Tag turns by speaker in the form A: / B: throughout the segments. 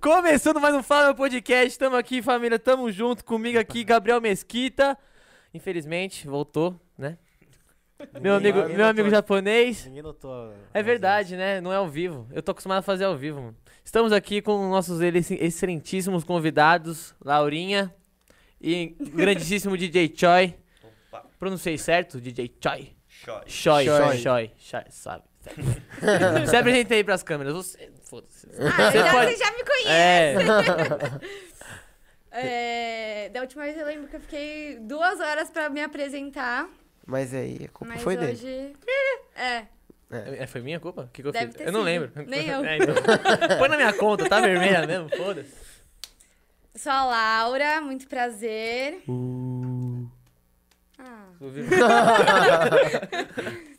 A: Começando mais um Fala Meu Podcast, tamo aqui, família, tamo junto. Comigo aqui, Gabriel Mesquita. Infelizmente, voltou, né? Meu amigo,
B: ninguém
A: meu amigo
B: notou.
A: japonês.
B: Ninguém notou. a-
A: É
B: a
A: verdade, né? Não é ao vivo. Eu tô acostumado a fazer ao vivo, mano. Estamos aqui com nossos ele- excelentíssimos convidados, Laurinha e grandíssimo DJ Choi.
C: Opa,
A: Pronunciei certo? DJ Choi?
C: Shoy.
A: Choi,
B: Choi.
A: Choi, Choi, Choi, sabe? Se apresenta aí pras câmeras. Você, foda-se.
D: Ah,
A: Você
D: já,
A: pode-
D: você já me conhece.
A: É.
D: É, da última vez eu lembro que eu fiquei duas horas pra me apresentar.
E: Mas aí, a culpa
D: mas
E: foi
D: hoje.
E: dele.
D: É.
A: É, foi minha culpa? O que, que eu
D: Deve
A: fiz?
D: ter
A: eu não
D: sido.
A: lembro.
D: Nem eu.
A: É, então. Põe na minha conta, tá vermelha mesmo, foda-se.
D: Sou a Laura, muito prazer. Ah,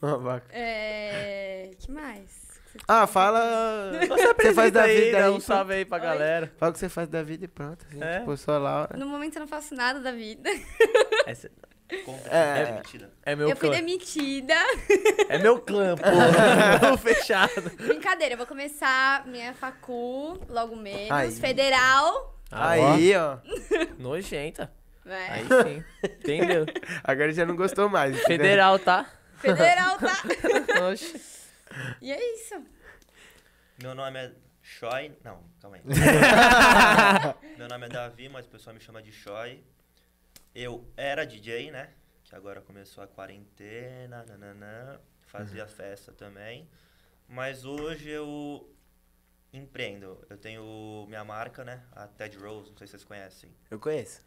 E: Babaca.
D: é. Que mais?
E: Ah, fala.
A: Você
E: faz da vida aí,
A: um
E: pô.
A: salve aí pra
D: Oi?
A: galera.
E: Fala o que você faz da vida e pronto. Assim,
A: É?
E: Tipo, só Laura.
D: No momento eu não faço nada da vida.
A: Essa-
C: Conta que
E: É.
C: é mentira.
A: é meu
D: eu fui
A: clã.
D: demitida.
A: É meu clã, pô. Tô fechado.
D: Brincadeira, eu vou começar minha facu logo menos.
E: Aí.
D: Federal.
E: aí, ó.
A: Ah, Ó, nojenta.
D: né?
A: Aí sim. Entendeu?
E: Agora já não gostou mais. entendeu?
A: Federal, tá?
D: Federal, tá?
A: Oxi.
D: E é isso.
C: Meu nome é Shoy. Não, calma aí. Meu nome é Davi, mas o pessoal me chama de Shoy. Eu era DJ, né? Que agora começou a quarentena, nananã. Fazia
E: Uhum.
C: festa também. Mas hoje eu empreendo. Eu tenho minha marca, né? A Ted Rose, não sei se vocês conhecem.
E: Eu conheço.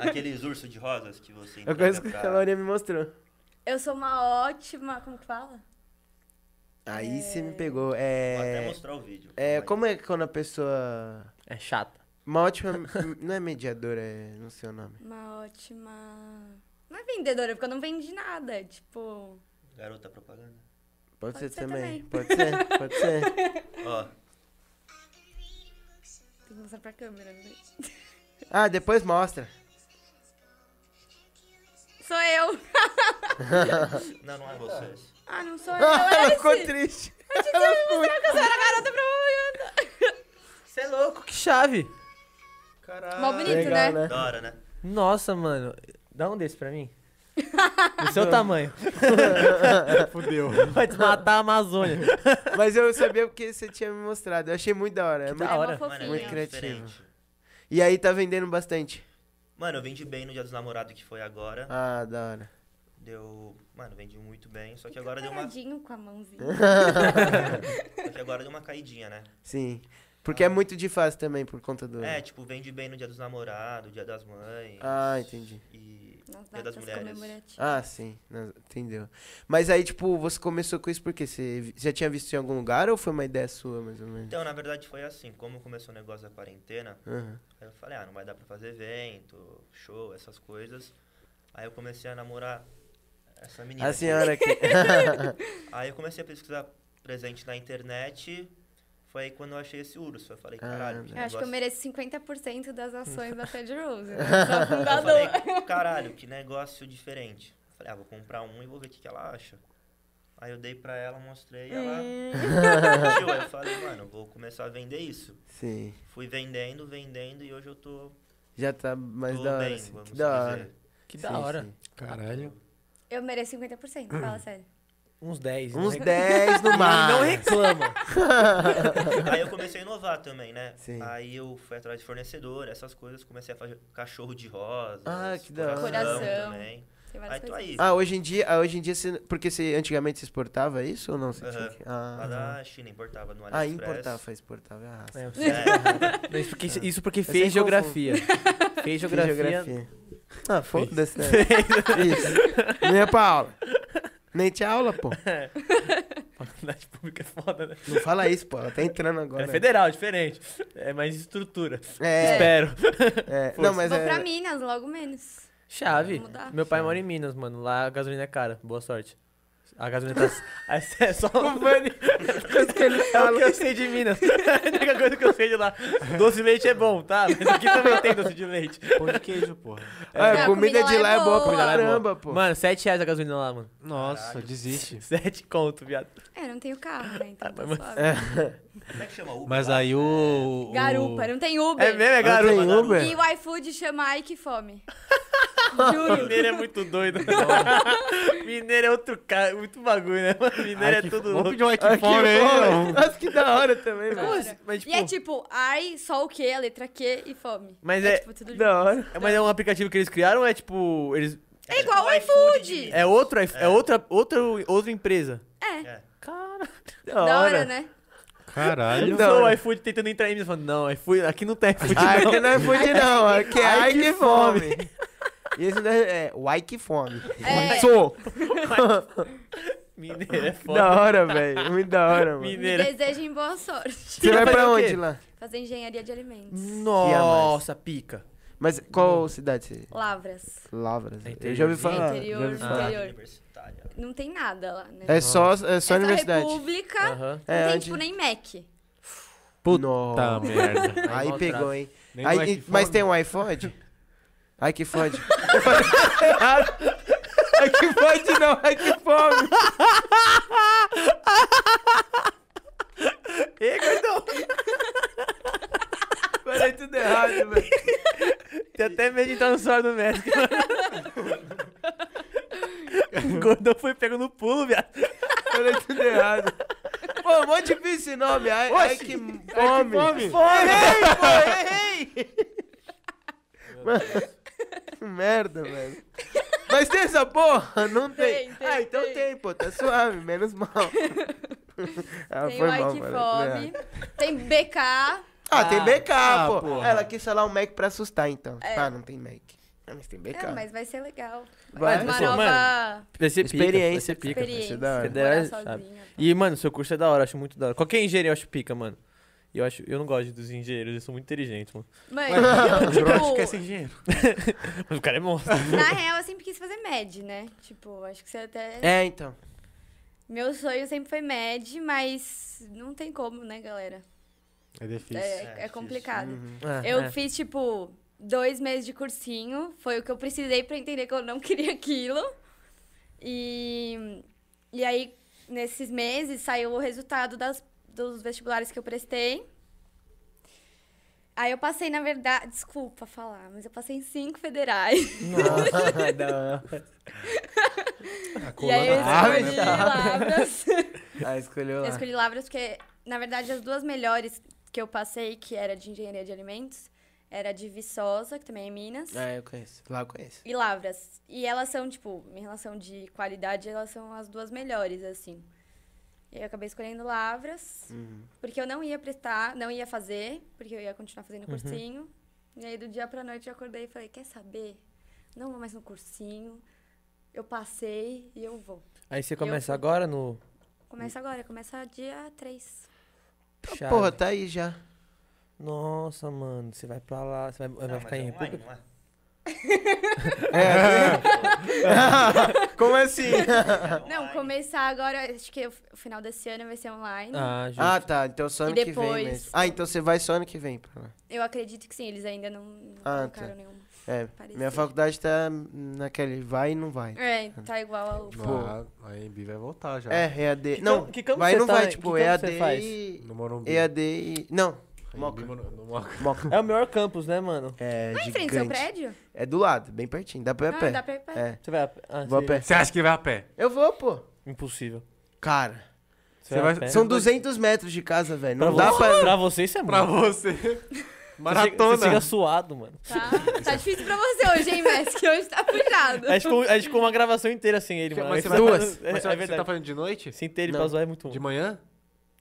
C: Aqueles ursos de rosas que você
E: Eu
C: entrega
E: conheço que a
C: pra...
E: Laurinha me mostrou.
D: Eu sou uma ótima. Como que fala? É.
E: Aí você me pegou.
C: Vou até
E: É.
C: mostrar o vídeo.
E: É,
C: Calma aí.
E: como é que quando a pessoa.
A: É chata.
E: Uma ótima. não é mediadora, é. Não sei o nome.
D: Uma ótima. Não é vendedora, porque eu não vendi nada. Tipo.
C: Garota propaganda.
E: Pode,
D: Pode
E: ser,
D: ser
E: também.
D: também.
E: Pode ser, pode ser.
C: Ó,
D: Tem que mostrar pra câmera, né?
E: Ah, depois mostra.
D: Sou eu!
C: não, não é vocês.
D: Ah, não sou eu!
E: Ah, ela
D: esse.
E: ficou triste.
D: Ela ficou... que eu sou a garota propaganda!
A: Você é louco, que chave.
C: Caralho.
D: Mó bonito,
E: Legal,
D: né?
E: né?
C: Da hora, né?
A: Nossa, mano. Dá um desse pra mim. Do seu tamanho.
B: Fudeu.
A: Vai desmatar a Amazônia.
E: Mas eu sabia porque você tinha me mostrado. Eu achei muito da hora. é
A: da
E: muito-
D: Ela é
A: hora.
D: mó
C: Mano, é
D: fofinha.
E: Muito
C: bem
E: criativo.
C: diferente.
E: E aí tá vendendo bastante.
C: Mano, eu vendi bem no dia dos namorados que foi agora.
E: Ah, da hora.
C: Deu. Mano, vendi muito bem. Só que
E: Então
D: Fica
C: agora deu uma.
D: paradinho com a mãozinha.
C: Só que agora deu uma caidinha, né?
E: Sim. Porque é muito de fase também, por conta do.
C: É, tipo, vende bem no dia dos namorados, dia das mães.
E: Ah, entendi.
C: E.
D: Nas
C: Dia das
D: datas
C: mulheres.
D: comemorativas.
E: Ah, sim. Não, Entendeu. Mas aí, tipo, você começou com isso por quê? Você vi- já tinha visto em algum lugar ou foi uma ideia sua, mais ou menos?
C: Então, na verdade, foi assim. Como começou o negócio da quarentena,
E: Aham.
C: aí eu falei, ah, não vai dar pra fazer evento, show, essas coisas. Aí eu comecei a namorar essa menina.
E: Ah, A
C: aqui.
E: senhora que.
C: Aí eu comecei a pesquisar presente na internet. Foi aí quando eu achei esse urso. Eu falei,
E: Ah,
C: caralho,
D: Eu acho que eu
C: negócio-
D: mereço 50% das ações da Ted Rose. Né? Sou
C: Eu
D: fundadora.
C: falei, caralho, que negócio diferente. Falei, ah, vou comprar um e vou ver o que, que ela acha. Aí eu dei pra ela, mostrei, ela curtiu. Aí eu falei, mano, vou começar a vender isso.
E: sim.
C: Fui vendendo, vendendo e hoje eu tô,
E: Já tá mais
C: tô
E: da hora.
C: bem,
E: assim.
C: vamos
E: Que da hora.
C: dizer.
A: Que da
E: Sim,
A: hora.
E: sim.
B: Caralho.
D: Eu mereço 50%, fala sério.
A: Uns 10. não
E: Uns
A: é?
E: 10 no
A: Não, não
E: máximo.
A: reclama.
C: Aí eu comecei a inovar também, né?
E: Sim.
C: Aí eu fui atrás de fornecedor, essas coisas. Comecei a fazer cachorro de rosa.
E: Ah, que da hora.
D: Coração.
C: também.
D: Tem várias
C: Aí tô
D: coisas.
C: aí.
E: Ah, hoje em dia, ah, hoje em dia você, porque você antigamente você exportava isso ou não? Você tinha
C: Aham.
E: que-
C: Lá
E: Ah,
C: da China, importava no
E: ah,
C: AliExpress.
E: importava, foi exportava, é a raça.
A: É,
C: É,
A: Não, Isso porque, isso porque
E: sei
A: fez
E: qual foi.
A: geografia. Fez geografia.
E: Geografia. Ah, foda-se. Né? Isso. Não ia pra aula. Nem tinha aula, pô.
A: Faculdade pública é foda, né?
E: Não fala isso, pô. Ela tá entrando agora.
A: É federal, diferente. É mais estrutura.
E: É,
A: Espero.
E: é. Não, mas
D: Vou pra
E: é...
D: Minas, logo menos.
A: Chave.
D: Vamos mudar.
A: Meu pai mora em Minas, mano. Lá a gasolina é cara. Boa sorte. A gasolina tá. Essa é só o Vani. É o que eu sei de Minas. É a única coisa que eu sei de lá. Doce de leite é bom, tá? Mas aqui também tem doce de leite.
B: Pão de queijo, porra.
E: Ah,
D: É,
E: a
D: a
E: comida,
D: comida
E: de lá é boa pra
D: Comida lá é boa.
E: caramba, pô.
A: Mano, 7 reais a gasolina lá, mano.
B: Nossa,
C: Caralho.
B: desiste.
A: Sete conto, viado.
D: É, não tenho carro, né?
C: Ah,
D: Então tá
A: mas-
D: suave.
C: Como é que chama Uber?
B: Mas
C: lá?
B: aí o. o-
D: Garupa, não tem Uber.
A: É mesmo, é
E: Ah,
A: garoto.
E: tem
C: Garupa.
E: Uber?
D: E o iFood chama Ai que fome.
A: O mineiro é muito doido. mineiro é outro cara, muito bagulho, né? mano?
B: Ai,
A: Mineiro é
B: que-
A: tudo
B: Vamos
A: louco.
B: pedir um Ike
E: Ah, que
B: Fone aí,
E: bom,
B: ó.
E: Nossa, que da hora também,
A: Como
E: velho.
D: Cara,
A: assim? Mas, tipo,
D: E é tipo, ai, só o quê? A letra Q e fome.
A: Mas é-
D: tipo, tudo
E: Da
D: junto.
E: hora.
A: É, Mas é um aplicativo que eles criaram ou é tipo. Eles...
D: É igual
C: tipo
D: o
C: de
D: iFood.
C: Minas.
A: É, outro, é, outra, outra, outra empresa.
D: É,
C: É.
A: Cara.
E: Da
D: da hora,
E: hora.
D: né?
A: Eu
B: Caralho.
E: Da
A: sou o
E: hora.
A: iFood tentando entrar em mim falando, não, iFood, aqui não tem iFood.
E: Ah,
A: não.
E: que não é fome não, é que é
A: Ai,
E: ai
A: que
E: que fome. E esse daí é uai que fome.
D: É.
E: Sou.
A: Mineiro é
E: Da
A: foda.
E: hora, velho. Muito da hora, mano.
D: Me
A: Mineiro.
D: desejem boa sorte.
E: Você vai
A: Vai
E: pra
A: fazer o quê?
E: onde lá?
D: Fazer engenharia de alimentos.
A: Nossa, pica.
E: Mas qual cidade? você-
D: Lavras.
E: Lavras.
A: É
E: Eu já ouvi
A: interiorzinho?
E: falar. já
C: Ah.
D: Interior,
E: ouvi falar.
D: interior.
C: Universitária.
D: Não tem nada lá, né?
E: É só, é só universidade.
D: república.
A: Aham.
D: Não
E: É,
D: tem,
E: onde-
D: tipo, nem Mac.
E: Puta
B: Tá, merda.
A: Aí
E: Aí
A: maltrata.
E: pegou, hein?
B: Nem
E: Aí-
B: o Ike
E: mas
B: Fone.
E: tem um iPod? Ai que fode. ai que fode não, ai que fome.
A: Ei, gordão!
E: Falei tudo errado, velho.
A: Tem até medo de entrar no suor do médico. o gordão foi pego no pulo, viado.
E: Falei tudo errado. Pô, um mó difícil esse nome. Ai, ai que fome.
B: fome.
E: Errei, pô, errei. Que merda, velho. Mas tem essa porra? Não tem.
D: Tem, tem,
E: ah, então tem.
D: tem.
E: pô. Tá suave, menos mal. Ah,
D: tem o Ai que
E: mano. É.
D: fome. Tem BK.
E: Ah, tem BK,
B: Ah,
E: pô.
B: porra.
E: Ela quis falar um Mac pra assustar, então.
D: É.
E: Ah, não tem Mac. Ah, mas tem BK.
D: Ah, mas vai ser legal.
E: Vai,
D: uma
A: vai ser-
D: nova
A: Vai ser pica, vai
E: Experiência,
A: ser pica.
E: cara. Vai ser da hora.
D: experiência. Morar
A: Federais,
D: sozinha.
A: E, mano, seu curso é da hora, eu acho muito da hora. Qualquer engenheiro eu acho pica, mano. E Eu, acho, eu não gosto dos engenheiros, eles são muito inteligentes, mano.
D: Mano,
B: Broxa,
E: é
B: quer
E: assim.
B: ser
D: tipo,
B: engenheiro.
A: Mas o cara é monstro.
D: na real, eu sempre quis fazer MED, né? Tipo, acho que você até...
E: É, então.
D: Meu sonho sempre foi MED, mas não tem como, né, galera?
B: É
D: É,
B: difícil.
D: é
C: difícil.
D: complicado.
A: Ah,
D: Eu
A: é.
D: fiz, tipo, dois meses de cursinho. Foi o que eu precisei pra entender que eu não queria aquilo. E, e aí, nesses meses, saiu o resultado das, dos vestibulares que eu prestei. Aí eu passei, na verdade, desculpa falar, mas eu passei em cinco federais.
E: Nossa, da hora.
B: A
D: e aí eu
E: Ah,
B: coluna-
D: escolhi Lavras.
E: Ah, escolheu
D: Eu
E: lá.
D: escolhi Lavras porque, na verdade, as duas melhores que eu passei, que era de engenharia de alimentos, era de Viçosa, que também é Minas.
E: Ah, eu conheço. Lá eu conheço.
D: e Lavras. E elas são, tipo, em relação de qualidade, elas são as duas melhores, assim. E aí eu acabei escolhendo Lavras, porque eu não ia prestar, não ia fazer, porque eu ia continuar fazendo cursinho. E aí do dia pra noite eu acordei e falei, quer saber? Não vou mais no cursinho. Eu passei e eu vou.
A: Aí você começa
D: fui.
A: agora no.
D: Começa agora, começa dia 3.
A: Chave.
E: Porra, tá aí já.
A: Nossa, mano, você vai pra lá, você vai, vai
C: Não, mas
A: ficar
C: é
A: em
C: online,
A: República.
C: não é?
E: É, Como assim?
C: é
D: Não, começar agora, acho que o f- o final desse ano vai ser online.
A: Ah, justo.
E: Ah, tá. Então só ano
D: E
E: que vem
D: depois?
E: mesmo. Ah, então você vai só ano que vem pra lá.
D: Eu acredito que sim, eles ainda não, não
E: Ah, tá.
D: colocaram nenhum.
E: É,
D: Parecia.
E: minha faculdade tá naquele vai e não vai.
D: É, tá igual ao.
B: Pô, aí a Embi vai voltar já.
E: É, EAD.
A: Que
E: não,
A: campo- que campo
E: vai e
A: você
E: não
A: tá,
E: vai,
A: né?
E: tipo,
A: Que campo
E: EAD
A: você faz?
E: e...
B: No Morumbi.
E: EAD e... Não,
B: Aí
E: Moca.
B: Embi mora- no Moca.
E: Moca.
A: É o melhor campus, né, mano?
E: É,
D: Não é em frente ao seu
E: gigante.
D: prédio?
E: É do lado, bem pertinho. Dá pra ir a
D: Ah,
E: pé.
D: dá pra ir a pé.
E: É,
A: Você vai a pé. Ah,
E: vou a
A: você-
E: pé.
B: Você acha que ele vai a pé?
E: Eu vou, pô.
A: Impossível.
E: Cara,
A: Você vai a pé.
E: são 200 metros de casa, velho.
A: Pra
E: Não dá
A: você,
E: pra...
A: pra você isso é
B: Pra
A: muito.
B: você.
A: Você chega- Você chega
B: Maratona.
A: suado, mano.
D: Tá, tá difícil pra você hoje, hein, Messi? Que hoje tá puxado.
A: A
E: É
A: gente
E: tipo um-
A: ficou, a gente ficou uma gravação inteira sem ele, mano.
B: Mas
A: Isso
B: você vai-
E: Duas.
A: É,
B: Mas
A: é
B: você
A: verdade.
B: tá fazendo de noite?
A: Sem ter ele
E: Não.
A: pra zoar é muito
B: De
A: bom.
B: manhã?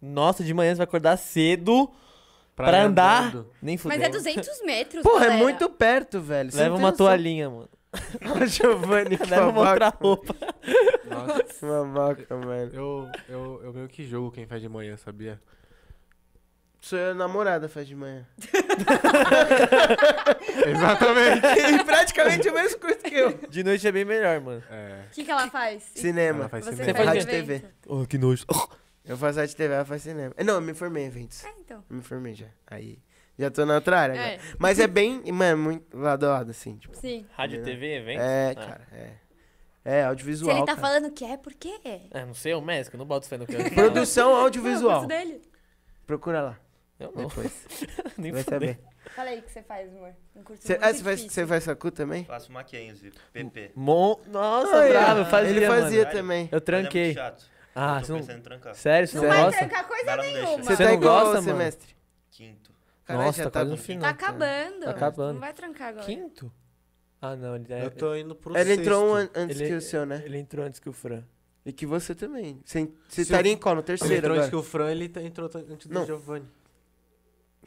A: Nossa, de manhã você vai acordar cedo pra, andar.
B: andando.
A: Nem fudeu.
D: Mas é 200 metros,
E: Porra, é
D: galera.
E: muito perto, velho. Você
A: Leva
E: não
A: uma
E: tem noção.
A: toalhinha, mano.
E: Giovanni, que
A: Leva uma outra
E: babaca.
A: roupa.
B: Nossa.
E: Babaca, velho.
B: Eu, eu, eu meio que jogo quem faz de manhã, sabia?
E: Sua namorada faz de manhã.
B: Exatamente.
E: E praticamente o mesmo curso que eu.
A: De noite é bem melhor, mano.
B: É.
D: O que, que ela faz?
E: Cinema.
B: Ela faz
D: Você
B: cinema.
A: faz
E: Rádio
D: evento?
E: TV.
A: Oh, que nojo.
E: Eu faço arte TV, ela faz cinema. Eh, Não, eu me formei em eventos.
D: É, então.
E: Eu me formei já. Aí. Já tô na outra área.
D: É.
E: já. Mas é bem, mano, muito lado a lado, assim. Tipo,
D: Sim.
A: Rádio, TV, evento?
E: é,
A: Ah.
E: cara, é. É,
D: Se
E: audiovisual.
D: ele tá
E: cara.
D: falando que é, por quê? É
A: É, não sei, eu mesco, não boto fé no que eu falo.
E: Produção
D: o
E: audiovisual.
D: curso dele.
E: Procura lá.
A: Eu não,
E: Depois.
A: nem
E: vai saber.
D: Fala aí o que você faz, amor. Um curso
E: Cê,
D: muito
E: ah, você faz,
D: difícil.
E: você faz sacu também?
C: Faço Mackenzie,
A: Hum,
C: PP.
A: Mon... Nossa,
E: Aí, ó.
A: bravo, eu fazia,
E: é. Ele fazia
A: mano.
E: também.
A: Eu
C: Mas É
A: tranquei.
C: muito chato.
A: ah,
C: eu
A: você
C: tô
A: não...
C: pensando em trancar.
A: Sério, você
D: Não
A: não,
D: vai
A: gosta?
D: trancar coisa
C: Ela não
D: nenhuma.
C: deixa.
E: Você
A: Você
E: tá
A: não
E: igual
A: gosta,
E: ao
A: mano?
E: semestre.
C: Quinto.
E: Caralho,
A: Nossa,
E: já
A: tá
E: tá
A: quase
E: bom.
A: no final.
D: Tá acabando.
A: Tá acabando.
D: Não vai trancar agora.
A: Quinto? Ah, não, ele...
B: Eu tô indo pro
E: Ele
B: sexto.
E: entrou um an- antes
A: Ele-
E: que o seu, né?
A: Ele entrou antes que o Fran.
E: E que você também. Você você
B: Se
E: estaria
B: eu-
E: tá em qual? No
B: Ele
E: terceiro
B: entrou antes
E: agora?
B: que o Fran, ele tá- entrou antes do
E: Não.
B: Giovanni.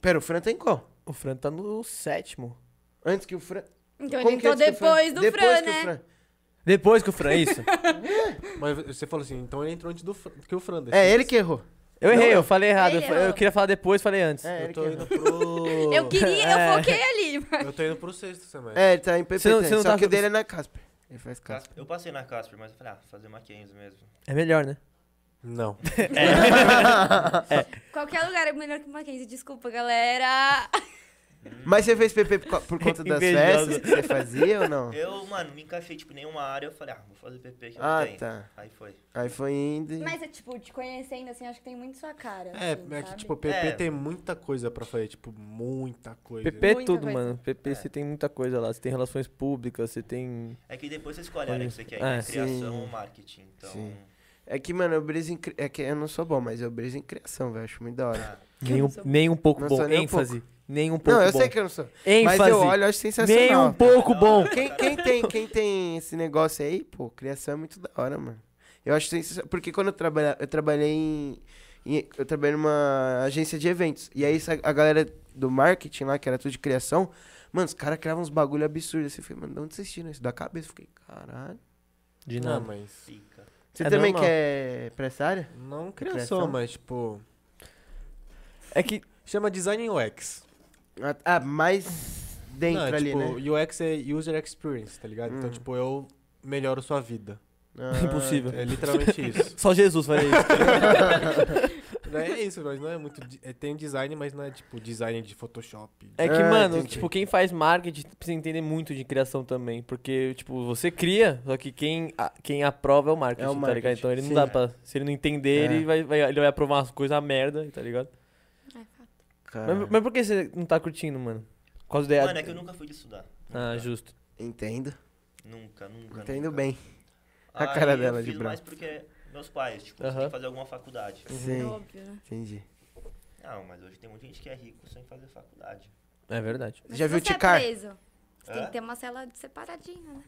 E: Pera, o Fran tá em qual?
A: O Fran tá no sétimo.
E: Antes que o Fran...
D: Então
E: Como
D: ele
E: que é
D: entrou
E: antes que o Fran?
D: depois do
E: depois
D: Fran,
E: que o
D: né?
E: Fran.
A: Depois que o Fran, isso.
B: Mas você falou assim, então ele entrou antes do Fran- que o Fran. desse
E: É
B: jeito.
E: ele que errou.
A: Eu
E: Não,
A: errei,
E: eu-
A: eu falei errado. Eu,
D: Ele
A: fa-
D: errou.
A: eu queria falar depois, falei antes.
E: É, ele
B: Eu
E: que
B: tô
E: errou.
B: indo pro...
D: Eu queria,
A: É.
D: eu foquei ali. mano.
B: Eu tô indo pro sexto semestre.
E: É, ele tá em PPT,
A: Você não- você não
E: só
A: tá
E: que o
A: com-
E: dele é na Casper. Ele faz Casper.
C: Casper- Eu passei na Casper, mas eu falei, ah, fazer Mackenzie mesmo.
A: É melhor, né?
B: Não.
D: Qualquer lugar é melhor que o Mackenzie. Desculpa, galera.
E: Mas você fez PP por, co- por conta das
A: Invejosa.
E: festas que você fazia ou não?
C: Eu, mano, me encaixei, tipo, em nenhuma área. Eu falei, ah, vou fazer PP que
E: Ah,
C: não tem.
E: tá.
C: Aí foi.
E: Aí foi indo e...
D: Mas é tipo, te conhecendo assim, acho que tem muito sua cara.
B: É,
D: assim,
B: é que,
D: sabe?
B: tipo, o PP
C: É.
B: tem muita coisa pra fazer, tipo, muita coisa.
A: PP é
D: Muita
A: tudo,
D: coisa.
A: mano. PP você tem muita coisa lá. Você tem relações públicas, você tem.
C: É que depois você escolhe a área que você quer,
A: Ah,
C: né? criação
E: sim.
C: ou marketing. Então,
E: Sim. É que, mano, eu briso em... cri- É que eu não sou bom, mas eu briso em criação, velho. Acho muito da hora.
C: ah,
A: Nem um,
D: sou-
A: nem um pouco
E: Não
A: bom.
E: sou nem um
A: ênfase. Nem um pouco
E: Não, eu
A: bom.
E: sei que eu não sou.
A: ênfase.
E: Mas eu olho, eu acho
A: nem
E: sensacional.
A: um pouco bom.
E: Quem, quem tem, quem tem esse negócio aí, pô, criação é muito da hora, mano. Eu acho sensacional. Porque quando eu, trabalha, eu trabalhei em, em- Eu trabalhei numa agência de eventos. E aí essa- a galera do marketing lá, que era tudo de criação, mano, os caras criavam uns bagulho absurdo. Assim, eu falei, mano, de onde vocês tiram isso? Da cabeça. Eu fiquei, caralho.
A: De
B: Não,
A: nada.
B: mas...
C: fica.
E: Você
A: É
E: também
A: normal.
E: quer pra essa área?
B: Não
E: Criação.
B: criação, mas, tipo...
A: É que.
B: Chama Design UX.
E: Ah, Ah, mais dentro
B: não, é,
E: ali,
B: tipo,
E: né?
B: UX é User Experience, tá ligado? Então,
E: Hum.
B: tipo, eu melhoro sua vida.
E: Ah,
A: Impossível.
B: É literalmente isso.
A: Só Jesus faria isso.
B: Não é isso, mas não é muito... de- é, tem design, mas não é, tipo, design de Photoshop.
A: É que,
E: É,
A: mano,
E: entendi.
A: tipo, quem faz marketing precisa entender muito de criação também. Porque, tipo, você cria, só que quem, a- quem aprova é o marketing,
E: É o
A: tá ligado?
E: marketing,
A: Então ele não
E: sim.
A: dá pra. Se ele não entender,
E: É.
A: ele, vai, vai- ele vai aprovar umas coisas merda, tá ligado?
D: É
E: cara.
A: Mas, mas por que você não tá curtindo, mano? Por causa da.
C: Mano, é que eu nunca fui de estudar.
A: Ah,
C: Nunca.
A: justo.
E: Entendo.
C: Nunca, nunca.
E: Entendo
C: nunca.
E: bem. A
C: Aí
E: cara dela
C: eu
E: de
C: fiz
E: bravo.
C: mais porque meus pais, tipo, você
A: Aham.
C: tem que fazer alguma faculdade.
D: É
E: Sim,
D: óbvio, né?
E: entendi.
C: Não, mas hoje tem muita gente que é rico sem fazer faculdade.
A: É verdade.
D: Mas
E: Já
D: se
E: viu
D: você
E: Ticar?
D: É preso. Você tem
C: Hã?
D: que ter uma cela separadinha, né?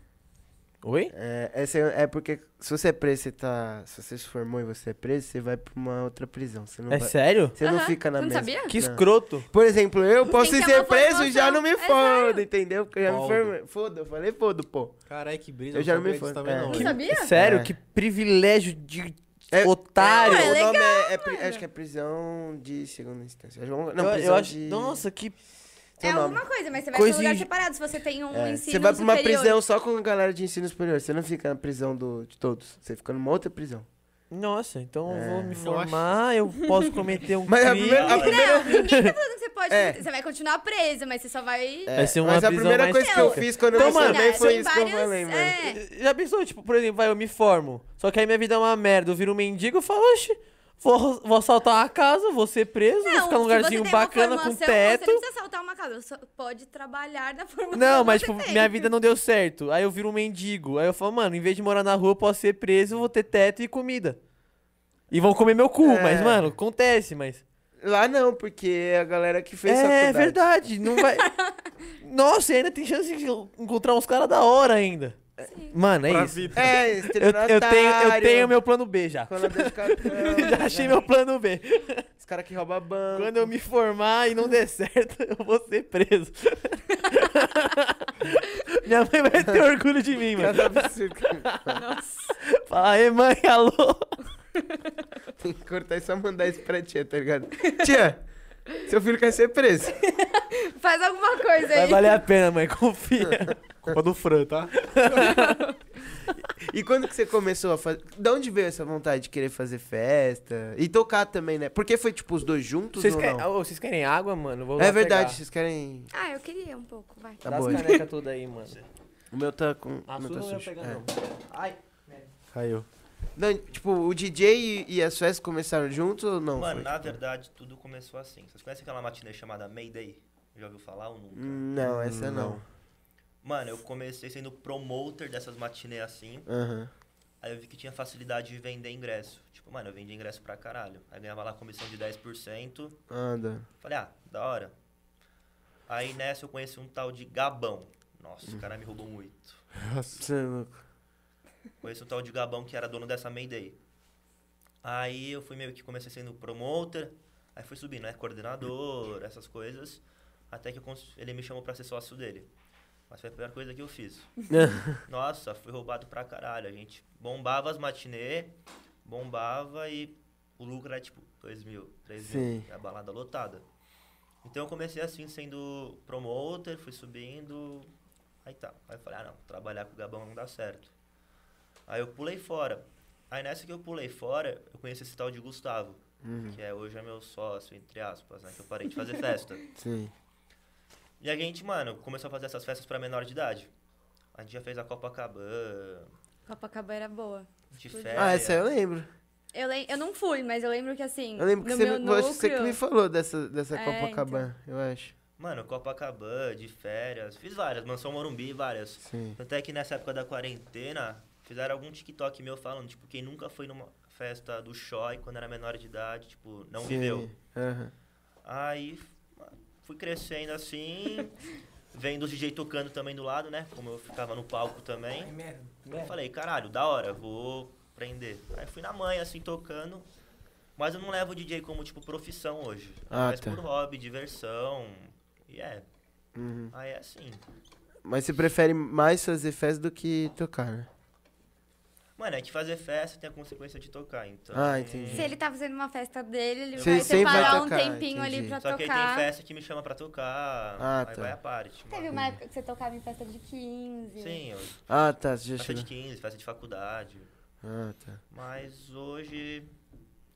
A: Oi?
E: É, essa é, é porque se você é preso, você tá. Se você se formou e você é preso, você vai pra uma outra prisão. Você não,
A: É
E: vai-
A: sério?
E: você não
D: Aham,
E: fica na
D: você não
E: mesma.
D: sabia?
A: Que
E: Não.
A: escroto.
E: Por exemplo, eu posso
D: que ter
E: ser
D: uma
E: preso e
D: formação.
E: já não me
D: É
E: fodo,
D: sério.
E: entendeu? Porque eu já me
B: Foda.
E: formei. Foda, eu falei foda, pô.
B: Caralho, que brisa.
E: Eu já não me
B: sabia disso
E: falo,
B: também,
E: é.
B: não.
D: Não
B: velho.
D: sabia?
A: Sério?
E: É.
A: Que privilégio de
E: É-
A: otário.
D: Não, é
E: o
D: legal,
E: nome é, é pri-
D: mano.
E: acho que é prisão de segunda instância. é Não,
A: Eu-
E: prisão
A: eu, acho.
E: de...
A: Nossa, que.
E: Seu
D: é
E: nome.
D: alguma coisa, mas você vai
A: Coisa
D: pra um lugar
A: de-
D: separado se você tem um
E: É,
D: ensino
E: você vai pra uma
D: superior.
E: prisão só com galera de ensino superior. Você não fica na prisão do, de todos. Você fica numa outra prisão.
A: Nossa, então eu vou me
B: Nossa.
A: formar, eu posso cometer um
E: É. Mas é a
A: crime.
E: primeira- a
C: Não,
E: primeira
D: Não, ninguém tá falando que você pode.
E: É.
D: Você vai continuar preso, mas você só vai.
E: É,
A: Vai ser uma
E: mas a
A: prisão
E: primeira
A: mais
E: coisa que eu
A: fraca.
E: fiz quando
A: Então,
E: eu me
A: mano,
E: formei
D: Tem
E: foi isso que eu
D: é vários-
E: falei, mano.
D: é.
A: Já pensou, tipo, por exemplo, vai, eu me formo. Só que aí minha vida é uma merda. Eu viro um mendigo e falo, oxe, vou, vou assaltar uma casa, vou ser preso, vou ficar num
D: se
A: lugarzinho
D: tipo, você tem uma
A: bacana com
D: formação,
A: teto.
D: Você não precisa um saltar uma casa, você só pode trabalhar da forma
A: Não,
D: que
A: mas
D: você
A: tipo,
D: tem.
A: minha vida não deu certo. Aí eu viro um mendigo. Aí eu falo, mano, em vez de morar na rua, eu posso ser preso, eu vou ter teto e comida. E vão comer meu cu,
E: É.
A: mas, mano, acontece, mas.
E: Lá não, porque a galera que fez
A: é
E: faculdade.
A: verdade, não vai. Nossa, e ainda tem chance de eu encontrar uns caras da hora ainda. Mano, é
B: Pra
A: isso.
B: vida.
A: Eu,
E: É,
A: eu tenho, eu tenho meu plano B já. já
E: Já
A: achei meu plano B.
E: né? Os caras que roubam banco.
A: Quando eu me formar e não der certo, eu vou ser preso. Minha mãe vai ter orgulho de mim, mano.
E: Cada absurdo.
A: Fala, ei, mãe, alô.
E: Tem que cortar e só mandar isso pra tia, tá ligado? Tia, Seu filho quer ser preso.
D: Faz alguma coisa
A: Vai
D: aí.
A: valer a pena, mãe, confia.
B: Culpa do Fran, tá?
E: E quando que você começou a fazer? De onde veio essa vontade de querer fazer festa? E tocar também, né? Porque foi tipo os dois juntos
A: Vocês
E: ou
A: querem,
E: não?
A: Ô, vocês querem água, mano? Vou
E: é
A: lá
E: verdade,
A: pegar.
E: vocês querem.
D: Ah, eu queria um pouco, vai.
E: Tá
A: Dá
E: bom.
A: as canecas todas aí, mano.
E: O meu tá com.
A: A
E: o meu
A: sua
E: tá
A: não vai
E: sujo.
A: pegar,
E: É.
A: não. Ai.
B: Caiu.
E: Não, tipo, o DJ e, e as festas começaram juntos ou não?
C: Mano,
E: foi,
C: na
E: tipo-
C: verdade, tudo começou assim. Vocês conhecem aquela matinê chamada Mayday? Já ouviu falar ou nunca?
E: Não, essa não.
C: Mano, eu comecei sendo promoter dessas matinês assim.
E: Aham.
C: Aí eu vi que tinha facilidade de vender ingresso. Tipo, mano, eu vendia ingresso pra caralho. Aí ganhava lá comissão de 10%.
E: Anda.
C: Falei, ah, da hora. Aí nessa eu conheci um tal de Gabão. Nossa, o cara me roubou muito.
E: Você é louco.
C: Conheci um tal de Gabão que era dono dessa Mayday. Aí eu fui meio que comecei sendo promoter, aí fui subindo, né? Coordenador, essas coisas. Até que eu cons- ele me chamou pra ser sócio dele. Mas foi a primeira coisa que eu fiz. Nossa, fui roubado pra caralho. A gente bombava as matinê, bombava e o lucro era tipo 2 mil, 3 mil.
E: Sim.
C: A balada lotada. Então eu comecei assim, sendo promoter, fui subindo. Aí tá. Aí eu falei, ah não, trabalhar com o Gabão não dá certo. Aí eu pulei fora. Aí nessa que eu pulei fora, eu conheci esse tal de Gustavo, que é hoje é meu sócio, entre aspas, né? Que eu parei de fazer festa.
E: Sim.
C: E a gente, mano, começou a fazer essas festas pra menor de idade. A gente já fez a Copacabana,
D: Copacabana era boa.
C: de
D: Explodiu.
C: férias.
E: Ah, essa eu lembro.
D: Eu, lem- eu não fui, mas eu lembro que assim.
E: Eu lembro que
D: no
E: você,
D: meu
E: me- eu acho que você que
D: núcleo-
E: me falou dessa, dessa
D: É,
E: Copacabana, eu acho.
C: Mano, Copacabana, de férias. Fiz várias, Mansão Morumbi, várias.
E: Sim.
C: Até que nessa época da quarentena, fizeram algum TikTok meu falando, tipo, quem nunca foi numa festa do Shoy quando era menor de idade, tipo, não
E: Sim.
C: viveu.
E: Aham.
C: Aí f- fui crescendo assim, vendo os DJ tocando também do lado, né? Como eu ficava no palco
A: É.
D: É
C: também. Eu falei, caralho, da hora, vou aprender. Aí fui na mãe, assim, tocando. Mas eu não levo o DJ como, tipo, profissão hoje.
E: Ah,
C: Mas
E: tá.
C: por hobby, diversão. E é,
E: Uhum.
C: aí é assim.
E: Mas você prefere mais fazer festa do que tocar, né?
C: Mano, é que fazer festa tem a consequência de tocar, então.
E: Ah, entendi.
D: Se ele tá fazendo uma festa dele, ele
E: Você
D: vai
E: sempre vai
D: separar
E: tocar,
D: um tempinho ali
E: entendi.
D: pra
C: Só que aí tem
D: tocar.
C: festa que me chama pra tocar.
E: Ah,
C: aí
E: tá.
C: vai a parte.
D: Teve
C: mano.
D: uma época que você tocava em festa de 15.
C: Sim, eu-
E: Ah, tá, você já
C: festa de
E: chegou.
C: 15, festa de faculdade.
E: Ah, tá.
C: Mas hoje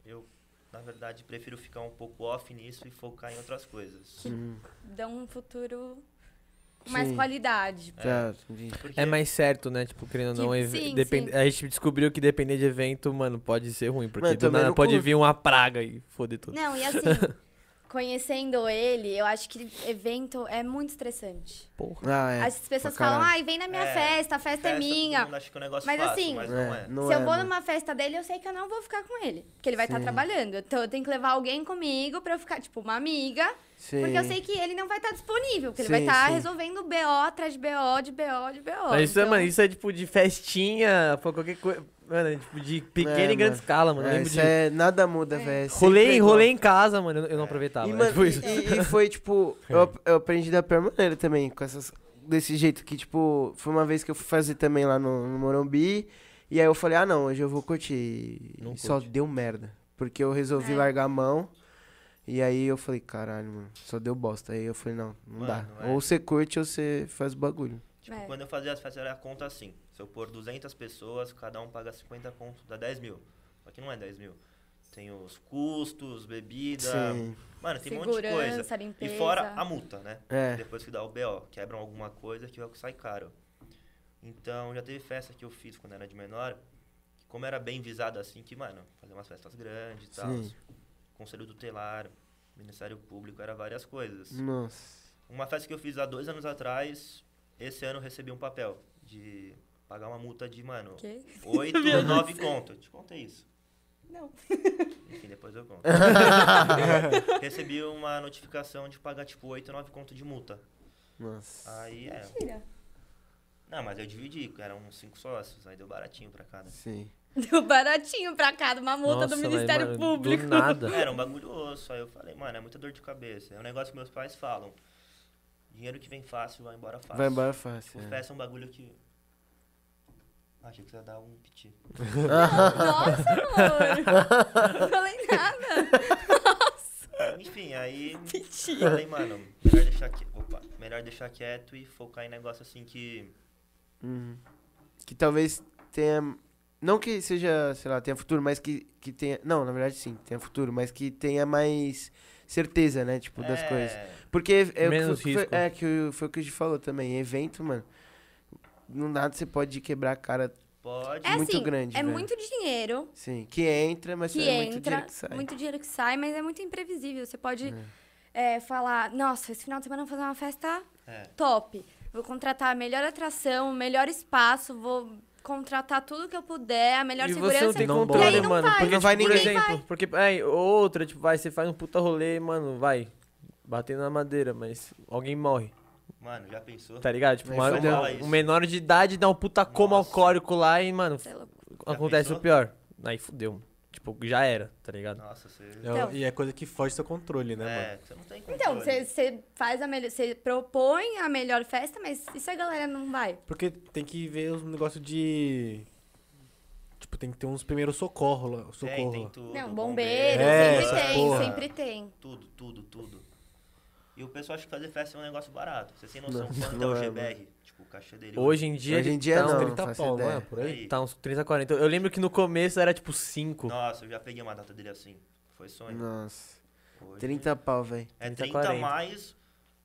C: eu, na verdade, prefiro ficar um pouco off nisso e focar em outras coisas.
E: Uhum.
D: Dão um futuro com mais
E: Sim.
D: qualidade.
C: É.
E: Tá, entendi.
C: Porque,
A: É mais certo, né? Tipo, querendo ou
D: Que-
A: não, eve-
D: sim,
A: depend-
D: sim.
A: a gente descobriu que depender de evento, mano, pode ser ruim. Porque
E: Mano,
A: do
E: também
A: nada
E: não
A: pode
E: curto.
A: vir uma praga e foder tudo.
D: Não, e assim, conhecendo ele, eu acho que evento é muito estressante.
A: Porra.
E: Ah, é.
D: As pessoas
E: pra
D: falam,
E: caralho.
D: ai, vem na minha
C: É,
D: festa, a festa, é
C: todo
D: minha.
C: mundo acha que é um negócio
D: Mas
C: fácil,
D: assim-
C: mas não é.
E: não
D: Se eu vou
E: mano.
D: numa festa dele, eu sei que eu não vou ficar com ele. Porque ele vai estar
E: Sim.
D: trabalhando. Então eu tenho que levar alguém comigo pra eu ficar, tipo, uma amiga.
E: Sim.
D: Porque eu sei que ele não vai estar disponível. Porque
E: Sim,
D: ele vai estar
E: sim.
D: resolvendo BO atrás de BO, de BO, de BO.
A: Mas isso, é,
D: Então,
A: mano, isso é tipo de festinha, pô, qualquer coisa. Mano, é, tipo de pequena
E: É,
A: e grande
E: mano.
A: escala, mano. Eu
E: É,
A: lembro
E: isso
A: de.
E: é, nada muda, velho. É
A: Rolei, rolei
E: Sempre igual.
A: em casa, mano. eu- Eu não aproveitava.
E: E,
A: é
E: mano,
A: tipo isso.
E: e- e- e foi, tipo, eu, ap- eu aprendi da pior maneira também, com essas. Desse jeito que, tipo, foi uma vez que eu fui fazer também lá no, no Morumbi. E aí eu falei, ah não, hoje eu vou curtir.
A: Não
E: e só
A: curte.
E: deu merda. Porque eu resolvi
D: É.
E: largar a mão. E aí eu falei, caralho, mano, só deu bosta. Aí eu falei, não, não
C: Mano,
E: dá.
C: é.
E: Ou você curte ou você faz o bagulho.
C: Tipo,
D: É.
C: quando eu fazia as festas era a conta assim. Se eu pôr 200 pessoas, cada um paga 50 conto, dá 10 mil. Só que não é 10 mil. Tem os custos, bebida.
E: Sim.
C: Mano, tem um monte de
D: Segurança,
C: coisa.
D: limpeza.
C: E fora a multa, né?
E: É.
C: Depois que dá o BO, quebram alguma coisa que vai- sai caro. Então, já teve festa que eu fiz quando era de menor, que como era bem visado assim, que, mano, fazer umas festas grandes e tal.
E: Sim.
C: Conselho tutelar, Ministério Público, era várias coisas.
E: Nossa.
C: Uma festa que eu fiz há dois anos atrás, esse ano eu recebi um papel de pagar uma multa de, mano,
D: Quê?
C: oito ou 9 conto. Eu te contei isso.
D: Não.
C: Enfim, depois eu conto. recebi uma notificação de pagar, tipo, oito ou 9 conto de multa.
E: Nossa.
C: Aí, é,
D: Mentira.
C: Não, mas eu dividi, eram uns cinco sócios, aí deu baratinho pra cada.
E: Sim.
D: Deu baratinho pra cá, de uma multa
A: Nossa, mas,
D: do Ministério
A: mano,
D: Público.
A: Do nada.
C: Era um bagulho osso, aí eu falei, mano, é muita dor de cabeça. É um negócio que meus pais falam. Dinheiro que vem fácil, vai embora fácil.
E: Vai embora fácil.
C: O
E: é.
C: festa é um bagulho que... Ah, Achei que você ia dar um piti.
D: Nossa, amor. Não falei nada.
C: Pra mim, Enfim, aí
D: Mentira.
C: falei, mano, melhor deixar, que... Opa, melhor deixar quieto e focar em negócio assim que.
E: Uhum. Que talvez tenha. Não que seja, sei lá, tenha futuro, mas que, que tenha. Não, na verdade sim, tenha futuro, mas que tenha mais certeza, né? Tipo, das
C: é,
E: coisas. Porque é, o que
A: Menos
E: foi-
A: risco.
E: Foi, é que o- foi o que a gente falou também. Evento, mano. Não nada você pode quebrar a cara,
C: Pode.
D: É
E: muito
D: assim,
E: grande,
D: é
E: velho.
D: muito dinheiro
E: sim. Que entra, mas
D: que
E: é muito
D: entra,
E: dinheiro que sai.
D: que sai, mas é muito imprevisível. Você pode é, falar, nossa, esse final de semana eu vou fazer uma festa
C: É.
D: top. Vou contratar a melhor atração, o melhor espaço, vou contratar tudo que eu puder, a melhor
A: E
D: segurança. é
A: você não tem
E: Não
A: controle,
E: bola.
D: não
A: mano.
D: vai.
A: Porque,
E: Não vai
A: tipo, por
E: ninguém.
A: exemplo, porque é, outra, tipo, vai, você faz um puta rolê, mano, vai. Batendo na madeira, mas alguém morre,
C: Mano, já pensou?
A: tá ligado? Tipo,
E: Aí
A: uma-
E: fudeu.
A: uma- um menor de idade dá um puta coma
C: Nossa.
A: alcoólico lá e, mano,
D: Você é louco.
A: acontece
C: pensou?
A: o pior. Aí fudeu. Tipo, já era, tá ligado?
C: Nossa, você.
B: É,
D: Então.
B: E é coisa que foge do seu controle, né, mano?
C: É, você não tem controle.
D: Então, você- você faz a melhor. Você propõe a melhor festa, mas e se a galera não vai?
B: Porque tem que ver os negócios de. Tipo, tem que ter uns primeiros socorros lá.
C: tem,
B: Socorro
C: tem
B: lá.
C: tudo.
D: não, bombeiro,
C: bombeiro,
B: É,
D: sempre
B: essas
D: tem,
B: porra.
D: sempre tem.
C: Tudo, tudo, tudo. E o pessoal acha que fazer festa é um negócio barato. Vocês têm noção
E: Não,
C: quanto é
E: não
C: o
E: é,
C: GBR? Tipo, o cachê dele.
A: Hoje em dia.
E: Hoje
A: ele
E: em dia
A: tá
E: não,
A: uns
E: não
A: 30
E: faço
B: pau, não é?
E: ideia.
B: Por aí?
A: Tá uns 30, 40. Eu lembro que no começo era tipo 5.
C: Nossa, eu já peguei uma data dele assim. Foi sonho.
E: Nossa.
C: Hoje
E: 30 pau, velho.
C: É
A: 30,
C: 30
A: 40.
C: mais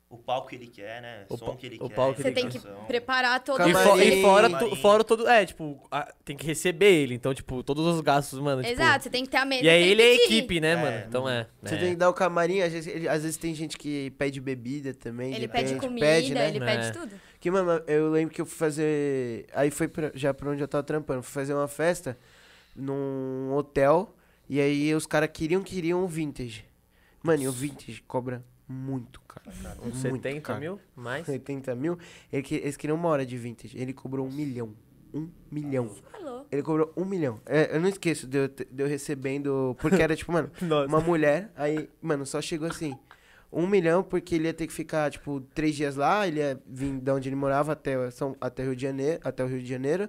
C: o pau que ele quer, né?
A: O
C: O
A: pau-
C: som que ele
A: o
C: quer.
A: pau que
D: Você
A: ele
D: tem que preparar todo
A: E,
E: Camarim.
A: fo- e
E: Camarim.
A: fora, tu- fora todo. É, tipo, a- tem que receber ele. Então, tipo, todos os gastos, mano. tipo-
D: Exato, você tem que ter a mesa.
A: e aí
D: tem
A: ele é
D: que pedir.
A: equipe, né,
C: É.
A: mano? Então é.
E: Você
A: é.
E: tem que dar o camarim, às vezes, ele- às vezes tem gente que pede bebida também.
D: Ele
E: de
D: pede
E: repente,
D: comida,
E: pede, né?
D: ele
A: É.
D: pede tudo.
E: Que, mano, eu lembro que eu fui fazer. Aí foi pra- já pra onde eu tava trampando. Fui fazer uma festa num hotel. E aí os caras queriam, queriam o vintage. Mano, e o vintage cobra muito caro.
A: Uns
E: Muito
A: 70
E: caro.
A: mil, mais.
E: 70 mil. Ele que- eles queriam uma hora de vintage. Ele cobrou um milhão. Um milhão.
D: Falou.
E: Ele cobrou um milhão. É, eu não esqueço de eu, te- de eu recebendo. Porque era tipo, mano, uma mulher. Aí, mano, só chegou assim. Um milhão, porque ele ia ter que ficar, tipo, três dias lá. Ele ia vir de onde ele morava até, São, até, Rio de Janeiro, até o Rio de Janeiro.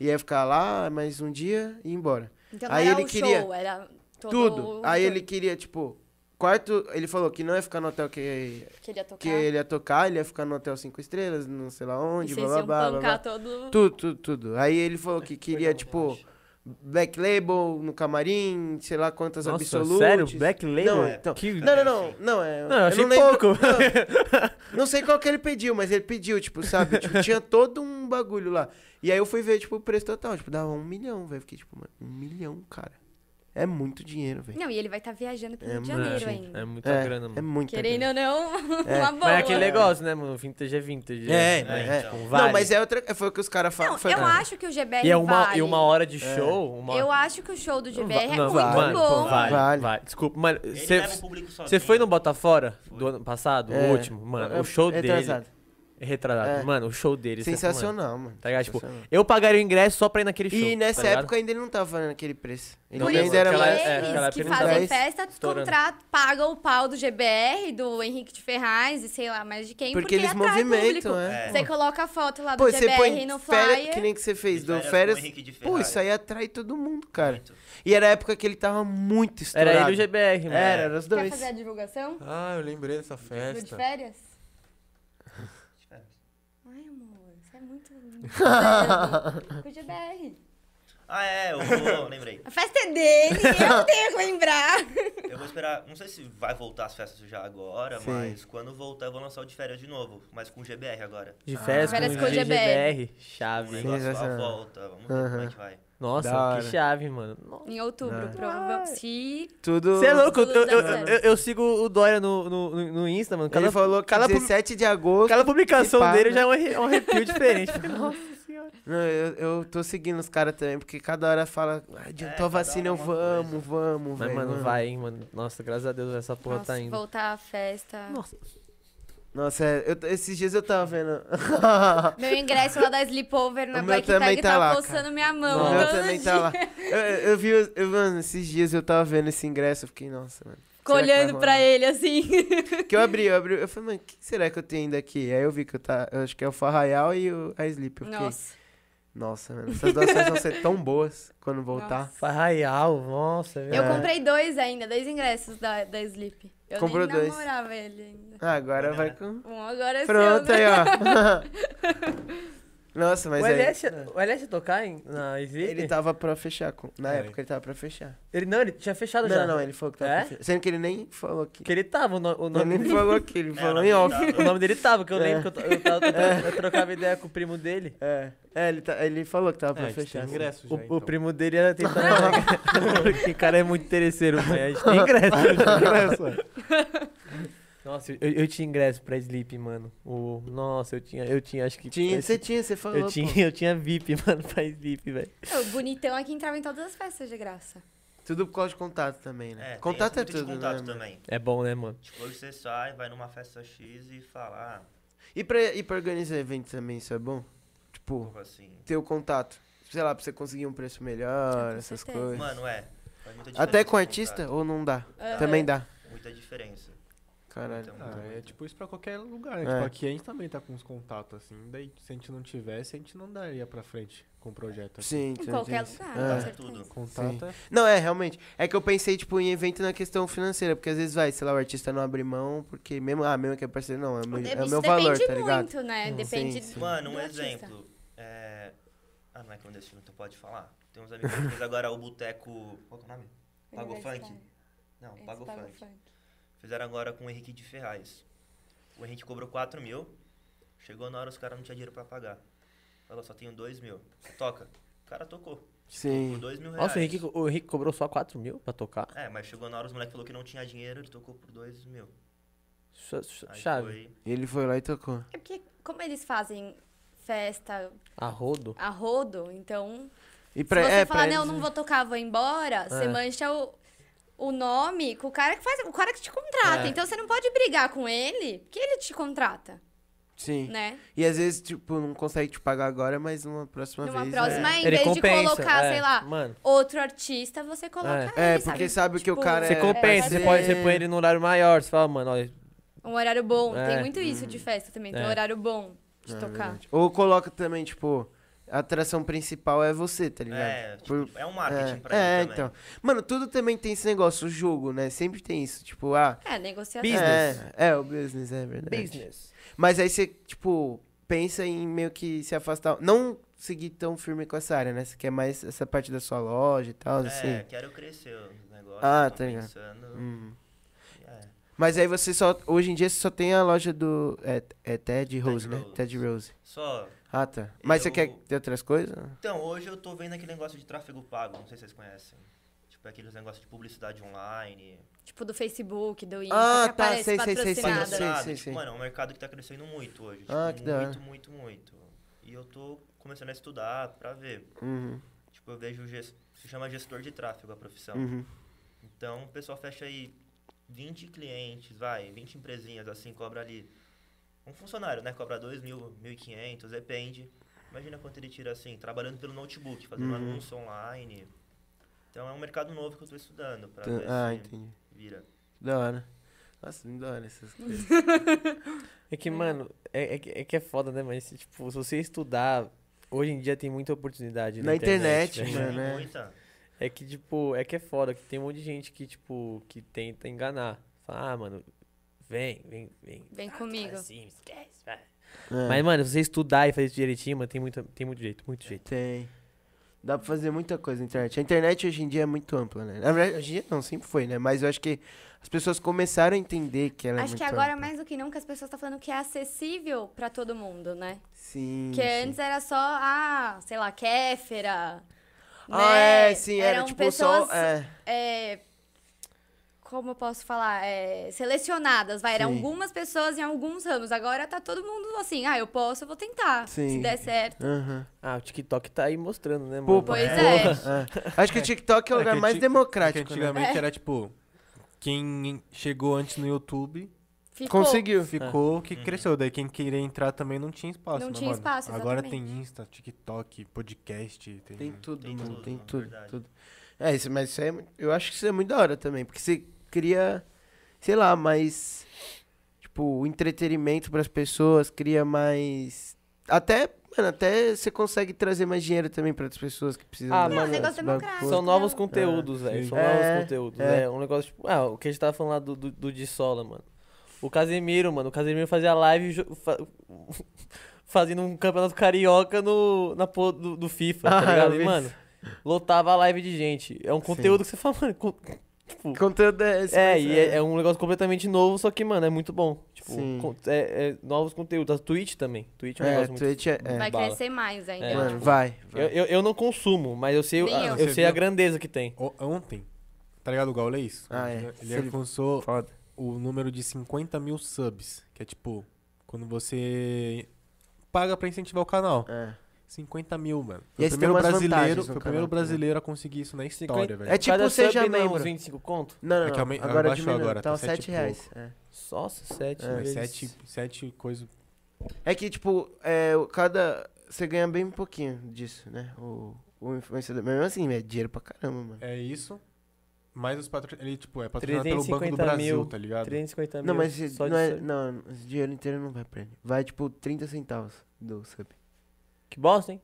E: Ia ficar lá mais um dia e ir embora.
D: Então não
E: Aí
D: era
E: ele
D: o show,
E: queria
D: era todo
E: Tudo.
D: o
E: Aí
D: show.
E: ele queria, tipo, quarto. Ele falou que não ia ficar no hotel que,
D: queria tocar.
E: que ele ia tocar. Ele ia ficar no hotel cinco estrelas, não sei lá onde,
D: e
E: blá
D: vocês
E: blá blá. blá,
D: iam
E: blá.
D: pancar todo.
E: Tudo, tudo, tudo. Aí ele falou que queria, tipo, Black Label no camarim, sei lá quantas
A: Nossa,
E: absolutes.
A: sério? Black Label?
E: Não, então-
A: Que-
E: não, não, não. Não, é,
A: assim. Não, eu achei
E: lembro-
A: pouco.
E: Não, não sei qual que ele pediu, mas ele pediu, tipo, sabe? Tipo, tinha todo um bagulho lá. E aí eu fui ver, tipo, o preço total. Tipo, dava um milhão, velho. Fiquei, tipo, mano, um milhão, cara. É muito dinheiro, velho.
D: Não, e ele vai estar viajando pro
E: É
D: Rio de
E: muito,
D: Janeiro
E: gente.
D: ainda.
A: É muita
E: É,
A: grana,
E: é
A: mano.
E: muito
D: Querendo ou não,
E: É.
D: uma boa.
A: Mas é aquele negócio, né, mano? Vintage é vintage.
E: É,
A: né?
E: é.
C: então,
A: Tipo,
E: Não,
A: vale.
E: mas é outra... Foi o que os caras
D: Não,
E: falam.
D: eu acho que o GBR
A: E é uma,
D: vale.
A: e uma hora de
E: É.
A: show. Uma...
D: Eu acho que o show do
A: Não
D: GBR
A: va-
D: é
A: não,
D: muito
A: vale,
D: bom.
A: Vale,
E: Vale. um
A: vale. Desculpa, mano.
C: Ele
A: Você
C: leva o público sozinho.
A: você foi no Botafora do
C: Foi.
A: ano passado?
E: É.
A: O último? Mano, o show dele. É retratado.
E: É.
A: Mano, o show dele. você fala, mano,
E: Sensacional, mano.
A: Tá ligado? Tipo,
E: Sensacional.
A: eu pagaria o ingresso só pra ir naquele show.
E: E nessa
A: tá ligado?
E: época ainda ele não tava fazendo aquele preço. Ele
A: Não,
D: Por
A: não,
D: isso
E: ainda
D: que
E: era
A: aquela-
E: mais...
D: eles
A: é, aquela
D: que
A: época não
D: fazem
E: tava
D: festa,
A: estourando.
D: contrato, pagam o pau do GBR, do Henrique de Ferraz e sei lá mais de quem,
E: Porque
D: porque,
E: eles
D: atrai
E: movimentam,
D: público.
E: é.
C: É.
D: Você coloca a foto lá do
E: Pô, você
D: GBR
E: põe
D: no
E: férias,
D: flyer.
E: que nem que você fez,
C: De
E: do
C: férias com
E: férias.
C: o Henrique de
E: Pô, isso
C: Ferraz.
E: aí atrai todo mundo, cara.
C: Muito.
E: E era a época que ele tava muito estourado. É,
A: Era ele e o GBR, mano.
E: Era, era os
D: Quer
E: dois.
D: fazer a divulgação?
B: Ah, eu lembrei dessa
D: Do de
E: É,
B: festa.
D: férias?
C: Espera.
D: Ai, amor, você é muito. Com o GBR.
C: Ah, é, eu vou, lembrei.
D: A festa é dele, eu tenho que lembrar.
C: Eu vou esperar, não sei se vai voltar as festas já agora,
E: Sim.
C: mas quando voltar eu vou lançar o de férias de novo, mas com GBR agora.
A: De férias
D: Férias
A: é com o
D: com o GBR.
A: GBR.
C: Um
A: Chave.
C: negócio à
E: Sensacional.
C: volta, vamos ver como é
E: Aham.
C: que vai.
A: Nossa,
E: Da hora.
A: que chave, mano. Nossa.
D: Em outubro,
E: Não.
D: provavelmente. Se
E: Tudo.
A: Você é louco? Eu, eu-
D: Tudo.
A: eu- eu sigo o Dória no, no, no- no Insta, mano. Cada,
E: Ele falou que
A: cada, pub-
E: 17 de agosto.
A: cada publicação
E: Se pá,
A: dele
E: né?
A: já é um arre- um arrepio diferente. Nossa senhora.
E: Não, eu, eu tô seguindo os caras também, porque cada hora fala, "Ah,
C: É,
E: adiantou
C: cada
E: a vacina, eu
C: hora uma coisa.
E: vamos, vamos,
A: Mas,
E: velho.
A: mano,
E: vamos."
A: vai, hein, mano. Nossa, graças a Deus essa porra tá indo.
D: voltar a festa.
A: Nossa.
E: Nossa, é, eu t- esses dias eu tava vendo.
D: Meu ingresso lá da Sleepover na
E: O meu
D: Black
E: também
D: Tag
E: tá
D: tá,
E: lá,
D: coçando minha mão.
E: o meu
D: todo
E: também
D: dia.
E: tá lá. Eu, eu vi, os- eu, mano, esses dias eu tava vendo esse ingresso, eu fiquei, nossa, mano.
D: Ficou
E: será que vai
D: olhando pra
E: rolar?
D: ele assim.
E: Que eu abri, eu abri, eu falei, mano, o que será que eu tenho ainda aqui? Aí eu vi que eu tá, eu acho que é o Farraial e o, a Sleep. Eu fiquei, nossa.
D: Nossa.
E: mano, essas duas coisas vão ser tão boas quando voltar.
D: Nossa.
A: Farraial, nossa.
D: Eu
E: É.
A: velho.
D: comprei dois ainda, dois ingressos da, da Sleep. Eu
E: Comprou
D: nem
E: dois.
D: namorava ele ainda.
E: Ah, agora
C: Não,
E: vai
C: né?
E: com.
D: Bom, agora é
E: Pronto
D: seu,
E: aí,
D: né?
E: ó. Nossa, mas
A: o,
E: aí.
A: LS, o LS ia tocar em, na Easy?
E: Ele tá- tava pra fechar. com- Na
B: É.
E: época ele tava pra fechar.
A: Ele- não, ele tinha fechado
E: Não,
A: já.
E: não, não, ele falou que tava
A: É?
E: pra fechar. Sendo que ele nem falou aqui.
A: Que ele tava, o, no- o
E: Ele
A: nome
E: nem
A: dele.
E: falou aqui, ele
C: É,
E: falou
C: não,
E: em
C: não
E: off.
C: dá.
A: O nome dele tava, que eu
E: É.
A: lembro que eu, to- eu, tava- eu tro- eu trocava ideia com o primo dele.
E: É, é ele, tá- ele falou que tava
B: É,
E: pra
B: a gente
E: fechar.
B: tem
E: assim.
B: ingresso já,
A: O,
B: então.
A: o primo dele era tentar. Porque o cara é muito interesseiro, mãe. A gente tem ingresso.
B: Ingresso, é.
A: Nossa, eu, eu tinha ingresso pra Sleep, mano. O, nossa, eu tinha, eu tinha, acho que.
E: Tinha,
A: eu,
E: você tá tinha, você falou.
A: eu tinha, eu tinha VIP, mano, pra Sleep, velho.
D: É, O bonitão é que entrava em todas as festas de graça.
E: pô. Tudo por causa de contato também,
C: É,
E: né?
C: tem
E: contato é
C: muito de
E: tudo, né?
C: contato
E: mano?
C: também.
A: É bom, né, mano?
C: Tipo, hoje você sai, vai numa festa X e fala, ah,
E: E pra, e pra organizar evento também, isso é bom? Tipo,
C: como assim?
E: ter o contato. Sei lá, pra você conseguir um preço melhor,
D: Com
E: essas
D: certeza.
E: coisas.
C: Mano, é. Faz muita diferença
E: Até com
C: o
E: artista?
C: contato.
E: Ou não dá?
D: Aham.
E: Também dá.
C: Muita diferença.
E: Caralho.
C: Então,
B: Ah, é tipo isso pra qualquer lugar, né?
E: É.
B: Tipo, aqui a gente também tá com uns contatos, assim. Daí, se a gente não tivesse, a gente não daria pra frente com o
C: tá
B: projeto. assim.
E: Sim,
D: Em
E: entendi.
D: qualquer lugar,
E: Ah.
D: com
C: É
D: certeza.
C: tudo.
B: Contato
E: Sim.
B: é...
E: Não, é, realmente. É que eu pensei, tipo, em evento na questão financeira, porque às vezes vai, sei lá, o artista não abre mão, porque mesmo, ah, mesmo que é parceiro, não, é, meu, é o
D: Isso
E: meu valor,
D: depende
E: tá ligado?
D: muito, né?
A: Hum.
D: Depende
E: Sim,
D: do-
C: Mano,
D: do
C: um
D: artista.
C: exemplo. É... Ah, não é clandestino, tu pode falar. Tem uns amigos que fez agora o Boteco. Qual que é o nome? Pago
D: Universitário.
C: Funk? Não,
D: Esse
C: Pago
D: Pago
C: Funk. Fizeram agora com o Henrique de Ferraz. O Henrique cobrou 4 mil. Chegou na hora, os caras não tinham dinheiro pra pagar. Falou, só tenho 2 mil. Toca. O cara tocou. Por
E: Sim.
C: 2 mil reais.
A: Nossa, o Henrique, o Henrique cobrou só 4 mil pra tocar?
C: É, mas chegou na hora, os moleques falou que não tinha dinheiro, ele tocou por 2 mil.
A: Ch- ch-
C: Aí
A: Chave.
C: foi.
E: Ele foi lá e tocou.
D: É porque como eles fazem festa
A: Arrodo.
D: a rodo, então
E: E pra,
D: se você
E: é,
D: falar,
E: pra
D: não,
E: eles,
D: não
E: né?
D: vou tocar, vou embora, você mancha o, o nome com o cara que faz, o cara que te contrata.
A: É.
D: Então você não pode brigar com ele, porque ele te contrata,
E: Sim.
D: né?
E: E às vezes, tipo, não consegue te pagar agora, mas numa próxima
D: Numa
E: vez.
D: próxima,
E: né?
D: em vez de colocar,
A: é.
D: sei lá,
A: Mano.
D: outro artista, você coloca
E: É,
D: ele, Tipo,
E: porque sabe que o cara
A: Você
E: É,
A: compensa,
E: fazer-
A: você pode você põe ele num horário maior, você fala, mano, olha,
D: Um horário bom,
A: É.
D: tem muito isso de festa também, tem
A: É.
D: um horário bom de
E: Hum. É,
D: tocar.
E: verdade. Ou coloca também, tipo, a atração principal é você, tá ligado?
C: É, tipo,
E: Por-
C: é um marketing pra ele
E: é,
C: também.
E: então. Mano, tudo também tem esse negócio, o jogo, né? Sempre tem isso. Tipo, ah.
D: É, negociação.
A: Business.
E: É, é, o business, é verdade.
A: business.
E: Mas aí você, tipo, pensa em meio que se afastar. Não seguir tão firme com essa área, né? Você quer mais essa parte da sua loja e tal,
C: É,
E: assim.
C: quero crescer o negócio.
E: Ah,
C: tô
E: tá ligado.
C: pensando.
E: Hum.
C: É.
E: Mas aí você só. Hoje em dia você só tem a loja do. É, é Ted Rose, né?
C: Rose.
E: Ted Rose.
C: Só.
E: Ah, tá. Mas você
C: Eu-
E: quer ter outras coisas?
C: Então, hoje eu tô vendo aquele negócio de tráfego pago, não sei se vocês conhecem. Tipo, aqueles negócios de publicidade online.
D: Tipo do Facebook, do Insta,
E: Ah,
D: que
E: tá,
D: aparece
E: sei, sei, sei, sei,
D: patrocinada.
E: sei,
C: Patrocinado,
E: sei,
C: tipo,
E: sei.
C: Mano, é um mercado que tá crescendo muito hoje. Tipo,
E: Ah, que da
C: muito,
E: hora.
C: muito, muito. E eu tô começando a estudar pra ver.
E: Uhum.
C: Tipo, eu vejo. ges- Se chama gestor de tráfego a profissão.
E: Uhum.
C: Então, o pessoal fecha aí 20 clientes, vai, 20 empresinhas, assim, cobra ali. Um funcionário, né? Cobra 2 mil, 1.500, depende. Imagina quanto ele tira, assim, trabalhando pelo notebook,
E: Uhum.
C: fazendo anúncio online. Então, é um mercado novo que eu tô estudando pra
E: Tá-
C: ver
E: Ah,
C: se
E: entendi.
C: vira.
E: Da hora. Nossa, me da hora essas coisas.
A: É que, mano, é, é que- é que é foda, né? Mas, tipo, se você estudar, hoje em dia tem muita oportunidade na,
E: Na internet,
A: velho.
E: mano.
C: Tem
E: é.
C: muita.
A: É que, tipo, é que é foda, que tem um monte de gente que, tipo, que tenta enganar. Fala, ah, mano, vem, vem, vem.
D: Vem
A: Ah,
D: comigo.
A: Assim, esquece, vai.
E: É.
A: Mas, mano, se você estudar e fazer isso direitinho, mano, tem muito, tem muito
B: É.
A: jeito, muito jeito.
E: Tem. Dá pra fazer muita coisa na internet. A internet hoje em dia é muito ampla, né? Na verdade, hoje em dia não, sempre foi, né? Mas eu acho que as pessoas começaram a entender que ela é
D: Acho
E: muito
D: que agora,
E: ampla.
D: mais do que nunca, as pessoas estão falando que é acessível pra todo mundo, né?
E: Sim.
D: Porque
E: sim.
D: antes era só, ah, sei lá, Kéfera.
E: Ah,
D: né?
E: é, sim, era
D: Eram
E: tipo
D: pessoas,
E: só. É,
D: é, como eu posso falar? É, selecionadas, vai. Eram
E: Sim.
D: algumas pessoas em alguns ramos. Agora tá todo mundo assim, ah, eu posso, eu vou tentar.
E: Sim.
D: Se der certo.
E: aham.
A: Ah, o TikTok tá aí mostrando, né, mano?
E: Pô,
D: Pois é.
E: porra. é. Acho que o TikTok é o
B: É que
E: lugar
B: o
E: mais
B: tic-
E: democrático.
B: Porque
E: né?
B: antigamente era, tipo, quem chegou antes no YouTube
D: Ficou.
E: Conseguiu.
B: ficou que
E: Uhum.
B: cresceu. Daí quem queria entrar também não tinha espaço,
D: Não
B: né,
D: tinha
B: mano?
D: espaço,
B: Agora tem
D: exatamente.
B: Insta, TikTok, podcast, tem...
A: Uhum.
E: Tem tudo,
C: Tem
E: mano.
C: tudo,
E: tem
C: na
E: tudo,
C: verdade.
E: tudo. É, isso, mas isso aí é, mu- eu acho que isso é muito da hora também, porque você cria, sei lá, mais, tipo, entretenimento pras pessoas, cria mais Até, mano, até você consegue trazer mais dinheiro também pra outras pessoas que precisam.
A: Ah,
E: da-
A: mano,
E: desse
D: negócio
E: bagulho.
D: democrático.
A: São novos
D: É.
A: conteúdos, velho.
B: Sim.
A: São
E: É,
A: novos conteúdos.
E: é.
A: É. um negócio tipo. Ah, o que a gente tava falando lá do, do, do de Sola, mano. O Casemiro, mano. O Casemiro fazia live jo- fa- fazendo um campeonato carioca no, na porra do, do FIFA,
E: Ah,
A: tá ligado?
E: eu
A: E,
E: vi
A: mano,
E: isso.
A: lotava a live de gente. É um conteúdo que você fala, mano. con- Tipo,
E: Conteúdo é esse,
A: é,
E: mas
A: e é, é um negócio completamente novo, só que, mano, é muito bom. Tipo,
E: Sim.
A: con- é, é novos conteúdos. A Twitch também. Twitch é um
E: É,
A: negócio muito.
E: Twitch é. é.
D: Vai
A: Bala.
D: crescer mais ainda.
A: É,
D: eu
E: Mano,
D: acho.
E: vai. vai.
A: Eu, eu, eu não consumo, mas eu sei,
D: Nem
A: a-
D: eu.
A: eu
B: Você
A: sei a
B: viu?
A: grandeza que tem.
B: O- ontem, tá ligado o Gaulês?
E: Ah, é.
B: Ele
E: Se ele-
B: alcançou
E: Foda.
B: o número de 50 mil subs, que é tipo, quando você paga pra incentivar o canal.
E: É.
B: 50 mil,
E: E
B: mano. Foi
E: aí
B: o
E: você tem
B: primeiro
E: umas vantagens
B: brasileiro,
E: no
B: foi o
E: canal
B: primeiro
E: também.
B: brasileiro a conseguir isso na história, velho.
E: É tipo
A: Cada
E: Seja
A: sub não é uns
E: Membro.
A: 25 conto?
E: Não, não,
B: É que
E: não.
B: aumen-
E: agora
B: abaixou
E: diminuiu,
B: agora,
E: tá
B: tá
E: uns 7
B: sete e
E: reais. É.
A: Nossa, 7
E: É,
A: vezes.
B: Sete, sete coisas.
E: É que, tipo, é, o- cada. Você ganha bem pouquinho disso, né? O, o influenciador. Mas mesmo assim, é dinheiro pra caramba, mano.
B: É isso. Mais os patrocinadores. Ele, tipo, é patrocinado pelo Banco do
A: 350
B: Brasil,
A: mil,
B: tá ligado?
A: 350 mil.
E: Não, mas se-
A: só de
E: não, é,
A: sub.
E: não, esse dinheiro inteiro não vai pra ele. Vai, tipo, 30 centavos do sub.
A: Que bosta, hein?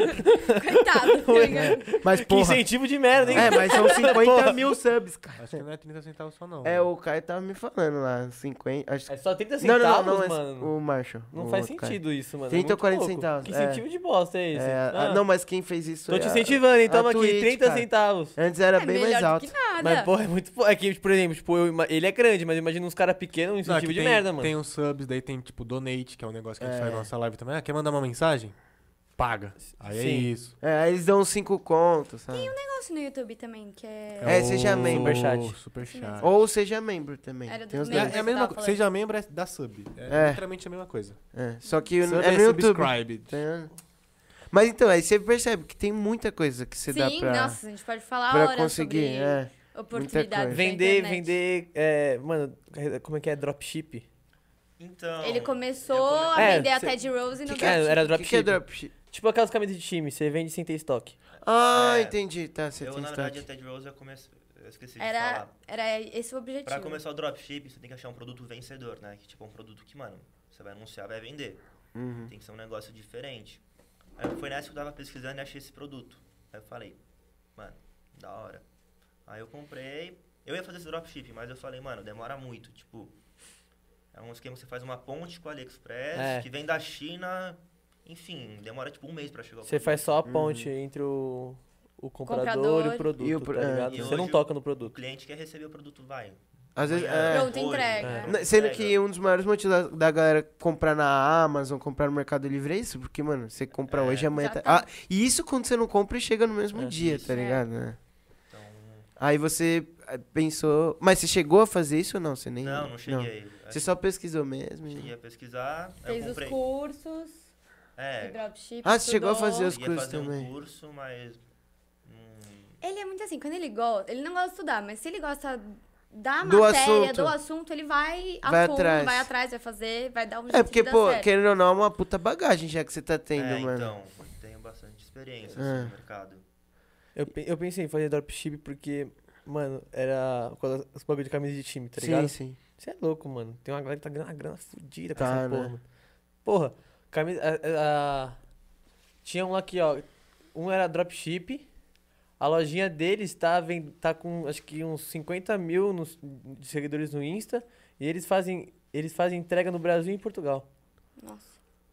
D: Coitado. tá
E: né?
D: ligado?
E: Mas,
A: Que
E: porra.
A: incentivo de merda, hein?
E: É, mas são 50
A: Porra.
E: mil subs, cara.
B: Acho que não é 30 centavos só, não.
E: É, o Caio tava me falando lá, 50. Acho...
A: É só 30
E: não,
A: centavos,
E: não, não, não,
A: mano.
E: o Marshall.
A: Não
E: o
A: faz
E: outro Caio.
A: sentido isso, mano.
E: 30 ou
A: ou
E: 40 centavos,
A: Que
E: é.
A: incentivo de bosta é esse?
E: É, a-
A: Ah,
E: não, mas quem fez isso
A: Tô
E: é
A: te
E: a-
A: incentivando, então, hein? Toma
E: a
A: aqui,
E: Twitch,
A: 30
E: cara.
A: centavos.
E: Antes era
D: É
E: Tá bem mais
D: melhor do
E: alto.
D: que nada.
A: Mas, porra, é muito. po- É que, por exemplo, tipo, eu ima- ele é grande, mas imagina uns caras pequenos, um
B: Não, aqui
A: incentivo de
B: tem,
A: merda, mano.
B: Tem os subs, daí tem, tipo, donate, que é um negócio que a gente
E: É.
B: faz na nossa live também. Ah, quer mandar uma mensagem? Paga. Aí é
A: Sim.
B: isso.
E: É, aí eles dão 5 contos, sabe?
D: negócio no YouTube também, que é...
E: É, seja membro.
A: Superchat.
B: Superchat.
E: Ou seja membro também.
D: Era
E: Tem os
D: dos
E: dois.
D: membros.
B: É, é a mesma
D: Tava
B: coisa.
D: falando.
B: Seja membro é da sub.
E: É.
B: É, literalmente a mesma coisa.
E: É, só que o-
B: Sub
E: é no YouTube.
B: subscribed.
A: tipo,
E: Tem a- Mas então, aí você percebe que tem muita coisa que você dá
D: Sim,
E: pra,
D: nossa, a gente pode falar
E: pra
D: horas
E: conseguir.
D: sobre
E: É.
D: oportunidades
E: coisa.
D: da
A: Vender,
D: internet.
A: vender. é, mano, como é que é? Dropship?
C: Então.
D: Ele começou
C: eu come-
D: a
A: É,
D: vender a
A: cê-
D: Ted Rose e
E: Que
D: não
E: que
A: É,
D: deu
A: era
E: O que, que
A: dropship.
E: é dropship?
A: Tipo aquelas camisas de time, você vende sem ter estoque.
E: Ah,
C: É.
E: entendi. Tá, você
C: Eu,
E: tem
C: na verdade, a
E: estoque.
C: Ted Rose eu comecei. Eu esqueci de
D: Era,
C: falar.
D: era esse o objetivo.
C: Pra começar o dropship, você tem que achar um produto vencedor, né? Que tipo, é um produto que, mano, você vai anunciar, vai vender.
E: Uhum.
C: Tem que ser um negócio diferente. Aí foi nessa que eu tava pesquisando e achei esse produto. Aí eu falei, mano, da hora. Aí eu comprei. Eu ia fazer esse dropship, mas eu falei, mano, demora muito. Tipo, é um esquema que você faz uma ponte com o AliExpress,
A: É.
C: que vem da China. Enfim, demora tipo um mês pra chegar o
A: Você
C: produto.
A: faz só a ponte entre o, o comprador, e
D: Comprador.
A: o produto,
E: Uhum. E o pro-
A: tá
E: é.
A: ligado?
C: E
A: você não
C: hoje-
A: toca no
C: O
A: produto.
C: cliente quer receber o produto, vai.
E: Às vezes.
C: Amanhã,
E: É.
D: Pronto,
C: hoje,
D: entrega.
C: é.
E: Na- Sendo que
C: Entrega.
E: um dos maiores motivos da, da galera comprar na Amazon, comprar no Mercado Livre é isso, porque, mano, você
C: É.
E: compra hoje e amanhã tá... Ah,
D: Exatamente.
E: e isso quando você não compra e chega no mesmo
A: É.
E: dia,
C: Isso.
E: tá
D: É.
E: ligado? né?
C: Então,
E: Aí você eh, pensou. Mas você chegou a fazer isso ou não? Você nem.
C: Não, não cheguei.
E: Você só pesquisou mesmo?
C: Eu
E: e-
C: cheguei a pesquisar, aí
D: Fez
C: eu
D: os
C: comprei.
D: cursos de
C: É,
D: dropship.
E: Ah, você chegou a
D: estudou.
E: fazer os-
C: ia
E: cursos
C: fazer
E: também.
C: um curso, mas hum,
D: Ele é muito assim, quando ele gosta... Ele não gosta de estudar, mas se ele gosta da
E: Do
D: matéria,
E: assunto.
D: do assunto, ele vai a
E: Vai
D: fundo,
E: atrás.
D: vai atrás, vai fazer, vai dar um jeito
E: É
D: de
E: porque,
D: dar
E: pô,
D: certo.
E: querendo ou não, é uma puta bagagem já que você tá tendo,
C: é,
E: mano.
C: então, eu tenho bastante experiência
E: Ah.
C: assim, no mercado.
A: Eu, pe- eu pensei em fazer dropship porque, mano, era quando- os bagulho de camisa de time, tá
E: sim,
A: ligado?
E: sim.
A: Você é louco, mano. Tem uma galera que tá ganhando uma grana fodida com
E: Tá,
A: essa
E: né?
A: porra, mano. Porra, camisa. a- a- a- Tinha um aqui, ó. Um era dropship. A lojinha deles tá, ven- tá com acho que uns 50 mil nos- de seguidores no Insta. E eles fazem, eles fazem entrega no Brasil e em Portugal.
D: Nossa.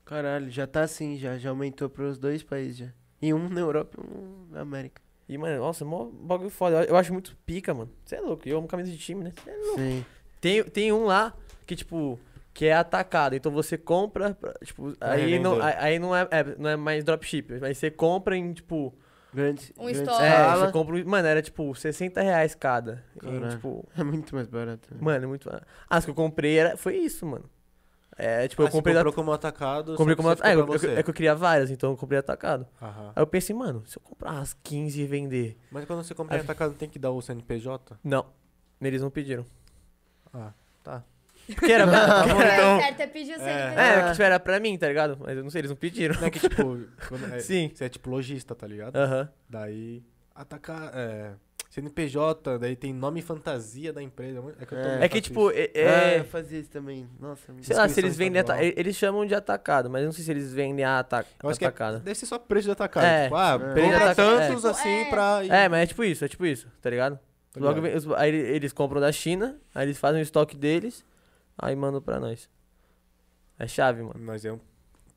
E: Caralho, já tá assim, já, já aumentou pros dois países já. E um na Europa e um na América.
A: E, mano, nossa, mó bagulho foda. Eu- Eu acho muito pica, mano. Você é louco. Eu amo camisa de time, né? Cê é louco.
E: Sim.
A: Tem, tem um lá que, tipo, que é atacado. Então você compra, pra- tipo, aí, não,
B: revender.
A: aí aí não, é, é, não é mais dropship. Mas você compra em, tipo...
E: Grande.
D: Um
E: grande
D: estoque.
A: É,
E: escala.
A: você compra... Mano, era, tipo, 60 reais cada. Em,
E: Caralho.
A: tipo...
E: É muito mais barato. né?
A: Mano, é muito... Ah, as que eu comprei era... Foi isso, mano. É, tipo,
B: Ah,
A: eu
B: você
A: comprei... da-
B: comprou como atacado.
A: comprei como... É, eu- eu-
B: atacado.
A: é que eu queria várias, então eu comprei atacado.
B: Aham.
A: Aí eu pensei, mano, se eu comprar as 15 e vender...
B: Mas quando você compra em
A: Ah.
B: atacado, tem que dar o CNPJ?
A: Não. Eles não pediram.
B: Ah.
A: Porque era...
E: tá
A: porque
D: O
A: era-
E: então?
D: certo é pedir o CNPJ.
A: É, que tipo, era pra mim, tá ligado? Mas eu não sei, eles não pediram.
B: Não é que, tipo, quando é-
A: Sim.
B: você é tipo lojista, tá ligado?
A: Aham.
B: Daí, atacar. É, CNPJ, daí tem nome e fantasia da empresa. É que, eu tô-
E: É.
A: É que,
B: faço
A: tipo,
B: isso.
A: é.
E: É,
A: é-
E: eu fazia isso também. Nossa, me-
A: sei lá, se
B: inscrição
A: eles vendem. ata-
B: estadual.
A: Eles chamam de atacado, mas eu não sei se eles vendem a ata
B: Eu acho que é-
A: atacado.
B: deve ser só preço de atacado.
A: É,
B: Tipo, ah,
E: preço de
B: compra
A: atacado, é.
B: tantos assim
D: É.
B: pra.
A: É, mas é tipo isso, é tipo isso, tá ligado?
B: Tá
A: Logo
B: ligado?
A: vem os- aí eles compram da China, aí eles fazem o estoque deles, aí mandam pra nós. É chave, mano.
B: Mas é um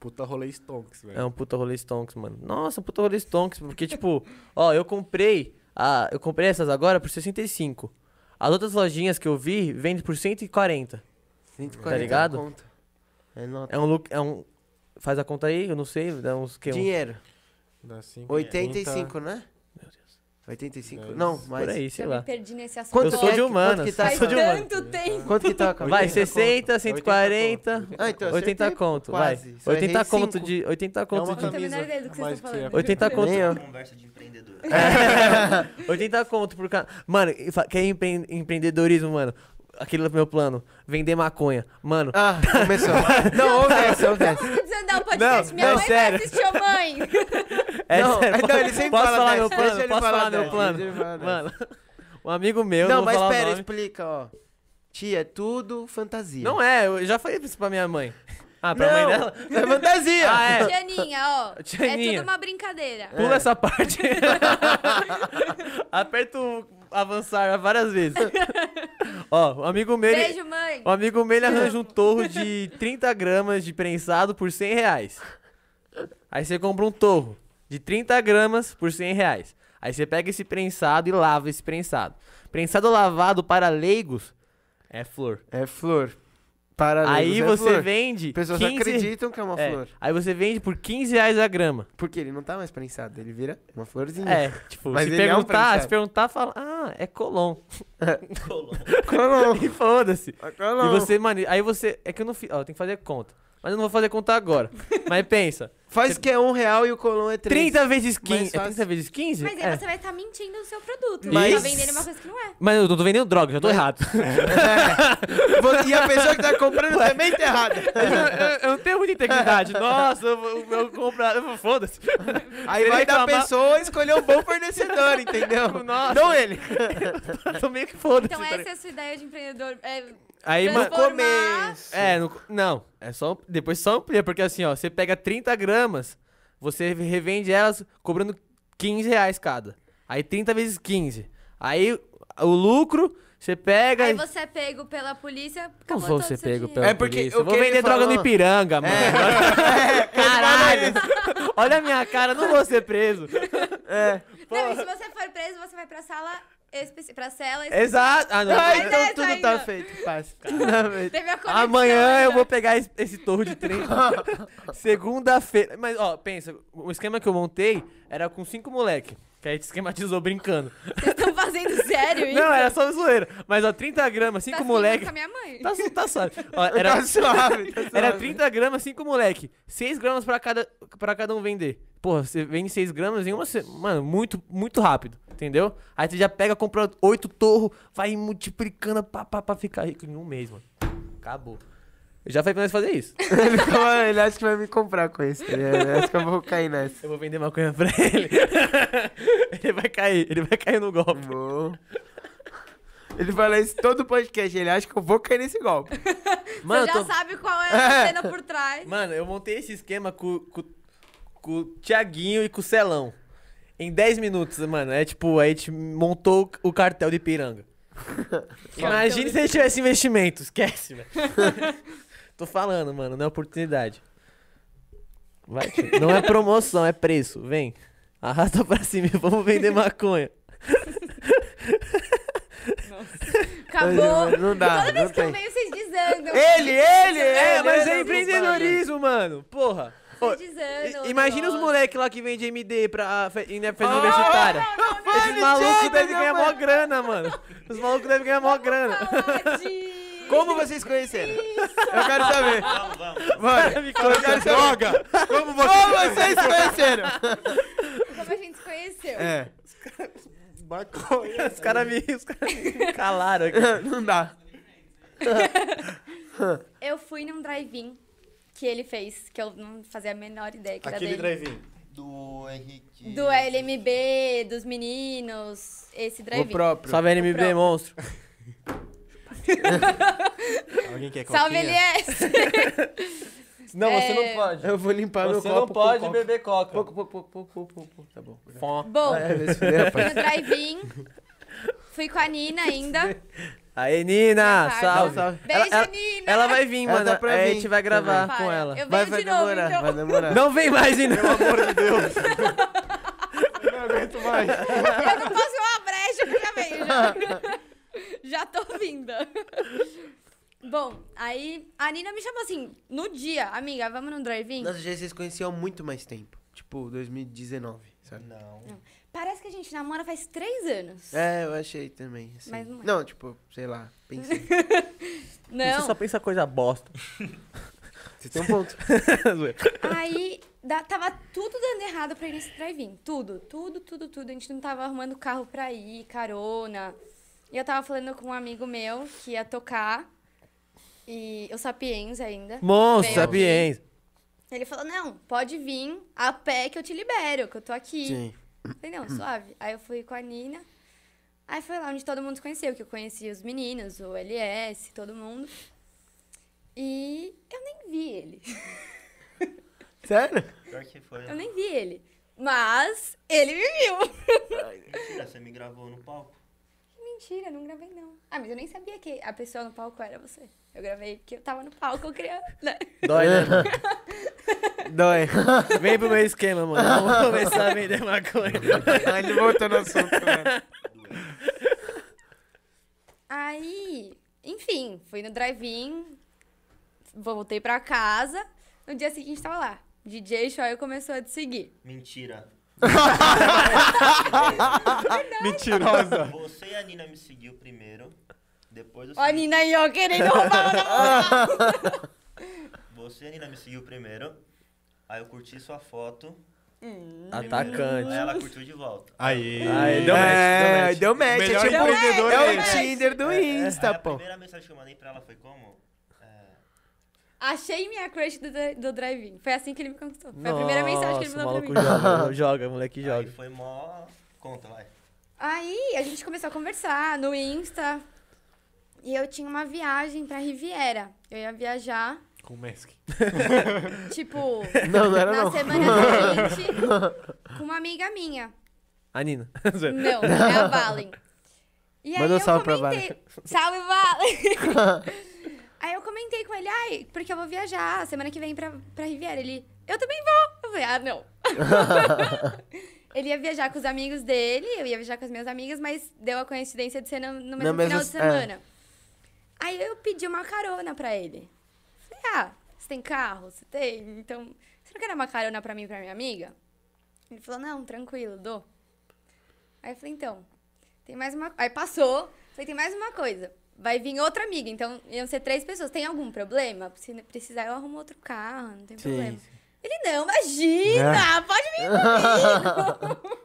B: puta rolê Stonks, velho.
A: É um puta rolê Stonks, mano. Nossa, um puta rolê Stonks, porque, tipo, ó, eu comprei. A, eu comprei essas agora por 65. As outras lojinhas que eu vi vendem por 140.
E: 140
A: Tá ligado?
E: conto. É nota.
A: É um look. É um. Faz a conta aí, eu não sei, dá uns que. uns-
E: Dinheiro.
B: Dá cinco,
E: 85,
A: um
E: né?
A: Meu Deus. É,
E: 85?
B: Dez.
E: Não,
A: Por
E: mas.
A: aí, sei
D: Eu me
A: lá.
D: perdi nesse assunto.
E: É, Quanto
A: eu
E: que
A: sou
E: é
A: de
E: quanto
A: humanas.
E: que tá?
A: eu
D: Faz
A: sou de humanas.
D: tanto tempo.
E: Quanto que tá toca?
A: Vai,
B: 80
A: 60,
B: conto,
A: 140.
B: 80 conto.
E: Ah, então,
A: 80
E: acertei
A: conto,
E: quase.
A: vai.
E: Só errei
A: 80 conto
E: cinco.
A: de. 80
B: É
A: conto
B: uma
A: de.
D: Não tenho a
B: camisa.
D: menor ideia do que vocês
B: mais
D: estão
B: que
D: falando.
B: é-
A: 80 conto.
E: Nem eu.
C: Conversa de empreendedor.
A: 80 conto por cara. Mano, e fa- que é empre- empreendedorismo, mano. Aquele do meu plano. Vender maconha. Mano.
E: Ah, começou. não, ouve essa, ouve essa.
D: Não precisa dar o podcast.
A: Não,
D: Minha
A: não,
D: mãe
A: sério.
D: vai assistir a mãe.
A: é
E: não,
A: sério,
E: não, ele sempre
A: posso
E: fala
A: falar
E: dessa,
A: meu
E: deixa
A: plano?
E: ele
A: Posso falar,
E: falar
A: meu
E: dessa,
A: plano?
E: deixa ele falar dessa.
A: Mano, um amigo meu.
E: não,
A: não vou
E: mas
A: falar o
E: pera,
A: nome.
E: explica, ó. Tia, é tudo fantasia.
A: Não é, eu já falei isso pra minha mãe. Ah, pra
E: Não,
A: mãe dela?
E: É fantasia.
A: Ah, é.
D: Tianinha, ó. É
A: Tianinha.
D: tudo uma brincadeira.
A: Pula essa parte. Aperta o avançar várias vezes. Ó, um amigo meu. ele-
D: Beijo, mãe.
A: Um amigo meu ele arranja um torro de 30 gramas de prensado por 100 reais. Aí você compra um torro de 30 gramas por 100 reais. Aí você pega esse prensado e lava esse prensado. Prensado lavado para leigos é flor.
E: É flor. Para
A: Aí
E: leigos, é
A: você
E: flor.
A: vende.
E: Pessoas
A: 15
E: acreditam que é uma
A: é,
E: flor.
A: Aí você vende por 15 reais a grama.
E: Porque ele não tá mais prensado, ele vira uma florzinha.
A: É, tipo,
E: Mas
A: se
E: ele é um
A: perguntar,
E: prensado.
A: se perguntar, fala, ah, é colom.
C: Colom.
E: Colom.
A: E foda-se.
E: Colom.
A: É. E você, mano, aí você. É que eu não fiz. Ó, tem que fazer conta. Mas eu não vou fazer conta agora. Mas pensa.
E: Faz que é um real e o colom é três.
A: 30 vezes 15.
E: Mais
A: É
E: fácil.
A: 30 vezes 15?
D: Mas aí
A: É.
D: você vai estar mentindo o seu produto.
A: Mas-
D: Você tá vendendo uma coisa que não é.
A: Mas eu não tô vendendo droga, já tô errado.
E: Você- E a pessoa que tá comprando também tá errada.
A: eu, eu- eu não tenho muita integridade. Nossa, eu, vou- eu comprar. eu vou- Foda-se.
E: Aí
A: Ele
E: vai da
A: reclamar-
E: pessoa escolher um bom fornecedor, entendeu?
A: Nossa.
E: Não ele.
A: tô meio que foda-se.
D: Então
A: tá
D: essa
A: ligado?
D: é a sua ideia de empreendedor. É,
A: Aí, mano.
D: transformar-
E: começo.
A: É, no- não. É só. Depois só amplia, porque assim, ó, você pega 30 gramas, você revende elas cobrando 15 reais cada. Aí 30 vezes 15. Aí o lucro, você pega.
D: Aí
A: e-
D: você é pego pela polícia.
A: Não
D: acabou
A: vou
D: todo
A: ser
D: o seu
A: pego
D: dinheiro.
A: pela
E: É porque
A: polícia.
E: o
A: Eu vou
E: que ele
A: vender droga
E: falou-
A: no Ipiranga, mano. Caralho. Olha a minha cara, não vou ser preso.
D: Não, e se você for preso, você vai pra sala. Especi... Pra cela. especi-
A: Exato. Ah, não.
E: Ah,
D: Mas
E: então
D: essa
E: tudo
D: ainda.
E: tá feito, fácil. Tá feito.
D: Teve a conexão
A: Amanhã eu
D: ainda.
A: vou pegar es- esse torro de trem. Segunda-feira. Mas, ó, pensa. O esquema que eu montei era com cinco moleque. Que a gente esquematizou brincando.
D: Vocês estão fazendo sério isso?
A: Não, era só zoeira. Mas, ó, 30 gramas,
D: Tá
A: cinco
D: seguindo
A: moleque.
D: Com a minha mãe.
A: Tá, su- tá suave. Ó, era,
E: Tá suave, tá suave.
A: Era 30 gramas, 5 moleque. 6 gramas pra cada, pra cada um vender. Porra, você vende 6 gramas em uma semana. Mano, muito, muito rápido. Entendeu? Aí você já pega, compra 8 torro, vai multiplicando pra, pra, pra ficar rico em um mês, mano. Acabou. Eu já falei pra nós fazer isso.
E: Ele, falou, "Ah, ele acha que vai me comprar com isso. tá Ele acha que eu vou cair nessa.
A: Eu vou vender maconha pra ele. ele vai cair, ele vai cair no golpe.
E: Bom. Ele fala isso todo podcast. Ele acha que eu vou cair nesse golpe.
A: Mano,
D: você
A: eu
D: já
A: tô-
D: sabe qual é a cena por trás.
A: Mano, eu montei esse esquema com, com, com o Tiaguinho e com o Celão. Em 10 minutos, mano. É tipo, a gente montou o cartel de piranga. Imagina se a gente tivesse investimento. Esquece, velho. Tô falando, mano. Não é oportunidade. Vai, tio. não é promoção, é preço. Vem. Arrasta pra cima e vamos vender maconha. Tá
D: Acabou.
E: Não dá,
D: Tá
E: não
D: Toda vez que eu
E: tem.
D: venho, vocês desandam.
E: Ele, ele!
A: É, mas é
E: ele,
A: empreendedorismo, mano. Porra. Ô,
D: Vocês desandam.
A: i-
D: o
A: imagina os
D: negócio.
A: moleques lá que vende MD pra fe- em festa
E: Ah,
A: universitária. Esses
E: Ele
A: malucos
E: chega,
A: devem
E: meu
A: ganhar
E: mano.
A: mó grana, mano. Os malucos devem ganhar mó grana.
D: Falar de-
E: Como vocês conheceram? Eu quero saber.
C: Vamos, vamos.
E: Mano,
A: Me
E: eu quero saber.
B: Droga!
E: Como vocês conheceram?
D: Como a gente se conheceu.
E: É.
A: conta. Os caras me, os cara me calaram aqui.
E: Não dá.
D: Eu fui num drive-in que ele fez, que eu não fazia a menor ideia que era
B: Aquele
D: dele.
B: drive-in.
C: Do Henrique.
D: Do LMB, dos meninos, esse
E: O
D: drive-in.
E: próprio.
A: Salve NMB,
D: Pronto.
A: monstro.
B: Alguém quer
E: é?
B: coquinha?
D: Salve, Elias!
A: Não, você
D: É.
A: não pode.
E: Eu vou limpar meu
A: Você
E: copo.
A: não
E: com
A: pode
E: copo.
A: beber coca.
E: Pouco, pouco, pouco, pouco, pouco, pouco. Tá bom.
A: Fó.
D: Bom,
E: Ah, é, vê se fudeu,
D: fui
E: rapaz.
D: no drive-in, fui com a Nina ainda.
A: Aí, Nina,
D: Boa tarde.
A: salve.
E: Salve.
A: Ela,
D: Beijo,
A: ela,
D: Nina!
A: ela vai vir,
E: Ela
A: mano.
E: tá pra
A: Aí a
E: vir.
A: gente vai gravar
D: Para.
A: com ela.
D: Eu venho
E: Vai,
D: de
E: vai
D: novo,
E: demorar,
D: então.
E: vai demorar.
A: Não vem mais, Nina.
B: Pelo amor de Deus. Não aguento mais.
D: Eu não posso ir uma brecha, eu já venho. Já, já tô vinda. Bom, aí a Nina me chamou assim, no dia, amiga, vamos no drive-in?
E: Nossa, já vocês conheciam há muito mais tempo. Tipo, 2019, sabe?
C: Não.
D: Parece que a gente namora faz três anos.
E: É, eu achei também. assim.
D: Mas não é.
E: Não, tipo, sei lá, pensei.
D: Não.
A: Você só pensa coisa bosta.
E: Você tem um ponto.
D: Aí da- tava tudo dando errado pra ir nesse drive-in. Tudo, tudo, tudo, tudo. A gente não tava arrumando carro pra ir, carona. E eu tava falando com um amigo meu que ia tocar. E o Sapiens ainda.
A: Monstro,
D: Veio aqui.
A: sapiens.
D: Ele falou: não, pode vir a pé que eu te libero, que eu tô aqui.
E: Sim.
D: Falei, não, suave. Aí eu fui com a Nina. Aí foi lá onde todo mundo se conheceu, que eu conheci os meninos, o LS, todo mundo. E eu nem vi ele.
E: Sério?
C: Pior que foi.
D: Eu nem vi ele. Mas ele me viu.
C: Mentira, você me gravou no palco.
D: Mentira, não gravei não. Ah, mas eu nem sabia que a pessoa no palco era você. Eu gravei porque eu tava no palco criando. Né?
A: Dói, né?
E: Dói.
A: Vem pro meu esquema, mano. Vamos começar a vender maconha.
E: Aí ele voltou no assunto,
D: né?
E: mano.
D: Aí, enfim, fui no drive-in, voltei pra casa. No dia seguinte tava lá. DJ Shoy começou a te seguir.
C: Mentira.
B: Mentirosa.
C: Você e a Nina me seguiu primeiro. Depois eu
D: Ó, a
C: segui-
D: Nina aí, ó, querendo roubar o namorado.
C: Você e a Nina me seguiu primeiro. Aí eu curti sua foto. primeiro, Aí
A: Atacante.
C: ela curtiu de volta.
B: Aí.
A: Aí, deu match, deu match.
E: deu match.
B: Melhor
E: é, tipo,
B: empreendedor
E: é
B: é
E: o
B: esse.
E: Tinder do
C: Aí
D: É.
E: Insta,
C: é, a
E: pô.
C: primeira mensagem que eu mandei pra ela foi como? É,
D: Achei minha crush do, dri- do drive-in. Foi assim que ele me conquistou. Foi a primeira mensagem que ele
A: Nossa,
D: mandou
A: o
D: pra mim.
A: maluco Joga, joga, moleque
C: aí
A: joga.
C: foi mó. Conta, vai.
D: Aí a gente começou a conversar no Insta. E eu tinha uma viagem pra Riviera. Eu ia viajar,
B: Com o Mask.
D: tipo,
E: Não, não era
D: na
E: não.
D: semana seguinte, com uma amiga minha.
A: A Nina.
D: Não, é a Valen. E aí
E: Manda um
D: eu
E: salve pra
D: comentei. Salve, Valen! aí eu comentei com ele, ai, porque eu vou viajar semana que vem pra, pra Riviera. Ele, eu também vou. Eu falei, ah, não. ele ia viajar com os amigos dele, eu ia viajar com as minhas amigas, mas deu a coincidência de ser no, no mesmo
E: Na mesma é.
D: final de
E: se-
D: semana. Aí eu pedi uma carona pra ele. Falei, ah, você tem carro? Você tem? Então, você não quer dar uma carona pra mim e pra minha amiga? Ele falou, não, tranquilo, dou. Aí eu falei, então, tem mais uma... Aí passou, falei, tem mais uma coisa. Vai vir outra amiga, então iam ser três pessoas. Tem algum problema? Se precisar, eu arrumo outro carro, não tem
E: Sim,
D: problema.
E: sim.
D: Ele, não, imagina, pode vir comigo.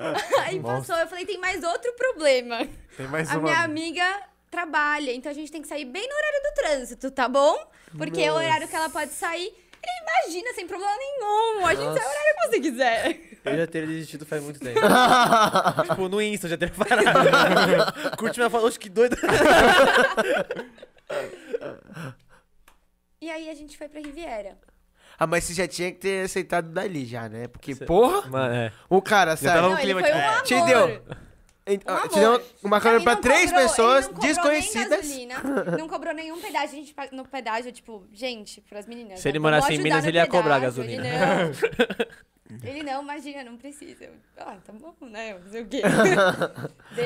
D: Aí passou, eu falei, tem mais outro problema.
B: Tem mais
D: A
B: uma.
D: minha amiga trabalha, então a gente tem que sair bem no horário do trânsito, tá bom? Porque é o horário que ela pode sair. Ele imagina, sem problema nenhum. A gente sai o horário que você quiser.
A: Eu já teria desistido faz muito tempo. tipo, no Insta eu já teria parado. Curte minha foto. Oxe, que doido.
D: E aí a gente foi pra Riviera.
E: Ah, mas você já tinha que ter aceitado dali já, né? Porque,
A: Você-
E: porra,
A: Mano, é.
E: o cara, sabe?
B: tava- Não,
D: Não, ele
B: clima
D: foi um
B: de-
D: amor.
E: É, Te deu. Ent-
D: Um
E: ah,
D: amor.
E: Te deu uma carona
D: Ele
E: pra
D: não
E: três
D: cobrou-
E: pessoas
D: ele não cobrou nem
E: desconhecidas.
D: gasolina, não cobrou nenhum pedágio. A gente pag- no pedágio, tipo, gente, pras meninas.
A: Se ele
D: né?
A: morasse
D: Vou
A: em
D: ajudar
A: Minas,
D: no
A: ele ia cobrar
D: pedágio.
A: gasolina.
D: Ele não, ele não, imagina, não precisa. Eu, Ah, tá bom, né? Não sei o quê.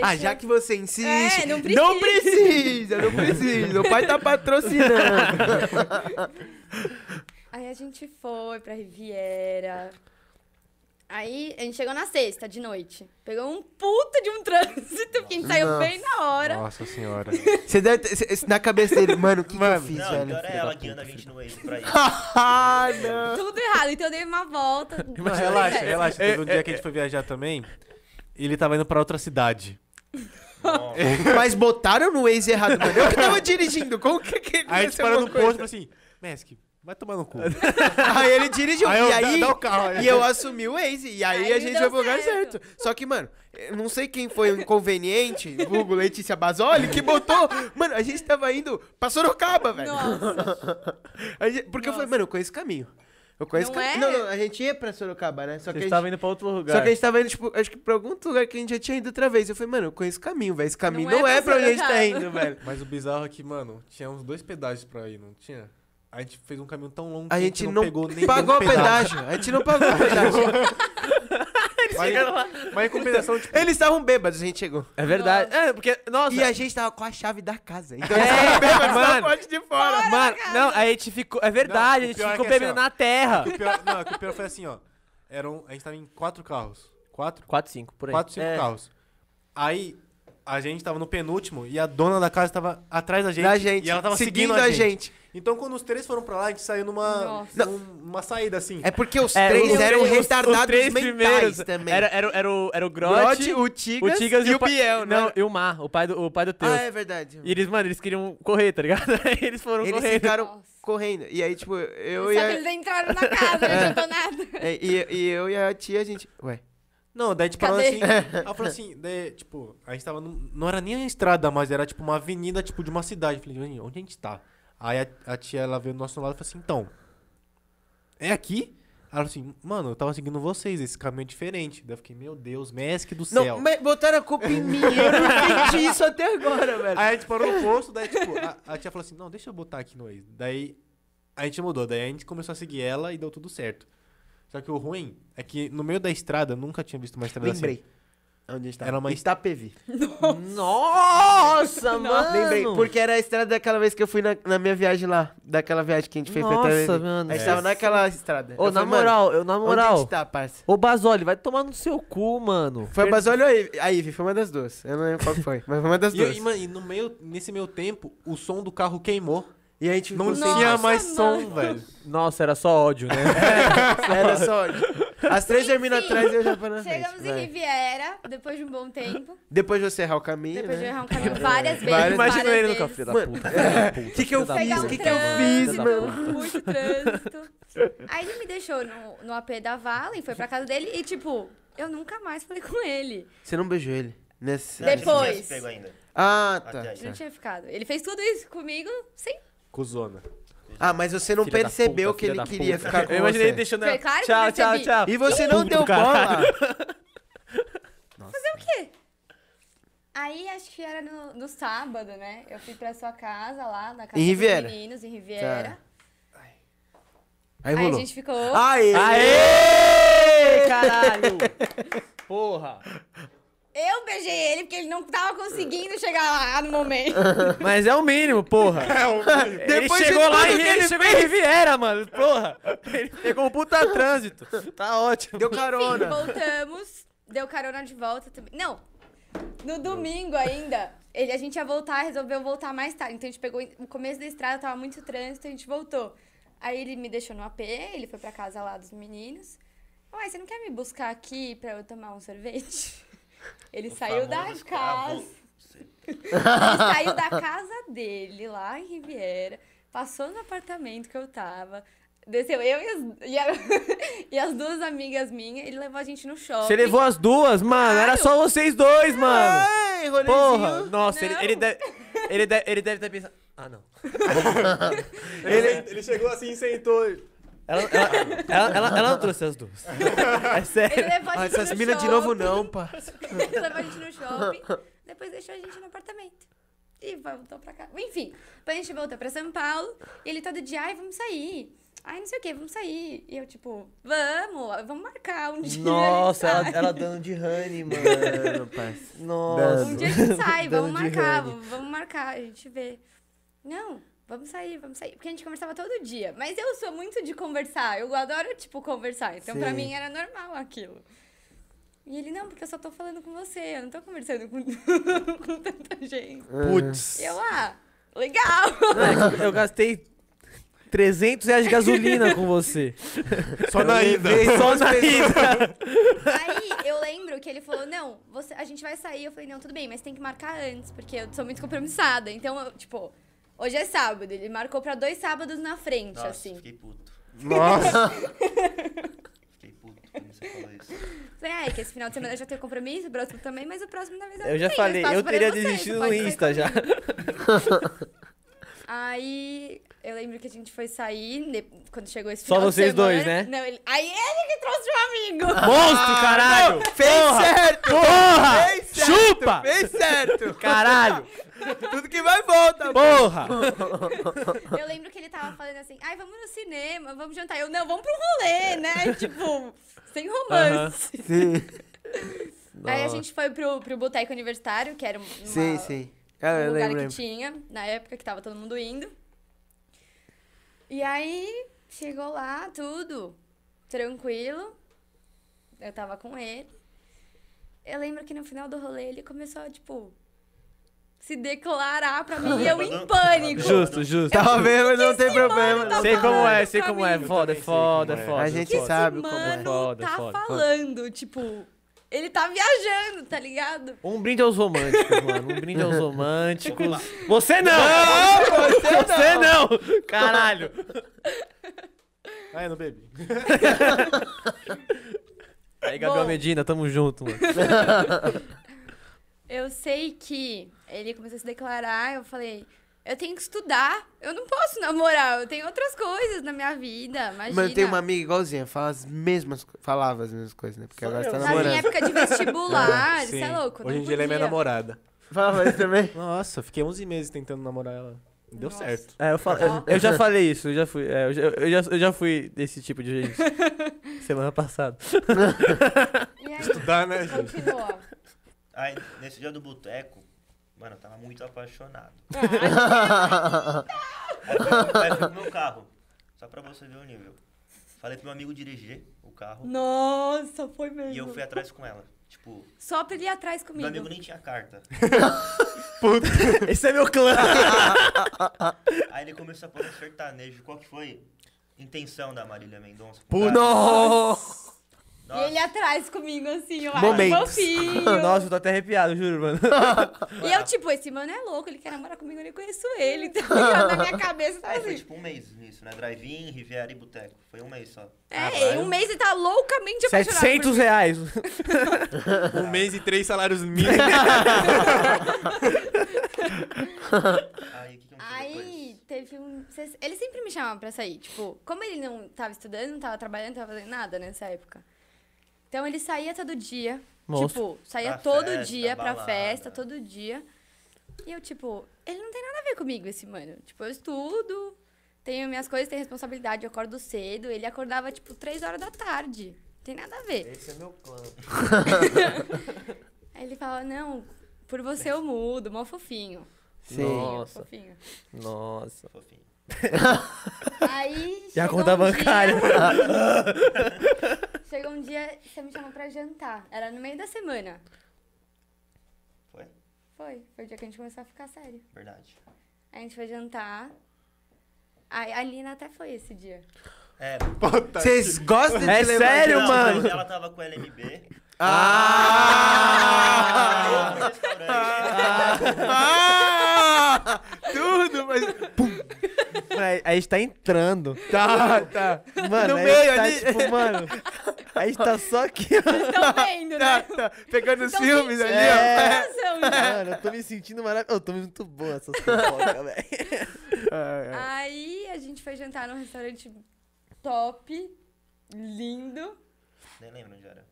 E: Ah, já que você insiste.
D: É, não
E: Não precisa, não precisa. O pai tá patrocinando.
D: Aí a gente foi pra Riviera. Aí a gente chegou na sexta de noite. Pegou um puta de um trânsito, que a gente saiu
E: Nossa.
D: bem na hora.
B: Nossa senhora.
E: Você deve ter, cê- na cabeça dele, mano, o que, que eu
B: Mano.
E: fiz,
C: não,
E: velho?
C: pior é
E: Filho
C: ela
E: da
C: guiando a
E: puta.
C: gente no Waze pra ir.
E: Ah, não.
D: Tudo errado. Então eu dei uma volta.
B: Mas
D: Tudo
B: relaxa,
D: certo.
B: relaxa.
A: É,
B: Teve um dia que a gente foi viajar também. e Ele tava indo pra outra cidade.
C: Nossa,
E: Mas botaram no Waze errado, mano. Eu que tava dirigindo. Como que que
B: Aí a gente
E: aconteceu
B: parou no
E: alguma
B: posto e
E: coisa?
B: falou assim: Mask, Vai tomar no cu.
E: Aí ele dirigiu.
B: Aí eu-
E: e
B: dá-
E: aí,
B: dá o carro aí.
E: e eu assumi o Waze. E aí,
D: Aí
E: a gente foi
D: deu
E: pro lugar
D: certo.
E: certo. Só que, mano, eu não sei quem foi o inconveniente, vulgo Letícia Basoli, que botou. Mano, a gente tava indo pra Sorocaba, velho.
D: Nossa.
E: A gente- Porque eu falei,
D: Nossa.
E: mano, eu conheço o caminho. Eu conheço
D: Não
E: o
D: é?
E: caminho. Não, não, a gente ia pra Sorocaba, né? Só que, a
A: Vocês
E: gente,
A: estavam indo pra outro lugar.
E: só que a gente tava indo, tipo, acho que pra algum lugar que a gente já tinha ido outra vez. Eu falei, mano, eu conheço o caminho, velho. Esse caminho não,
D: Não é
E: é,
D: pra
E: pra onde a gente tá
D: Sorocaba.
E: indo, velho.
B: Mas o bizarro é que, mano, tinha uns dois pedágios pra ir, não tinha? A gente fez um caminho tão longo que
E: A gente não, um
B: pegou nem um
E: pagou o
B: nenhum
E: pedágio. A gente não pagou o pedágio.
B: Mas, mas em compensação, tipo,
E: Eles estavam bêbados, a gente chegou.
A: É verdade. É, porque, nossa.
E: E a gente tava com a chave da casa. Então
A: É,
E: eles estavam bêbados na
A: mano.
E: porta de fora.
A: Mano, não, a gente ficou. É verdade, a
B: Não, o
A: gente
B: pior é
A: ficou
B: que assim,
A: bebendo
B: ó.
A: na terra.
B: o pior, não, que o pior foi assim, ó. Eram, a gente tava em quatro carros. Quatro?
A: 4, 5, por aí.
B: Quatro, cinco
A: É.
B: carros. Aí, a gente tava no penúltimo e a dona da casa tava atrás da gente.
E: Da gente.
B: E ela tava
E: seguindo,
B: seguindo,
E: a gente.
B: Então, quando os três foram pra lá, a gente saiu numa,
D: Nossa.
B: num- numa saída, assim.
E: É porque os
A: É,
E: três
A: os-
E: eram
A: os- os
E: retardados
A: três
E: mentais
A: primeiros
E: também.
A: Era, era, era o, era o
E: Grote,
A: Grote,
E: o Tigas, e o
A: pa-
E: Biel, né?
A: Não, e o Mar, o pai do, o pai do Teus.
E: Ah, é verdade.
A: E eles, mano, eles queriam correr, tá ligado? Aí eles foram
E: Eles
A: correndo.
E: ficaram
D: Nossa.
E: correndo. E aí, tipo, eu
D: Só
E: e
D: que eles
E: a,
D: entraram na casa, não adiantou nada.
E: é, e, e eu e a tia, a gente. Ué.
B: Não, daí, tipo, ela
D: Cadê?
B: assim... Ela falou assim, daí, tipo, a gente tava... num- não era nem a estrada, mas era, tipo, uma avenida, tipo, de uma cidade. Eu Falei, "Gente, onde a gente tá? Aí a, a tia, ela veio do nosso lado e falou assim, então, é aqui? Ela falou assim, mano, eu tava seguindo vocês, esse caminho é diferente. Daí eu fiquei, meu Deus, mestre do
E: Não,
B: céu.
E: mas botaram a culpa em mim. Eu não entendi isso até agora, velho.
B: Aí a gente parou no posto, daí, tipo, a, a tia falou assim, não, deixa eu botar aqui no Waze. Daí a gente mudou, daí a gente começou a seguir ela e deu tudo certo. Só que o ruim é que no meio da estrada, eu nunca tinha visto uma estrada assim.
E: Lembrei. Onde a gente tava?
B: Era uma-
E: Itapevi.
A: Nossa, mano.
E: Lembrei, porque era a estrada daquela vez que eu fui na, na minha viagem lá. Daquela viagem que a gente fez pra
A: Nossa,
E: Itapevi.
A: mano.
E: A gente tava
A: É.
E: naquela estrada.
A: Ô,
E: Eu
A: na
E: falei, mano,
A: moral, eu, na
E: Onde a
A: moral.
E: gente tá, parça?
A: Ô, Basoli, vai tomar no seu cu, mano.
E: Foi um a Basoli ou a Ivy? A Ivy, foi uma das duas. Eu não lembro qual que foi, mas foi uma das
B: assim. E,
E: duas.
B: e, mano, e no meio, nesse meio tempo, o som do carro queimou. Tipo,
E: E a gente
B: Não
E: ficou sem-
B: tinha
D: Nossa,
B: mais
D: mano.
B: som, velho.
A: Nossa, era só ódio, né?
E: Era só. As três terminam
D: Enfim,
E: atrás e eu já fui na frente.
D: Chegamos em
E: vai.
D: Riviera, depois de um bom tempo.
E: Depois de você errar o caminho.
D: Depois de
E: né?
D: errar um caminho várias vezes.
E: Várias-
A: Imagina
D: várias
A: ele no café
D: vezes.
A: da
E: Mano,
A: puta. O
E: que que eu
D: Pegar
E: fiz?
D: um
E: Que que eu
D: trânsito,
E: fiz, mano?
D: muito trânsito. Aí ele me deixou no, no AP da Valen, foi pra casa dele e, tipo, eu nunca mais falei com ele.
E: Você não beijou ele? Nesse...
C: Não, a gente não tinha
D: Depois.
C: se pego ainda.
E: Ah,
C: Até
E: tá.
C: aí.
D: Ele não tinha ficado. Ele fez tudo isso comigo sem.
B: Cuzona.
E: Ah, mas você não
A: Filha da
E: percebeu
A: puta,
E: que
A: filha
E: ele
A: da
E: queria
A: puta.
E: ficar com
A: Eu imaginei
E: você.
A: ele deixando
D: Foi
A: ela.
D: claro que
A: Tchau,
D: eu
A: tchau,
D: percebi.
A: tchau.
E: E você não
A: Puto
E: deu
A: do caralho.
E: bola.
D: Aí acho que era no, no sábado, né? Eu fui pra sua casa lá, na casa
E: Em
D: dos
E: Riviera? Tá.
D: meninos, em Riviera.
E: Aí
D: Aí a
E: rolou. Ah, é.
D: gente ficou.
E: Aê!
A: Aê, caralho. Porra.
D: Eu beijei ele porque ele não tava conseguindo chegar lá no momento.
A: Mas é o mínimo, porra. ele
E: Depois de
A: chegou lá
E: tudo
A: e
E: que
A: ele
E: ele
A: chegou em Riviera, mano. Porra. Ele pegou um puta trânsito. Tá ótimo.
E: Deu
D: Enfim,
E: carona.
D: voltamos. Deu carona de volta também. Não! No domingo ainda, ele, a gente ia voltar, resolveu voltar mais tarde. Então a gente pegou o começo da estrada, tava muito trânsito, a gente voltou. Aí ele me deixou no AP, ele foi pra casa lá dos meninos. Uai, você não quer me buscar aqui pra eu tomar um sorvete? Ele
C: O
D: saiu da
C: famoso
D: casa.
C: escravo.
D: Ele saiu da casa dele, lá em Riviera, passou no apartamento que eu tava, desceu eu e as, e a- e as duas amigas minhas, ele levou a gente no shopping.
A: Você levou as duas, mano. Era só vocês dois, mano.
E: Ai, rolezinho.
A: Porra. Nossa, ele,
D: Não.
A: ele deve. Ele deve, ele deve estar pensando. Ah, não.
B: Ele, ele chegou assim, sentou.
A: Ela, ela, ela, ela- ela não trouxe as duas. É
D: Ele
A: sério.
D: levou a
E: Ah,
D: gente
E: essas
D: no
E: minas de
D: shopping,
E: novo não, pá.
D: Ele levou a gente no shopping, depois deixou a gente no apartamento. E voltou pra casa. Enfim, depois a gente voltou pra São Paulo, e ele todo dia, ai, vamos sair. Ai, não sei o que, vamos sair. E eu, tipo, vamos, vamos marcar um dia. a gente
A: Nossa, ela,
D: sai."
A: ela dando de honey, mano.
E: Mano, parça.
A: Nossa.
E: Dando.
D: Um dia a gente sai, vamos
E: Dando de
D: marcar,
E: Rani.
D: vamos marcar, a gente vê. Não, vamos sair, vamos sair. Porque a gente conversava todo dia. Mas eu sou muito de conversar, eu adoro, tipo, conversar. Então, pra
E: Sim.
D: mim, era normal aquilo. E ele, não, porque eu só tô falando com você, eu não tô conversando com, com tanta gente.
B: Putz.
D: E eu, ah, legal!
A: Eu gastei 300 reais de gasolina com você.
B: Só na ida.
A: Só na ida.
D: Aí eu lembro que ele falou: Não, você, a gente vai sair. Eu falei: Não, tudo bem, mas tem que marcar antes, porque eu sou muito compromissada. Então, eu, tipo, Hoje é sábado, ele marcou pra dois sábados na frente,
C: Nossa,
D: assim.
C: fiquei puto.
E: Nossa.
C: Fiquei puto quando você falou isso.
D: Falei, ah, é que esse final de semana eu já tenho compromisso, o próximo também, mas o próximo na verdade
A: Eu já
D: Então,
A: falei,
D: tem, espaço
A: eu
D: pra
A: teria
D: vocês,
A: desistido
D: pode
A: no
D: sair
A: Insta já.
D: Aí eu lembro que a gente foi sair ne- quando chegou esse
A: Só
D: final de
A: vocês
D: semana.
A: dois, né?
D: Não, ele- aí ele que trouxe um amigo.
A: Monstro, caralho!
E: Fez certo!
A: Porra!
E: Fez certo!
A: Chupa!
E: Fez certo!
A: Caralho!
E: Tudo que vai
A: Tá
E: volta,
A: Porra!
D: Eu lembro que ele tava falando assim, ai, vamos no cinema, vamos jantar. Eu, não, vamos pro rolê,
A: É.
D: né? tipo, sem romance. Aí a gente foi pro, pro Boteco Universitário, que era um uma-
E: Sim, sim. Ah,
D: um
E: eu lembro.
D: lugar que
E: lembro.
D: tinha, na época que tava todo mundo indo. E aí, chegou lá, tudo tranquilo. Eu tava com ele. Eu lembro que no final do rolê ele começou a, tipo, se declarar pra mim e eu em pânico.
A: Justo, justo.
E: Tava vendo, não tem problema.
D: tá
A: Sei como é, sei
D: pra
A: como
D: mim.
A: é. Foda, é foda, é
B: como é.
A: foda.
E: A gente
D: que esse
E: sabe como é.
D: mano
A: Foda,
D: tá
A: foda, foda.
D: falando, tipo, ele tá viajando, tá ligado?
A: Um brinde aos românticos, mano. Um brinde aos românticos.
C: Vamos lá.
A: Você não! você não! Caralho!
B: Ah, eu não bebi.
A: Aí, Gabriel
D: Bom.
A: Medina, tamo junto, mano.
D: Eu sei que ele começou a se declarar, eu falei, eu tenho que estudar, eu não posso namorar, eu tenho outras coisas na minha vida, imagina.
E: Mano, eu tenho uma amiga igualzinha, fala as mesmas, co- falava as mesmas coisas, né? Porque agora você tá
D: Na minha
E: namorando.
D: época de vestibular, isso é louco,
B: Hoje em
D: não
B: dia ela é minha
D: podia.
B: namorada.
E: Falava isso também?
B: Nossa, fiquei 11 meses tentando namorar ela. Deu
D: Nossa.
B: certo.
A: É, eu, falo-
E: Tá
A: eu- eu já falei isso, eu já fui. é, eu, já, eu já- eu já fui desse tipo de gente. Semana passada.
D: E aí,
B: Estudar, né, gente?
D: continuou.
C: Aí, nesse dia do boteco, mano, eu tava muito apaixonado. Aí fui, aí fui pro meu carro. Só pra você ver o nível. Falei pro meu amigo dirigir o carro.
D: Nossa, foi mesmo.
C: E eu fui atrás com ela. Tipo,
D: Só pra ele ir atrás
C: meu
D: comigo.
C: amigo nem tinha carta.
A: Esse é meu clã!
C: Aí ele começou a pôr um sertanejo. Qual que foi? Intenção da Marília Mendonça.
E: Nossa!
D: E ele é atrás comigo, assim, eu
E: Momentos.
D: acho fofinho.
A: Nossa, eu tô até arrepiado, juro, mano.
D: E eu, tipo, esse mano é louco, ele quer namorar comigo, eu nem conheço ele. Então, na minha cabeça, tá
C: Aí foi
D: assim.
C: tipo um mês nisso, né? Drive-in, Riviera e Boteco. Foi um mês só.
D: É, em um mês ele tá loucamente apaixonado. por
A: 700
D: mim.
A: reais.
B: Um mês e três salários mínimos.
C: Aí o que, que aconteceu
D: Aí
C: depois?
D: teve um. cês- Ele sempre me chamava pra sair. Tipo, como ele não tava estudando, não tava trabalhando, não tava fazendo nada nessa época. Então ele saía todo dia.
A: Monstro.
D: Tipo, saía
C: Pra
D: todo
C: festa,
D: dia pra
C: balada.
D: festa, todo dia. E eu, tipo, ele não tem nada a ver comigo, esse mano. Tipo, eu estudo, tenho minhas coisas, tenho responsabilidade, eu acordo cedo. Ele acordava, tipo, três horas da tarde. Não tem nada a ver.
A: Esse é meu clã.
D: Aí ele fala, não, por você eu mudo, mó fofinho.
E: Sim.
A: Nossa.
D: Fofinho. fofinho.
A: Nossa.
C: Fofinho.
D: Aí.
A: E a
D: chegou
A: conta
D: um dia-
A: bancária.
D: chegou um dia, você me chamou pra jantar. Era no meio da semana.
C: Foi?
D: Foi. Foi o dia que a gente começou a ficar sério.
C: Verdade.
D: Aí a gente foi jantar. Aí a Lina até foi esse dia.
C: É,
E: Vocês gostam de
A: É
E: lembrar
A: sério,
E: de-
C: não,
A: mano?
C: não, Ela tava com LMB.
E: Ah!
A: Ah!
C: Eu no restaurante.
E: Ah! Tudo, mas.
A: Mano, a gente tá entrando.
E: Tá, tá.
A: Mano,
E: No
A: a gente
E: meio
A: tá,
E: ali.
A: tipo, mano. A gente tá só aqui, ó.
D: Estão vendo,
E: Tá,
D: né?
E: tá. Pegando os
D: Então,
E: filmes
D: gente,
E: ali,
A: é.
E: ó.
D: Coração, né?
A: Mano, eu tô me sentindo maravilhoso. Eu tô muito boa essas fofocas, velho.
E: Ah,
D: Aí a gente foi jantar num restaurante top, lindo.
C: Nem lembro onde era.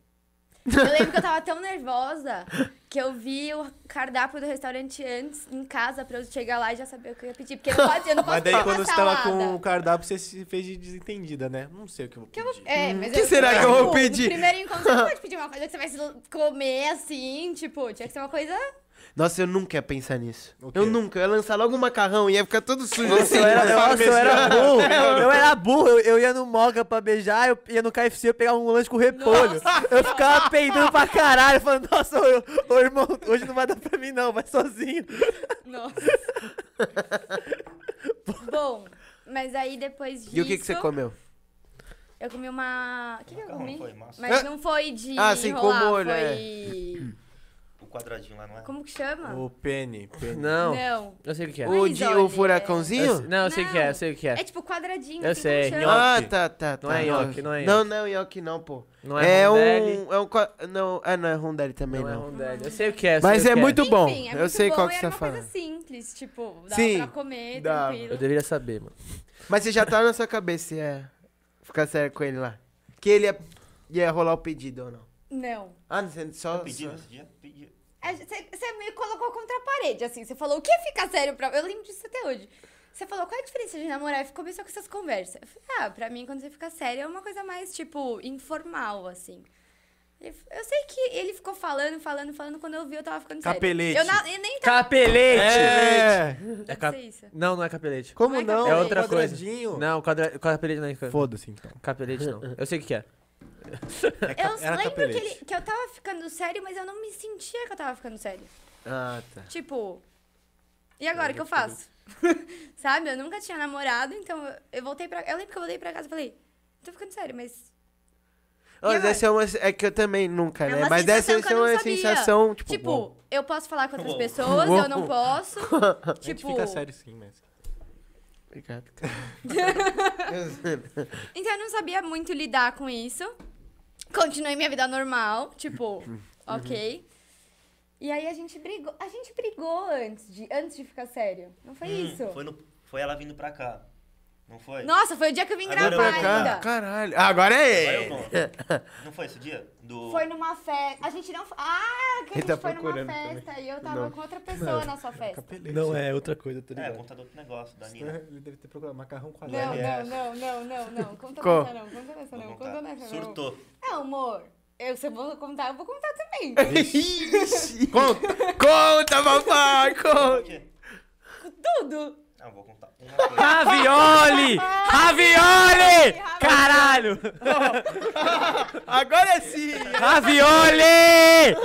D: Eu lembro que eu tava tão nervosa que eu vi o cardápio do restaurante antes em casa pra eu chegar lá e já saber o que eu ia pedir. Porque eu não posso, eu não posso
B: Mas daí
D: pedir
B: quando
D: uma
B: você tava
D: salada.
B: com o cardápio, você se fez de desentendida, né? Não sei o que eu vou pedir.
D: É, mas
E: que
D: eu-
E: será
D: mas,
E: que eu vou
D: tipo,
E: pedir?
D: No primeiro encontro, você não pode pedir uma coisa que você vai se comer assim, tipo, tinha que ser uma coisa.
E: Nossa, eu nunca ia pensar nisso.
B: O quê?
E: Eu nunca. Eu ia lançar logo um macarrão e ia ficar todo sujo
A: Nossa,
E: assim.
A: eu era, um nossa, eu era burro. Eu era burro. Eu, eu ia no Moca pra beijar, eu ia no KFC, eu pegava um lanche com repolho. Eu ficava peidando pra caralho, falando, nossa, ô, ô, irmão, hoje não vai dar pra mim não, vai sozinho.
D: Nossa. Bom, mas aí depois disso.
E: E o que, que você comeu?
D: Eu comi uma. O que, que eu
C: Macarrão,
D: comi?
C: foi massa.
D: Mas não foi de.
E: Ah, sim, Ah! com
D: enrolar,
E: molho,
D: foi.
C: O quadradinho lá, não é?
D: Como que chama?
B: O Penny. Penny.
A: Não,
D: Não.
A: eu sei o que é.
D: Não é
E: O de
D: Isoli,
E: o
D: é-
A: Eu-
E: furacãozinho?
A: não, eu sei o que é, eu
D: Não.
A: sei o que é.
D: É tipo quadradinho.
A: Eu
D: assim, como
A: sei,
D: chama?
A: é nhoque.
E: Ah, tá, tá, tá.
A: Não é nhoque, não é
E: Não, não é nhoque não, pô.
A: Não é,
E: É,
A: rondelli,
E: um, é um... co- Não, ah, não, é rondelli também
A: não é
E: não.
A: rondelli. Eu sei o que é, eu sei
E: Mas
A: o que
E: é muito bom.
D: Enfim, é
E: eu
D: muito
E: sei
D: bom
E: qual
D: e
E: que você
D: era
E: tá
D: uma
E: falando.
D: coisa simples, tipo, dava
E: Sim,
D: pra comer,
E: dava.
A: Eu
D: tranquilo.
A: deveria saber, mano.
E: Mas você já tá na sua cabeça, é. Ficar sério com ele lá. Que ele ia, ia rolar o pedido ou não.
D: Não.
E: Ah, não, você só.
C: Eu pedi
E: só-
C: nesse dia? Pedi.
D: Você me colocou contra a parede, assim. Você falou, o que fica sério pra... Eu lembro disso até hoje. Você falou, qual é a diferença de namorar? E ficou começou com essas conversas. Eu falei, ah, pra mim, quando você fica sério, é uma coisa mais, tipo, informal, assim. Ele f- Eu sei que ele ficou falando, falando, falando. Quando eu vi, eu tava ficando sério.
B: Capelete.
D: Eu, na- eu nem tava...
A: É Capelete!
B: É.
A: É
D: Deve
A: cap-
D: ser isso.
A: Não, não é capelete.
B: Como
D: Como é que
B: não?
D: é
A: É outra coisa.
B: quadradinho.
A: Não, quadra... capelete não é ca-
B: Foda-se então.
A: capelete, não. Eu sei o que é.
B: É ca-
D: Eu
B: era
D: lembro que,
B: capelete.
D: ele, que eu tava ficando sério, mas eu não me sentia que eu tava ficando sério.
E: Ah, tá.
D: Tipo, e agora o que eu faço? Sabe? Eu nunca tinha namorado, então eu- eu voltei pra. Eu lembro que eu voltei pra casa e falei, tô ficando sério, mas.
E: Ô,
D: E
E: mas essa é uma. É que eu também nunca,
D: É
E: né?
D: uma
E: Mas essa
D: sensação que
E: essa é
D: eu não
E: uma
D: sabia.
E: sensação, tipo.
D: Tipo,
E: bom.
D: eu posso falar com outras
C: Uou.
D: pessoas, eu não
E: Uou.
D: posso.
B: A gente
D: tipo.
B: fica sério sim, mas...
E: Obrigado.
D: Então eu não sabia muito lidar com isso. Continuei minha vida normal, tipo, ok. E aí a gente brigou. A gente brigou antes de, antes de ficar sério. Não foi
C: Hum,
D: É isso?
C: Foi, no- foi ela vindo pra cá. Não foi?
D: Nossa, foi o dia que eu vim
C: Agora eu
D: gravar
C: vou
D: ainda.
C: contar.
E: Caralho. Ah, agora
C: Agora
E: é
C: eu
E: ele.
A: É.
C: conto. Não foi esse dia? Do...
D: Foi numa festa. A gente não. f- Ah, que a
E: Ele
D: gente
E: tá
D: foi numa
E: procurando
D: festa e eu tava
E: Não.
D: com outra pessoa na sua festa.
B: Capelete.
A: é outra coisa, tá
C: É, conta do outro negócio, da Nina.
B: Ele deve ter procurado macarrão com a
D: Não,
C: é
D: não, não, não, não, não. Conta
E: né? Qual?
D: nessa não, conta nessa
C: Vou
D: não, é
C: contar.
D: conta nessa não.
C: Surtou.
D: Não, amor. Eu, se eu vou contar, eu vou contar também.
E: Ixi. conta, conta, papai,
C: Por
E: conta.
C: quê?
D: Tudo!
C: Não, vou contar uma coisa.
A: Ravioli! Ravioli! Caralho!
E: Agora sim.
A: Ravioli!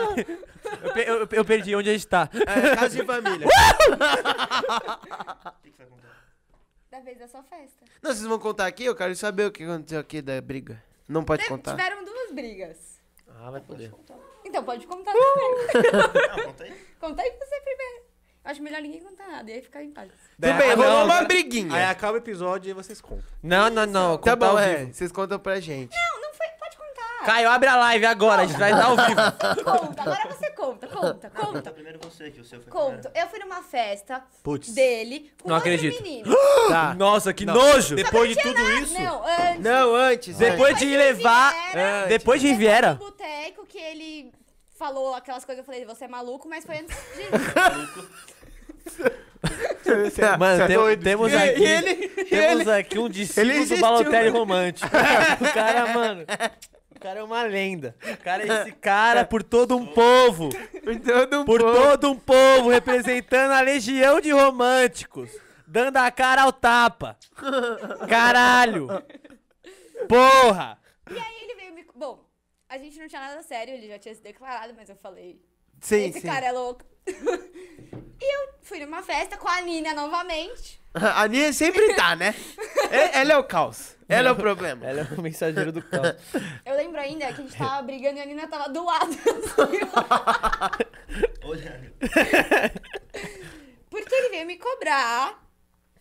A: Eu, pe- eu- eu perdi onde a gente tá.
E: É, casa de família.
C: O que que você vai contar?
D: Da vez da sua festa.
E: Não, vocês vão contar aqui? Eu quero saber o que aconteceu aqui da briga. Não pode
D: Teve-
E: contar.
D: Tiveram duas brigas.
A: Ah, vai poder.
D: Então pode contar
E: Uh!
D: também.
C: Não, conta aí.
D: Conta aí você primeiro. Eu acho melhor ninguém contar nada, e aí ficar em paz.
E: Tudo bem,
B: Ah,
E: rolou
B: não,
E: uma
B: agora-
E: briguinha.
B: Aí acaba o episódio e vocês contam.
A: Não, não, não.
E: tá
A: contar
E: bom,
A: ao
E: é.
A: vivo.
E: Vocês contam pra gente.
D: Não, não foi. Pode contar.
A: Caio, abre a live agora, a gente vai dar ao vivo.
D: Conta. Agora você conta, conta,
C: Conta
D: conta.
C: primeiro você, que o seu foi
D: Conto.
C: primeiro.
D: Eu fui numa festa
B: Putz.
D: dele com
A: Não
D: outro
A: acredito.
D: menino.
B: Tá.
A: Nossa, que
B: Não.
A: nojo!
B: Depois de
D: Não tinha
B: tudo
D: nada-
B: isso...
D: Não, antes.
E: Não, antes.
A: Depois de
D: Depois de
A: levar.
D: Riviera.
A: É, Depois de Riviera.
D: No boteco que ele falou aquelas coisas, eu falei, você é maluco, mas foi antes de.
E: antes.
A: Mano, tem-
E: é doido.
A: temos
E: E-
A: aqui.
E: E ele,
A: Temos aqui um discípulo do
E: existiu,
A: Balotelli
E: né?
A: romântico. O cara, mano. O cara é uma lenda. O cara é esse cara por todo um povo.
E: por todo um
A: Por
E: povo.
A: todo um povo, representando a legião de românticos. Dando a cara ao tapa. Caralho! Porra!
D: E aí ele veio me. Bom, a gente não tinha nada sério, ele já tinha se declarado, mas eu falei,
E: Sim,
D: esse
E: sim.
D: cara é louco. e eu fui numa festa com a Nina novamente.
E: A Nia sempre tá, né? É- Ela é o caos. Ela é o problema.
A: Ela é o mensageiro do caos.
D: Eu lembro ainda que a gente tava brigando e a Nina tava do lado. assim, ó.
C: Olha,
D: Porque ele veio me cobrar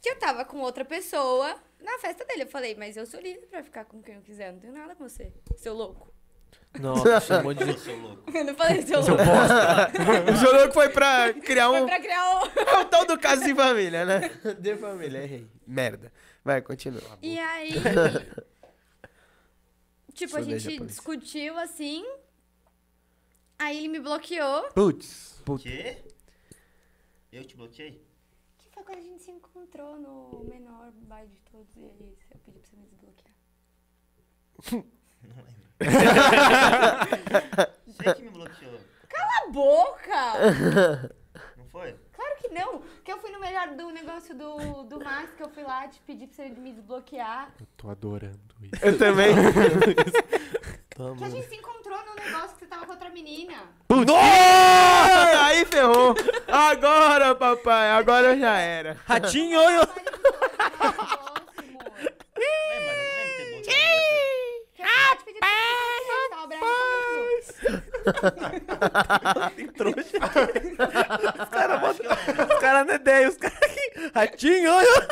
D: que eu tava com outra pessoa na festa dele. Eu falei, mas eu sou livre pra ficar com quem eu quiser, não tenho nada com você, seu louco.
A: Nossa, chamou de.
C: eu sou louco.
D: Eu não falei seu louco.
E: é O jogo foi pra criar
D: Foi
E: um.
D: pra criar o.
E: É o tal do caso de família, né? De família,
A: é
E: errei. Merda. Vai, continua.
D: E aí. tipo, a
E: Cerveja,
D: gente
E: polícia.
D: discutiu assim. Aí ele me bloqueou.
E: Putz.
C: Quê? Eu te bloqueei?
D: Que foi quando a gente se encontrou no menor baile de todos. E aí eu pedi pra você me desbloquear.
C: Não lembro. Você que me bloqueou,
D: Cala a boca!
C: não foi?
D: Claro que não! Que eu fui no melhor do negócio do, do Max, que eu fui lá te pedir pra você me desbloquear.
B: Eu tô adorando isso.
E: Eu também.
D: Que a gente se encontrou no negócio que você tava com outra menina.
E: Putz. Nossa! Aí ferrou. Agora, papai. Agora já era.
A: Ratinho! eu-
D: Baile de
C: É, mas eu não
D: todos, né? Próximo.
C: lembro de ter bloqueado. você.
D: Que eu te pedi pra
C: Tem
D: você me desbloquear, você tava brava comigo.
C: trouxa. Os caras botam.
A: Os caras não é ideia, os caras aqui. Ratinho, olha.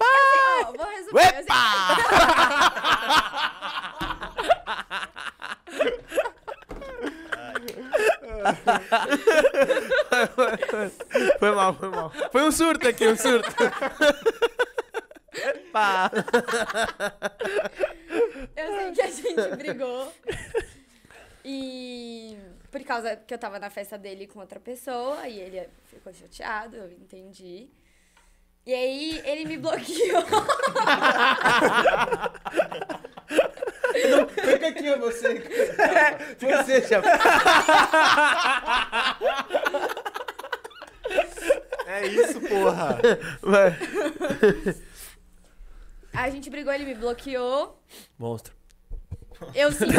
D: Ó, vou resumir. eu sei-
E: Foi mal, foi mal. Foi um surto aqui, um surto.
A: Pá.
D: Eu sei que a gente brigou. E por causa que eu tava na festa dele com outra pessoa, e ele ficou chateado, eu entendi. E aí ele me bloqueou.
E: Fica aqui, ó, você. Você, chapa.
B: É isso, porra.
E: Vai.
D: A gente brigou, ele me bloqueou.
A: Monstro.
D: Eu senti,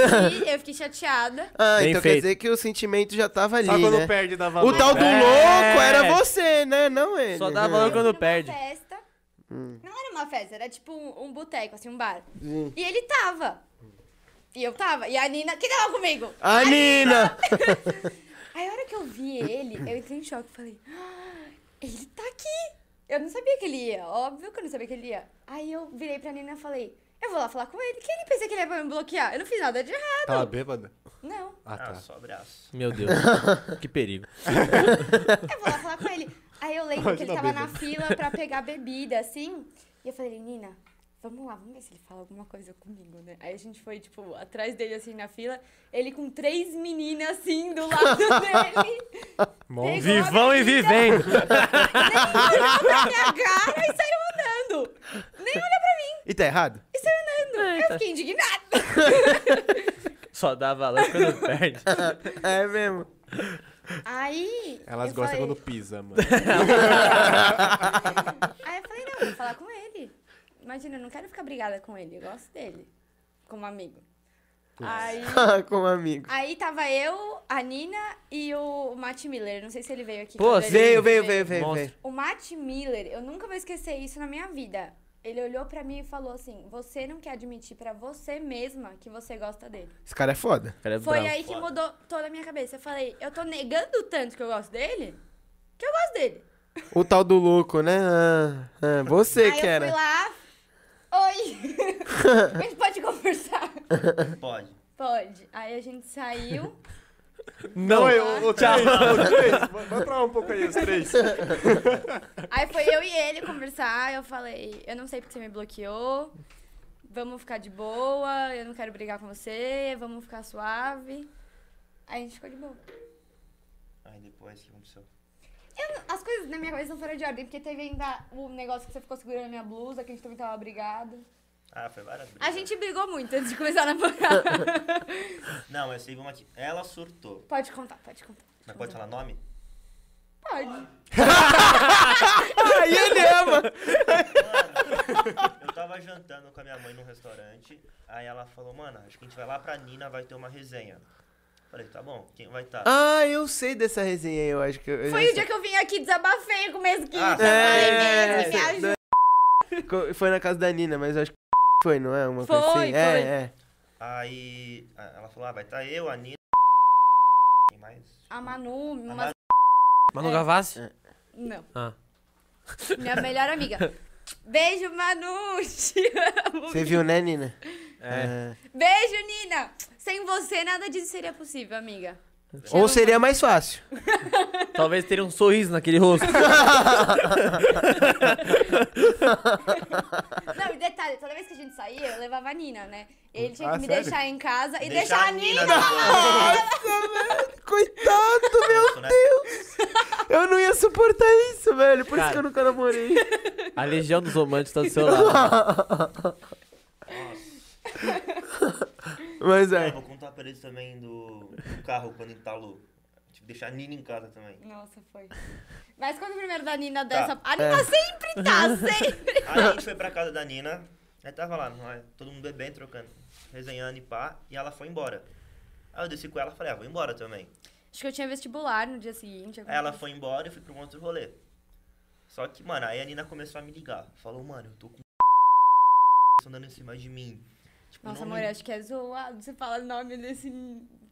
D: eu fiquei chateada.
E: Ah,
A: Bem
E: então quer
A: feito.
E: dizer que o sentimento já tava ali,
B: Sabe Tá quando
E: né?
B: perde da valor?
E: O tal do
A: É.
E: louco era você, né? Não ele.
A: Só um dá valor quando
D: Numa
A: perde.
D: festa.
E: Hum.
D: Não era uma festa, era tipo um, um boteco, assim, um bar.
E: Sim.
D: E ele tava. E eu tava. E a Nina. Que tava comigo?
E: A Nina!
D: Aí a hora que eu vi ele, eu entrei em choque. Falei, "Ah, ele tá aqui. Eu não sabia que ele ia, óbvio que eu não sabia que ele ia. Aí eu virei pra Nina e falei, eu vou lá falar com ele. Que ele pensa que ele ia pra me bloquear? Eu não fiz nada de errado.
B: Tava bêbada?
D: Não.
B: Ah,
C: Ah,
B: tá.
C: só abraço.
A: Meu Deus. Que perigo.
D: Eu vou lá falar com ele. Aí eu lembro que ele
B: Imagina
D: tava na
B: bêbado.
D: fila pra pegar bebida, assim. E eu falei, Nina, vamos lá, vamos ver se ele fala alguma coisa comigo, né? Aí a gente foi, tipo, atrás dele, assim, na fila. Ele com três meninas, assim, do lado dele. Pegou a
A: Vivão e
D: bebida.
A: vivendo.
D: Nem olhou pra minha cara e saiu andando. Nem olhou pra mim
E: E tá errado?
D: e saiu andando. Eu fiquei indignada.
A: Só dá valor quando perde.
E: É mesmo.
D: Aí.
B: Elas
D: eu
B: gostam
D: falei,
B: quando pisa, mano.
D: Aí eu falei, não, eu vou falar com ele. Imagina, eu não quero ficar brigada com ele, eu gosto dele. Como amigo. Aí,
E: Como Ah, um amigo.
D: aí tava eu, a Nina e o Matt Miller. Não sei se ele veio aqui.
A: Pô,
D: quando ele-
E: Veio, veio, veio, veio.
A: Monstro.
E: veio.
D: O Matt Miller, eu nunca vou esquecer isso na minha vida. Ele olhou pra mim e falou assim: Você não quer admitir pra você mesma que você gosta dele.
E: Esse cara é foda.
A: O cara é
D: Foi
A: bravo.
D: aí que
C: Foda.
D: mudou toda a minha cabeça. Eu falei, eu tô negando tanto que eu gosto dele, que eu gosto dele.
E: O tal do louco, né? Ah, ah, você
D: aí
E: que
D: eu
E: era.
D: fui lá. Oi! a gente pode conversar.
C: Pode.
D: Pode. Aí a gente saiu.
A: Não,
B: eu, tchau. Vai pra um pouco aí, os três.
D: Aí foi eu e ele conversar. Eu falei, eu não sei porque você me bloqueou. Vamos ficar de boa. Eu não quero brigar com você. Vamos ficar suave. Aí a gente ficou de boa.
C: Aí depois o que aconteceu?
D: Eu não- as coisas na minha cabeça não foram de ordem, porque teve ainda o negócio que você ficou segurando a minha blusa, que a gente também tava brigado.
C: Ah, foi várias brigas.
D: A gente brigou muito antes de começar a namorar.
C: Não, eu sei uma que. Ela surtou.
D: pode contar, pode contar.
C: Mas pode falar nome?
D: Pode.
E: Aí ele ama.
C: Eu tava jantando com a minha mãe num restaurante, aí ela falou, mano, acho que a gente vai lá pra Nina, vai ter uma resenha. Falei, tá bom, quem vai estar? Tá?
E: Ah, eu sei dessa resenha aí, eu acho que. Eu, eu
D: Foi
E: já
D: o dia que eu vim aqui, desabafei com o mesquinho.
C: Ah,
D: falei
E: é,
D: mesmo, me
E: é,
D: ajuda.
E: sei. Co- Foi na casa da Nina, mas eu acho que foi, não é? Uma
D: Foi,
E: coisa assim.
D: foi.
E: É, é.
C: Aí a- ela falou, ah, vai estar tá eu, a Nina. Quem mais?
D: A Manu, uma...
C: Manu-
A: Manu Gavassi?
D: Não,
A: Ah.
D: minha melhor amiga. Beijo, Manu, te amo.
E: Você viu, né, Nina?
A: É.
E: Ah.
D: Beijo, Nina. Sem você, nada disso seria possível, amiga. Te
E: Ou
D: amo.
E: seria mais fácil.
A: Talvez teria um sorriso naquele rosto.
D: Não, e detalhe, toda vez que a gente saía, eu levava a Nina, né? Ele tinha que
B: Ah,
D: me
B: sério?
D: deixar em casa e
C: Deixa
D: deixar a Nina.
C: na boa.
E: Coitado,
C: Isso,
E: meu
C: né?
E: Deus! Eu não ia suportar isso, velho. Por isso
A: Cara.
E: que eu nunca namorei.
A: A legião dos romantes tá do seu lado.
E: Mas
C: Ah, eu
E: é.
C: vou contar pra eles também do, do carro quando entalou. Tive que Tipo, deixar a Nina em casa também.
D: Nossa, foi. Mas quando o primeiro da Nina dessa. A Nina sempre tá, sempre.
C: Aí a gente foi pra casa da Nina, aí tava lá, nós, todo mundo bebendo, trocando, resenhando e pá, e ela foi embora. Aí eu desci com ela e falei, ah, vou embora também.
D: Acho que eu tinha vestibular no dia seguinte.
C: Aí ela foi embora e eu fui pra um outro rolê. Só que, mano, aí a Nina começou a me ligar. Falou, mano, eu tô com andando em cima de mim. Tipo,
D: Nossa,
C: não
D: amor,
C: me-
D: acho que é zoado você falar o nome desse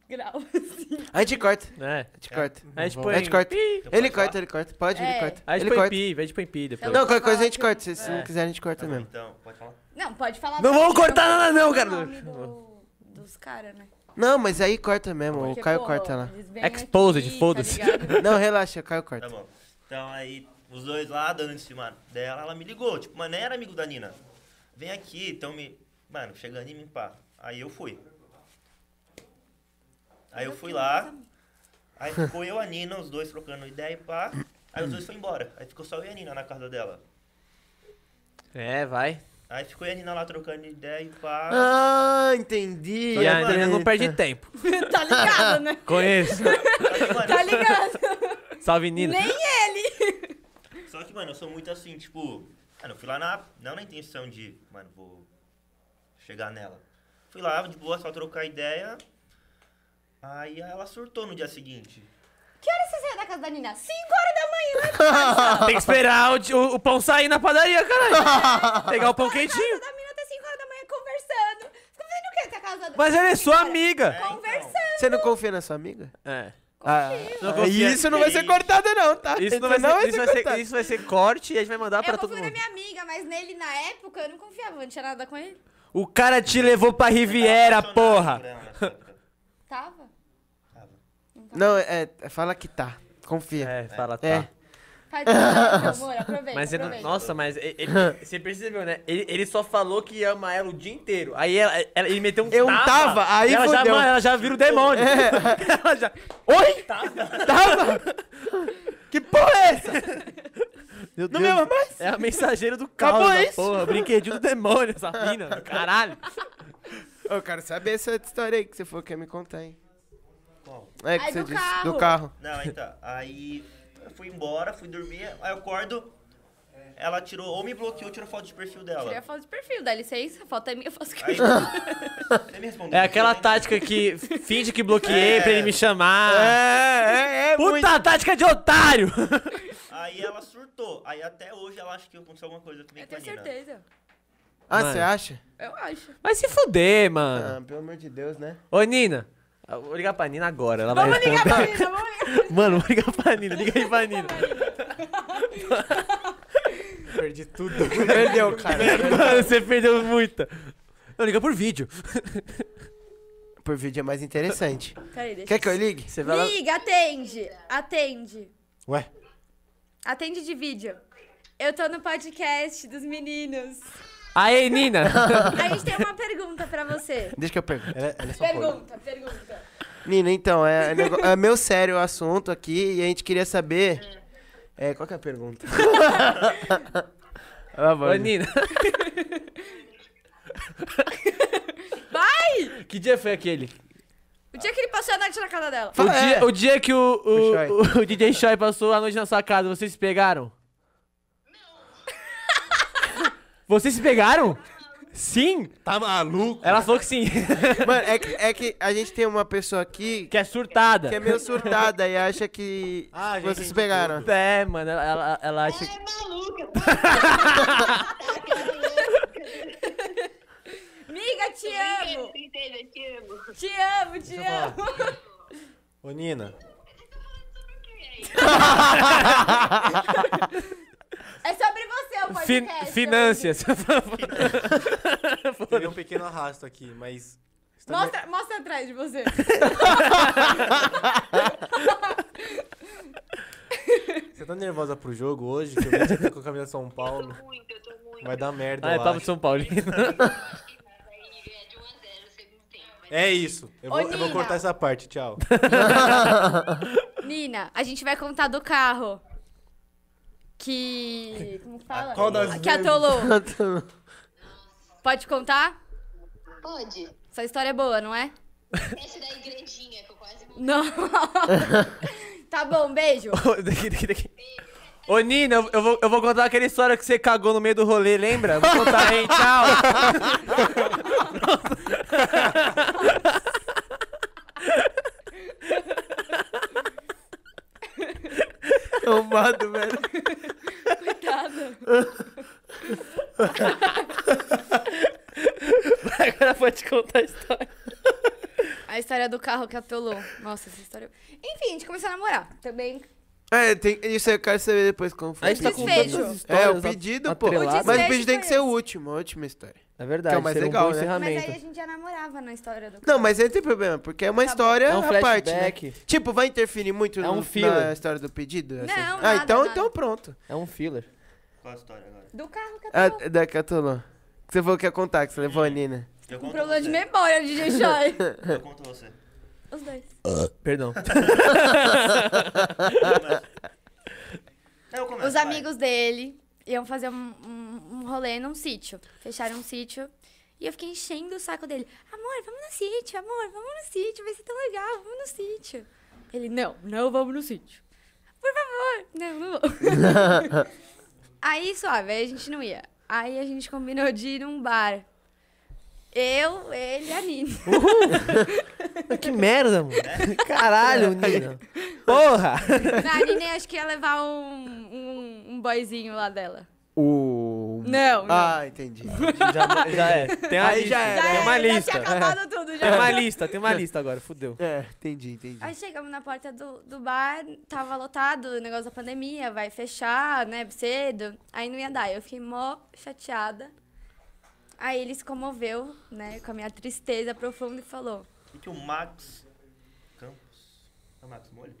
D: grau, assim.
E: A gente corta,
A: É.
E: a gente
C: É.
E: corta.
A: A gente
B: Vamos.
A: põe.
E: A gente corta.
A: pi,
C: Eu
E: Ele
C: posso
E: corta,
C: falar?
E: ele corta. Pode, ele
D: É.
E: corta.
A: A gente
E: Ele
A: põe
E: corta.
A: pi, a gente põe pi depois.
E: Não, qualquer coisa a gente
D: Falar
E: corta.
D: que-
E: Se se
D: é.
E: não quiser, a gente corta
C: Tá bom,
E: mesmo.
C: Então, pode falar.
D: Não, pode falar.
E: Não
D: porque
E: vamos cortar nada não,
D: o
E: cara.
D: nome do- Dos caras, né?
E: Não, mas aí corta mesmo. O
D: Porque, é
E: Caio
D: pô,
E: corta lá.
D: eles vêm aqui,
A: Exposed, foda-se.
D: Tá ligado?
E: Não, relaxa, o Caio
C: Tá
E: corta.
C: bom. Então aí, os dois lá, dando em cima dela, ela me ligou, tipo, mas nem era amigo da Nina. Vem aqui, então me. Mano, chegando em mim, pá. Aí eu fui. Aí eu fui lá, aí ficou eu e a Nina, os dois trocando ideia e pá. Aí os dois foram embora. Aí ficou só eu e a Nina na casa dela.
A: É, vai.
C: Aí ficou eu e a Nina lá trocando ideia e pá.
E: Ah, entendi.
A: E a Adriana não perde tempo.
D: tá ligado, né?
A: Conheço.
C: Só que, mano,
D: Tá ligado?
A: Salve, Nina.
D: Nem ele.
C: só que, mano, eu sou muito assim, tipo. Mano, eu fui lá na. Não na intenção de. Mano, vou. Chegar nela. Fui lá, de boa, só trocar ideia. Aí ela surtou no dia seguinte.
D: Que horas você saiu da casa da Nina? 5 horas da manhã.
A: Tem que esperar o, o- o pão sair na padaria, caralho. Pegar o pão quentinho.
D: casa da Nina até 5 horas da manhã conversando. Fica fazendo o que essa casa da
A: Mas ela é então. sua
D: Cara,
A: amiga.
D: Conversando.
E: Você não confia na sua amiga?
A: É.
E: Ah,
A: Não
E: ah,
A: confia.
E: isso não vai ser cortado, não, tá?
A: Isso não vai ser, isso vai ser,
E: cortado.
A: isso vai ser corte e a gente vai mandar pra
D: Eu
A: todo
D: confio na
A: mundo.
D: minha amiga, mas nele na época eu não confiava, não tinha nada com ele.
A: O cara te levou pra Riviera,
C: Tava apaixonado por
A: porra.
C: ela nessa época.
D: Tava?
C: Tava.
E: Não, é, é, fala que tá. Confia.
A: É, fala tá.
E: É.
D: Faz isso, meu amor, aproveita.
A: Mas ele,
D: aproveita.
A: nossa, mas ele- ele- você percebeu, né? Ele, ele só falou que ama ela o dia inteiro. Aí ela, ela- ele meteu um
E: Eu
A: tapa.
E: tava, aí
A: ela já,
E: fudeu.
A: mano, ela já vira o demônio. ela já. Oi?
E: Tava? que porra é essa? não me ama mais?
A: É a mensageira do
E: Acabou
A: caos, da
E: isso?
A: porra. Brinquedinho do demônio, essa mina. Caralho.
E: Eu quero saber essa história aí que você falou que ia me contar, hein?
C: Qual?
E: É que
D: Ai,
E: você
D: do
E: disse.
D: carro.
E: Do carro.
C: Não, aí tá. Aí eu fui embora, fui dormir, aí eu acordo. Ela tirou, ou me bloqueou, tirou foto de perfil dela.
D: Tirei a foto de perfil, dá licença, a foto é minha, eu faço o que
C: Aí.
D: eu quiser.
C: Você me respondeu.
A: É aquela tática que finge que bloqueei pra ele me chamar.
E: É, é, é.
A: Puta
E: muito-
A: tática de otário!
C: Aí ela surtou. Aí até hoje ela acha que aconteceu alguma coisa comigo
D: Eu
C: com a
D: tenho
C: Nina.
D: certeza.
E: Ah,
A: Mano.
E: você acha?
D: Eu acho.
A: Vai se fuder, mano.
E: Ah, pelo amor de Deus, né?
A: Ô, Nina. Eu Vou ligar pra Nina agora. Ela
D: Vamos
A: vai
D: ligar
A: responder.
D: pra Nina, vamos ligar pra
A: Mano, vou ligar pra Nina. Liga aí pra Nina.
E: Perdi tudo. Perdeu, cara.
A: Mano, você perdeu muita. Não, liga por vídeo.
E: Por vídeo é mais interessante.
D: Nina. Peraí, deixa
E: Quer que eu ligue?
A: Você vai lá.
D: Liga, atende, atende.
B: Ué?
D: Atende de vídeo. Eu tô no podcast dos meninos.
A: Aê, Nina!
D: A gente tem uma pergunta pra você.
E: Deixa que eu pergunto.
B: Ela, ela é só foda.
D: Pergunta, pergunta.
E: Nina, então, é, é nego- é meu sério o assunto aqui e a gente queria saber. É, qual que é a pergunta? Ela
A: Ô,
E: vai.
A: Nina.
D: Vai!
A: Que dia foi aquele?
D: O dia que ele passou a noite na casa dela.
A: O
E: Fala, é.
A: dia, o dia que o,
E: O
A: o,
E: Shoy.
A: o DJ Shoy passou a noite na sua casa, vocês se pegaram? Vocês se pegaram? Sim!
B: Tá maluco?
A: Ela falou que sim.
E: Mano, é que, é que a gente tem uma pessoa aqui
A: que é surtada.
E: que é meio surtada e acha que
B: Ah, já
E: vocês
B: entendi
E: pegaram.
A: É, mano, ela, ela, ela acha que.
F: É maluca. tá?
D: Miga, te amo!
F: Brincadeira, eu te amo.
D: Te amo, te amo!
B: Ô, Nina.
D: É sobre você o
A: Fin
F: é
D: podcast.
A: finanças.
B: Teve um pequeno arrasto aqui, mas. você tá
D: Mostra, mostra atrás de você.
B: ner- Você tá nervosa pro jogo hoje? Que eu vi que você tá com a camisa de São
F: Eu
B: Paulo.
F: tô é muito, eu tô muito.
B: Vai dar merda,
A: ah, é
B: eu
A: papo de
B: acho.
A: São Paulino.
F: Mas aí é de 1 a 0 o segundo tempo. Mas
B: É isso. Eu
D: Ô,
B: vou, eu vou
D: Nina.
B: cortar essa parte, tchau.
D: Nina, a gente vai contar do carro. Que. Como que fala?
B: Qual das
D: que
B: vezes?
D: atolou. Pode contar?
F: Pode?
D: Essa história é boa, não é?
F: Essa da igrejinha que eu quase morri.
D: Não. tá bom, beijo.
A: daqui, daqui, daqui. Ô, Nina, eu, eu vou, eu vou contar aquela história que você cagou no meio do rolê, lembra? Vou contar aí, tchau.
E: Tomado, É velho.
D: Coitada.
A: Agora foi pode contar a história.
D: A história do carro que atolou. Nossa, essa história. Enfim, a gente começou a namorar. Também.
E: É, tem, isso eu quero saber depois como foi.
A: A gente tá
E: o pedido.
A: contando
D: desfecho.
A: as histórias.
E: É, o pedido, pô.
A: atreladas.
E: Mas o
D: Desfecho
E: pedido tem que
D: foi
E: ser o
D: esse.
E: último, a última história.
A: É verdade,
E: Que é o mais
A: seria um
E: legal,
A: bom
E: né?
D: Mas aí a
A: encerramento.
D: gente já namorava na história do carro.
E: Não, mas aí não tem problema, porque é uma
D: Tá bom.
E: história
A: É um
E: à parte, né?
A: flashback,
E: Tipo, vai interferir muito
A: É
E: no-
A: um filler.
E: na história do pedido?
D: Não,
E: essa- Ah,
D: nada,
E: então,
D: nada.
E: então pronto.
A: é um filler.
C: Qual a história agora?
D: Do carro que
E: Ah,
D: atolou.
E: da Catulon. Que você falou que ia contar, que você levou a Nina.
C: Eu
D: Com
C: conto
D: Um problema de
C: você.
D: memória, DJ Shoy.
C: Eu conto você.
D: Os dois.
A: Perdão.
C: Não, eu começo,
D: Os
C: vai.
D: amigos dele iam fazer um, um, um rolê num sítio. Fecharam um sítio. E eu fiquei enchendo o saco dele. Amor, vamos no sítio, amor, vamos no sítio, vai ser tão legal, vamos no sítio. Ele, não, não vamos no sítio. Por favor, não, não vou. aí, suave, aí a gente não ia. Aí a gente combinou de ir num bar. Eu, ele e a Nina.
A: que merda, mano. Caralho, Nina. Porra!
D: Não, a Nina acho que ia levar um, um, um boyzinho lá dela.
E: O...
D: Não, não.
E: Ah, entendi.
A: Já, já é. Tem uma
E: Aí
A: lista.
E: já era.
D: já
A: Tem
D: era,
A: uma
D: já
A: lista.
D: tinha acabado tudo, já
A: Tem uma lista, tem uma lista agora, fudeu.
E: É, entendi, entendi.
D: Aí chegamos na porta do, do bar, tava lotado, o negócio da pandemia, vai fechar, né, cedo. Aí não ia dar, eu fiquei mó chateada. Aí ele se comoveu, né, com a minha tristeza profunda e falou,
C: O que, que o Max Campos. É o Max Molho?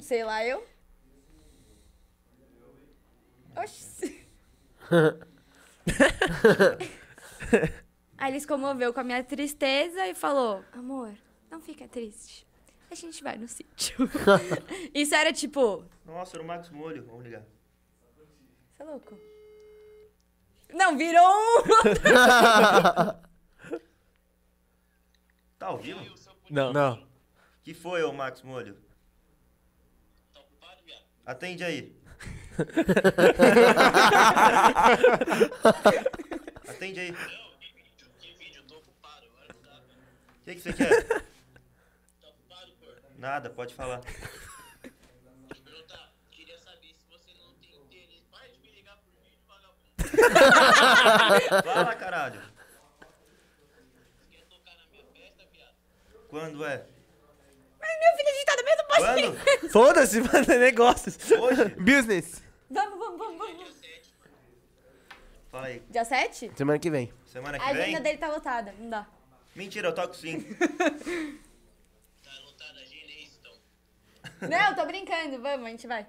D: sei lá, eu? Oxi. Aí ele se comoveu com a minha tristeza e falou, amor, não fica triste, a gente vai no sítio. Isso era tipo,
C: Nossa, era o Max Molho. Vamos ligar.
D: Você é louco? Não, virou um.
C: Tá ao vivo?
A: Não.
B: Não.
C: Que foi, ô Max Molho? Tá Atende aí. Atende aí. O que, que você quer? Tá Nada, pode falar. Fala, caralho. Quando é?
D: Mas meu filho, a gente tá no meio do podcast.
C: Quando?
A: Foda-se, mano, é negócios.
C: Hoje?
E: Business.
D: Vamos, vamos, vamos, vamos.
C: Fala aí.
D: Dia 7?
E: Semana que vem.
C: Semana
D: A
C: que vem?
D: agenda dele tá lotada, não dá.
C: Mentira, eu toco sim.
D: Não, tô brincando, vamos, a gente vai.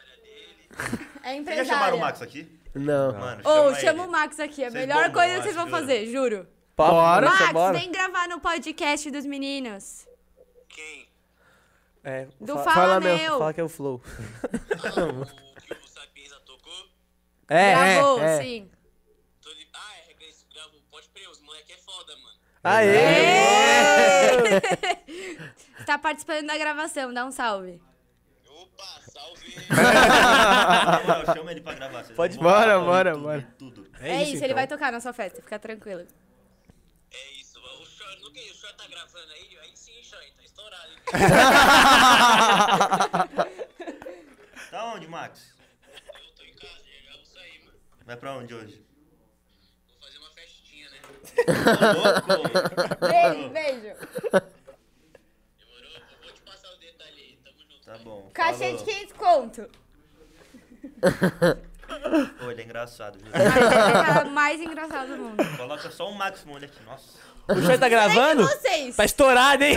C: Vocês já
D: É empresária.
C: chamaram o Max aqui?
E: Não.
C: Mano,
D: Ou
C: chama
D: chama o
C: ele.
D: Max aqui, é a
C: Vocês
D: melhor
C: bombam,
D: coisa que
C: eu
D: vocês
C: acho, é.
D: vão
C: juro.
D: fazer, juro.
A: Papo,
E: Bora.
A: nossa,
D: Max,
A: bora.
D: vem gravar no podcast dos meninos.
A: É,
D: Do
A: fa-
D: Fala,
E: fala
D: Meu.
E: meu,
A: Fala que é o Flow.
G: O que o Sapienza tocou.
A: É,
D: Gravou,
A: é, é.
D: sim.
G: Tô li... Ah, é, esse gravo. Pode crer, os moleque é foda, mano.
A: Aê! É.
D: Tá participando da gravação, dá um salve.
G: Opa, salve!
C: Na moral, chama ele pra gravar. vocês
A: Pode-
C: vão rolar
E: Bora,
C: em
E: bora,
C: tudo,
E: bora.
C: em Tudo.
D: É, isso,
A: então.
D: ele vai tocar na sua festa, fica tranquilo.
G: é isso, mano. O Shoy, no que o Shoy tá gravando aí, aí sim, Shoy, tá estourado, hein?
C: Tá onde, Max?
G: Eu tô em casa, já gravo isso aí, mano.
C: Vai pra onde hoje?
G: Vou fazer uma festinha, né?
C: Ô, louco!
D: Beijo, beijo.
G: Demorou? Eu vou te passar o detalhe aí, tamo junto.
C: Tá bom.
D: Caixinha de
C: falou.
D: 500 conto.
C: Pô, ele é engraçado, viu?
D: Vai ficar É mais engraçado do mundo.
C: Coloca só o Max Molho aqui, nossa.
A: O show tá gravando?
D: Lembra vocês.
A: Tá estourado, hein?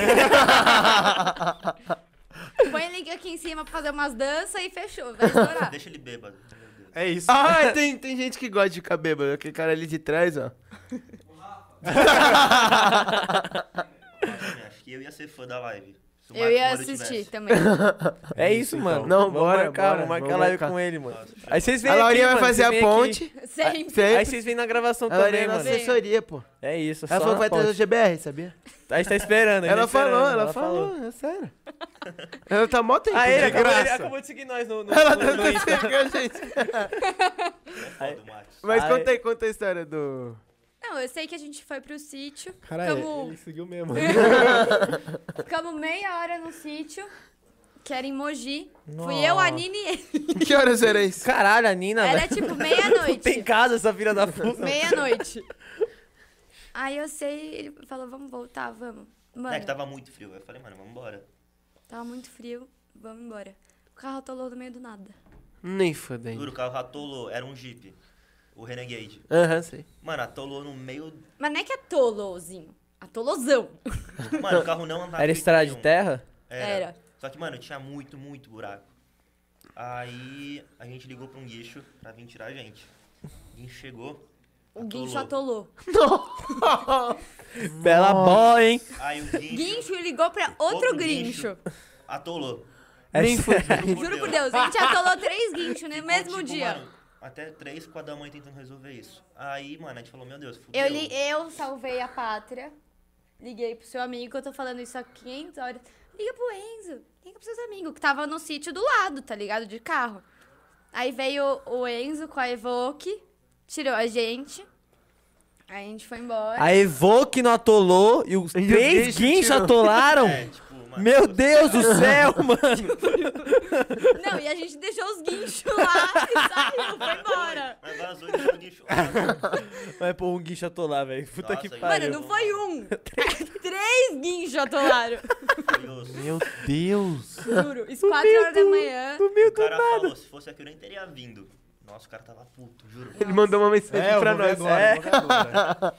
D: Põe o link aqui em cima pra fazer umas danças e fechou. Vai estourar.
C: Deixa ele bêbado. meu Deus.
B: É isso.
E: Ah, tem, tem gente que gosta de ficar bêbado. Aquele cara ali de trás, ó.
C: Nossa, Acho que eu ia ser fã da live. se o
D: Eu
C: Max
D: ia
C: Molho
D: assistir
C: tivesse.
D: também.
A: É isso, mano.
E: Então, Não,
A: vamos
E: bora,
A: marcar,
E: bora,
A: vamos marcar
E: vamos
A: live
E: marcar.
A: com ele, mano.
C: Nossa,
A: Aí vocês vêm
E: A Laurinha
A: aqui,
E: vai
A: mano,
E: fazer
A: vocês
E: a
A: vêm aqui.
E: ponte.
D: Sempre.
E: Sempre.
A: Aí vocês vêm na gravação
E: A
A: também,
E: Laurinha é na
A: mano.
E: assessoria, pô.
A: É isso, só
E: Ela falou que
A: na
E: vai trazer o
A: ponte.
E: GBR, sabia?
A: A gente tá esperando. a gente
E: Ela
A: tá esperando,
E: falou, ela falou, é sério. Ela tá mó tempo.
A: Ah, ele
E: né?
A: acabou, ele acabou de seguir nós no, no,
E: Ela
A: no- no Insta.
E: tá chegando, gente.
C: É
D: então.
C: foda, o Max.
E: Mas
A: Aí-
E: conta aí, conta a história do.
D: Não, eu sei que a gente foi pro sítio.
B: Caralho,
D: ficamos,
B: ele seguiu mesmo.
D: ficamos meia hora no sítio. que era em Mogi. Fui eu, a Nini e ele.
E: Que horas era isso?
A: Caralho, a Nina,
C: né?
D: Era
A: velho.
D: tipo
A: Não tem
D: meia-noite.
A: casa essa filha da puta.
D: meia-noite. Aí eu sei, ele falou, vamos voltar, vamos. Mano,
C: É que tava muito frio. Eu falei, mano, vamos embora.
D: tava muito frio, vamos embora. O carro atolou no meio do nada.
E: Nem fodendo.
C: Juro, o carro atolou. Era um Jeep. O Renegade.
E: Aham, sei.
C: Mano, atolou no meio...
D: Mas não é que atolôzinho, atolôzão.
C: Mano, o carro não
E: Tá
C: andava
A: Era
C: de jeito
A: estrada de
C: nenhum.
A: terra?
D: Era.
C: Só que, mano, tinha muito, muito buraco. Aí a gente ligou pra um guincho pra vir tirar a gente. O guincho chegou.
D: O guincho atolou.
A: Bela boy, hein?
C: Aí o guincho
D: Guincho ligou pra outro,
C: Outro
D: grincho.
C: guincho. atolou.
A: Nem
D: Juro por Deus, a gente atolou três guinchos no mesmo
C: Tipo,
D: dia.
C: mano, até três, quatro da manhã tentando resolver isso. Aí, mano, a gente falou, meu Deus, fudeu.
D: Eu, li, eu salvei a pátria. Liguei pro seu amigo, eu tô falando isso há 500 horas. Liga pro Enzo, liga pros seus amigos, que tava no sítio do lado, tá ligado? De carro. Aí veio o Enzo com a Evoque, tirou a gente. Aí a gente foi embora.
A: A Evoque não atolou e os
E: E os
A: três
E: guinchos
A: guinchos
E: tirou.
A: atolaram.
C: É, tipo, mano,
A: Meu
C: você-
A: Deus do céu, mano.
D: Não, e a gente deixou os guinchos lá e saiu, foi embora.
C: Mas vazou e deixou o guincho. lá.
A: Vai pôr um guincho atolar, velho. Puta
C: Nossa,
A: que
C: gente.
D: Mano,
A: pariu.
D: não foi um. Três guinchos atolaram.
C: Foi osso.
B: Meu Deus.
D: Juro. Isso quatro horas da manhã.
C: o cara falou, se fosse aqui eu nem teria vindo. Nossa, o cara tava puto, juro.
E: Ele mandou uma mensagem
B: eu
E: pra
B: vou ver
E: nós.
B: agora,
E: é.
B: eu vou ver agora.